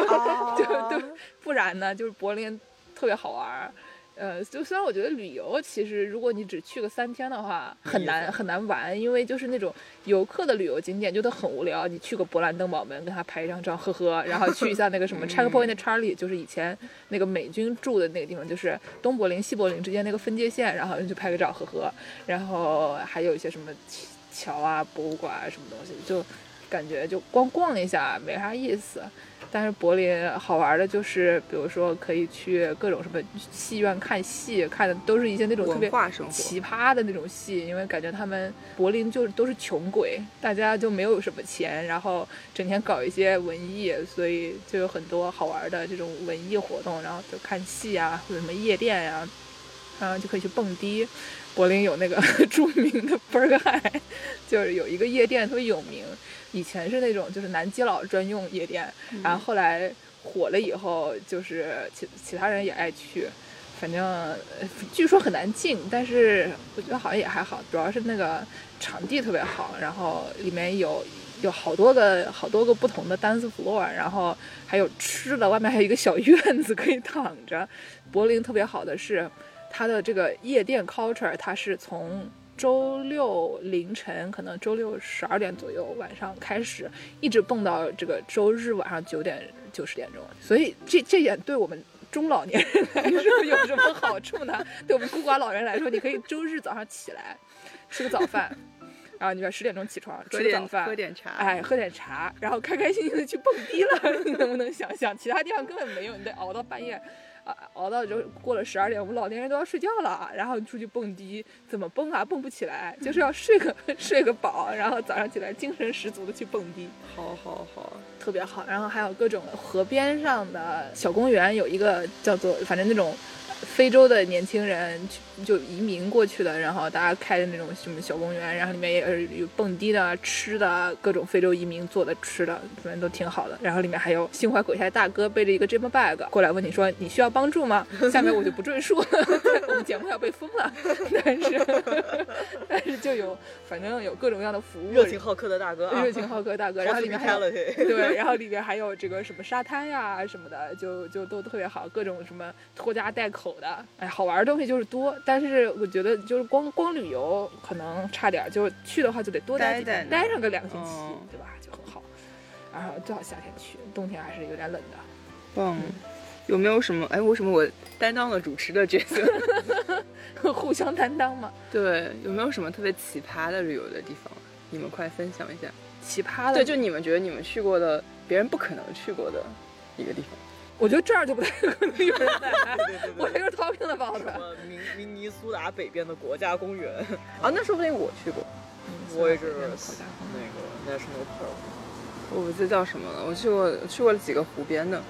S3: 啊，
S4: 就就 不然呢，就是柏林特别好玩儿。呃，就虽然我觉得旅游其实，如果你只去个三天的话，很难很难玩，因为就是那种游客的旅游景点就都很无聊。你去个勃兰登堡门，跟他拍一张照，呵呵，然后去一下那个 什么 Checkpoint Charlie，就是以前那个美军住的那个地方，就是东柏林西柏林之间那个分界线，然后就拍个照，呵呵。然后还有一些什么桥啊、博物馆啊什么东西，就感觉就光逛一下没啥意思。但是柏林好玩的就是，比如说可以去各种什么戏院看戏，看的都是一些那种特
S1: 文
S4: 别
S1: 化生活，
S4: 奇葩的那种戏，因为感觉他们柏林就是都是穷鬼，大家就没有什么钱，然后整天搞一些文艺，所以就有很多好玩的这种文艺活动，然后就看戏啊，或者什么夜店呀、然后就可以去蹦迪。柏林有那个 著名的 Burger High，就是有一个夜店特别有名，以前是那种就是南基佬专用夜店，然后后来火了以后，就是其其他人也爱去。反正呃据说很难进，但是我觉得好像也还好，主要是那个场地特别好，然后里面有有好多个好多个不同的 dance floor，然后还有吃的，外面还有一个小院子可以躺着。柏林特别好的是，它的这个夜店 culture，它是从周六凌晨，可能周六十二点左右晚上开始，一直蹦到这个周日晚上九点九十点钟，所以这这点对我们中老年人来说有什么好处呢？ 对我们孤寡老人来说，你可以周日早上起来吃个早饭，然后你说十点钟起床
S1: 喝
S4: 吃个早
S1: 点
S4: 饭，
S1: 喝点茶，
S4: 哎，喝点茶，然后开开心心的去蹦迪了，你能不能想象？其他地方根本没有，你得熬到半夜，啊，熬到就过了十二点，我们老年人都要睡觉了，啊然后你出去蹦迪，怎么蹦啊？蹦不起来，就是要睡个 睡个饱，然后早上起来精神十足的去蹦迪。
S1: 好好好，
S4: 特别好，然后还有各种河边上的小公园，有一个叫做反正那种非洲的年轻人去就移民过去的，然后大家开的那种什么小公园，然后里面也是有蹦迪的、吃的，各种非洲移民做的吃的，反正都挺好的。然后里面还有心怀鬼胎大哥背着一个 gym bag 过来问你说你需要帮助吗？ 下面我就不赘述了，我们节目要被封了，但是 但是就有反正有各种各样的服务，
S2: 热情好客的大哥啊
S4: 热，情好客大哥，然
S2: 然
S4: 后
S2: 后
S4: 里
S2: 里
S4: 面
S2: 面
S4: 还有
S2: 开了 这，
S4: 对，然后里边还有这个什么沙滩呀、什么的，就就都特别好，各种什么拖家带口的，哎，好玩的东西就是多。但是我觉得就是光光旅游可能差点儿，就是去的话就得多待
S1: 待
S4: 几天，
S1: 在
S4: 待
S1: 那
S4: 上个两个星期，
S1: 嗯
S4: 对吧？就很好。然后最好夏天去，冬天还是有点冷的。
S1: 棒。嗯有没有什么？哎，为什么我担当了主持的角色？
S4: 互相担当嘛。
S1: 对，有没有什么特别奇葩的旅游的地方？你们快分享一下。
S4: 奇葩的，
S1: 对，就你们觉得你们去过的，别人不可能去过的一个地方。
S4: 我觉得这儿就不太可能有人来
S2: 对。对对
S4: 我
S2: 对对。
S4: 这个 talking 的包子，
S2: 什么明明尼苏达北边的国家公园，
S1: 啊，那说不定我去过，
S2: 我也是
S4: 那
S2: 那个 National Park，
S1: 我不记得叫什么了。我去过，去过了几个湖边的。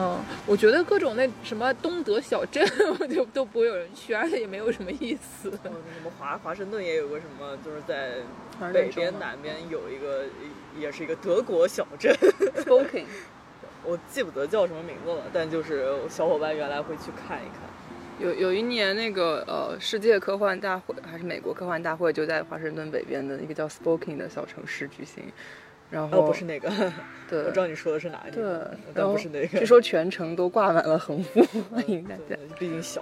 S4: 嗯，我觉得各种那什么东德小镇， 我就都不会有人去，而且也没有什么意思。
S2: 然后什么华华盛顿也有个什么，就是在
S1: 反正
S2: 北
S1: 那种
S2: 边
S1: 的
S2: 南边有一个，也是一个德国小镇，
S1: Spokane，
S2: 我记不得叫什么名字了，但就是小伙伴原来会去看一看。
S1: 有有一年那个呃世界科幻大会还是美国科幻大会就在华盛顿北边的一个叫 Spokane 的小城市举行，然后、
S2: 哦，不是那个，
S1: 对，
S2: 我知道你说的是哪个地
S1: 对
S2: 方，，
S1: 然
S2: 但
S1: 后
S2: 不是那个。嗯
S1: 据说全程都挂满了横幅，欢迎大
S2: 对
S1: 家。
S2: 毕竟小。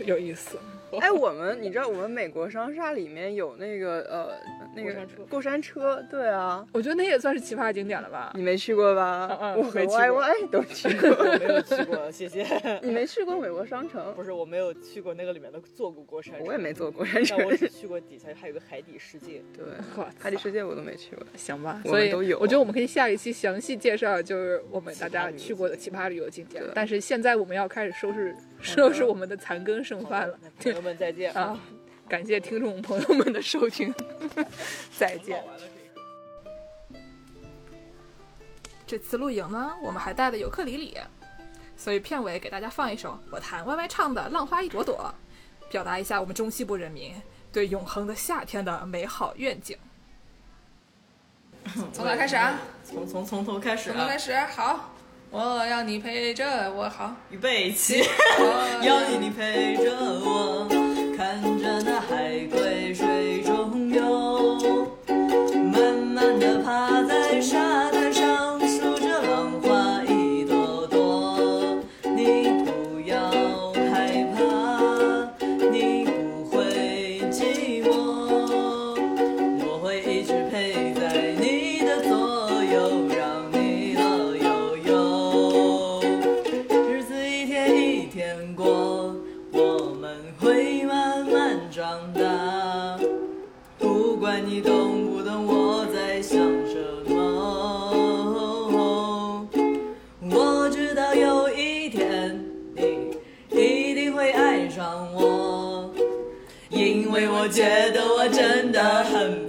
S4: 有意思。
S1: 过。
S3: 哎，我们你知道我们美国商厦里面有那个呃那
S2: 过
S3: 个
S2: 山车
S3: 过山车，对啊，
S1: 我觉得那也算是奇葩景点了吧？
S3: 你没去过吧？
S2: 嗯嗯
S3: 我
S2: 没
S3: 和
S2: 去过
S3: Y Y 都去过。
S2: 我没有去过，谢谢。
S3: 你没去过美国商城？
S2: 不是，我没有去过那个里面的坐过过山车，
S3: 我也没坐过山车
S2: 但。我只去过底下还有个海底世界。
S3: 对，
S1: 我操
S3: 海底世界我都没去过。
S1: 行吧，
S3: 我
S1: 所
S3: 们
S1: 以
S3: 都有
S1: 我觉得我们可以下一期详细介绍，就是我们大家去过的奇葩旅游景点
S3: 对。
S1: 但是现在我们要开始收拾收拾我们的残羹剩饭了
S2: 那朋友们再见。
S1: 啊！感谢听众朋友们的收听， 再见。
S2: 完了这个。
S1: 这次露营呢，我们还带了尤克里里，所以片尾给大家放一首我弹 Y Y 唱的《浪花一朵朵》，表达一下我们中西部人民对永恒的夏天的美好愿景。 从哪开始啊？
S2: 从从从头开始
S1: 从哪
S2: 啊
S1: 开！始？好，我要你陪着我，好。
S2: 预备起，要你陪着我，看着那海龟水中游，慢慢的趴在沙滩上，数着浪花一朵朵。你不要害怕，你不会寂寞，我会一直陪在你的左右，让你乐悠悠。日子一天一天过，我们会慢慢长大。不管你懂不懂我在想什么，我知道有一天你一定会爱上我，因为我觉得我真的很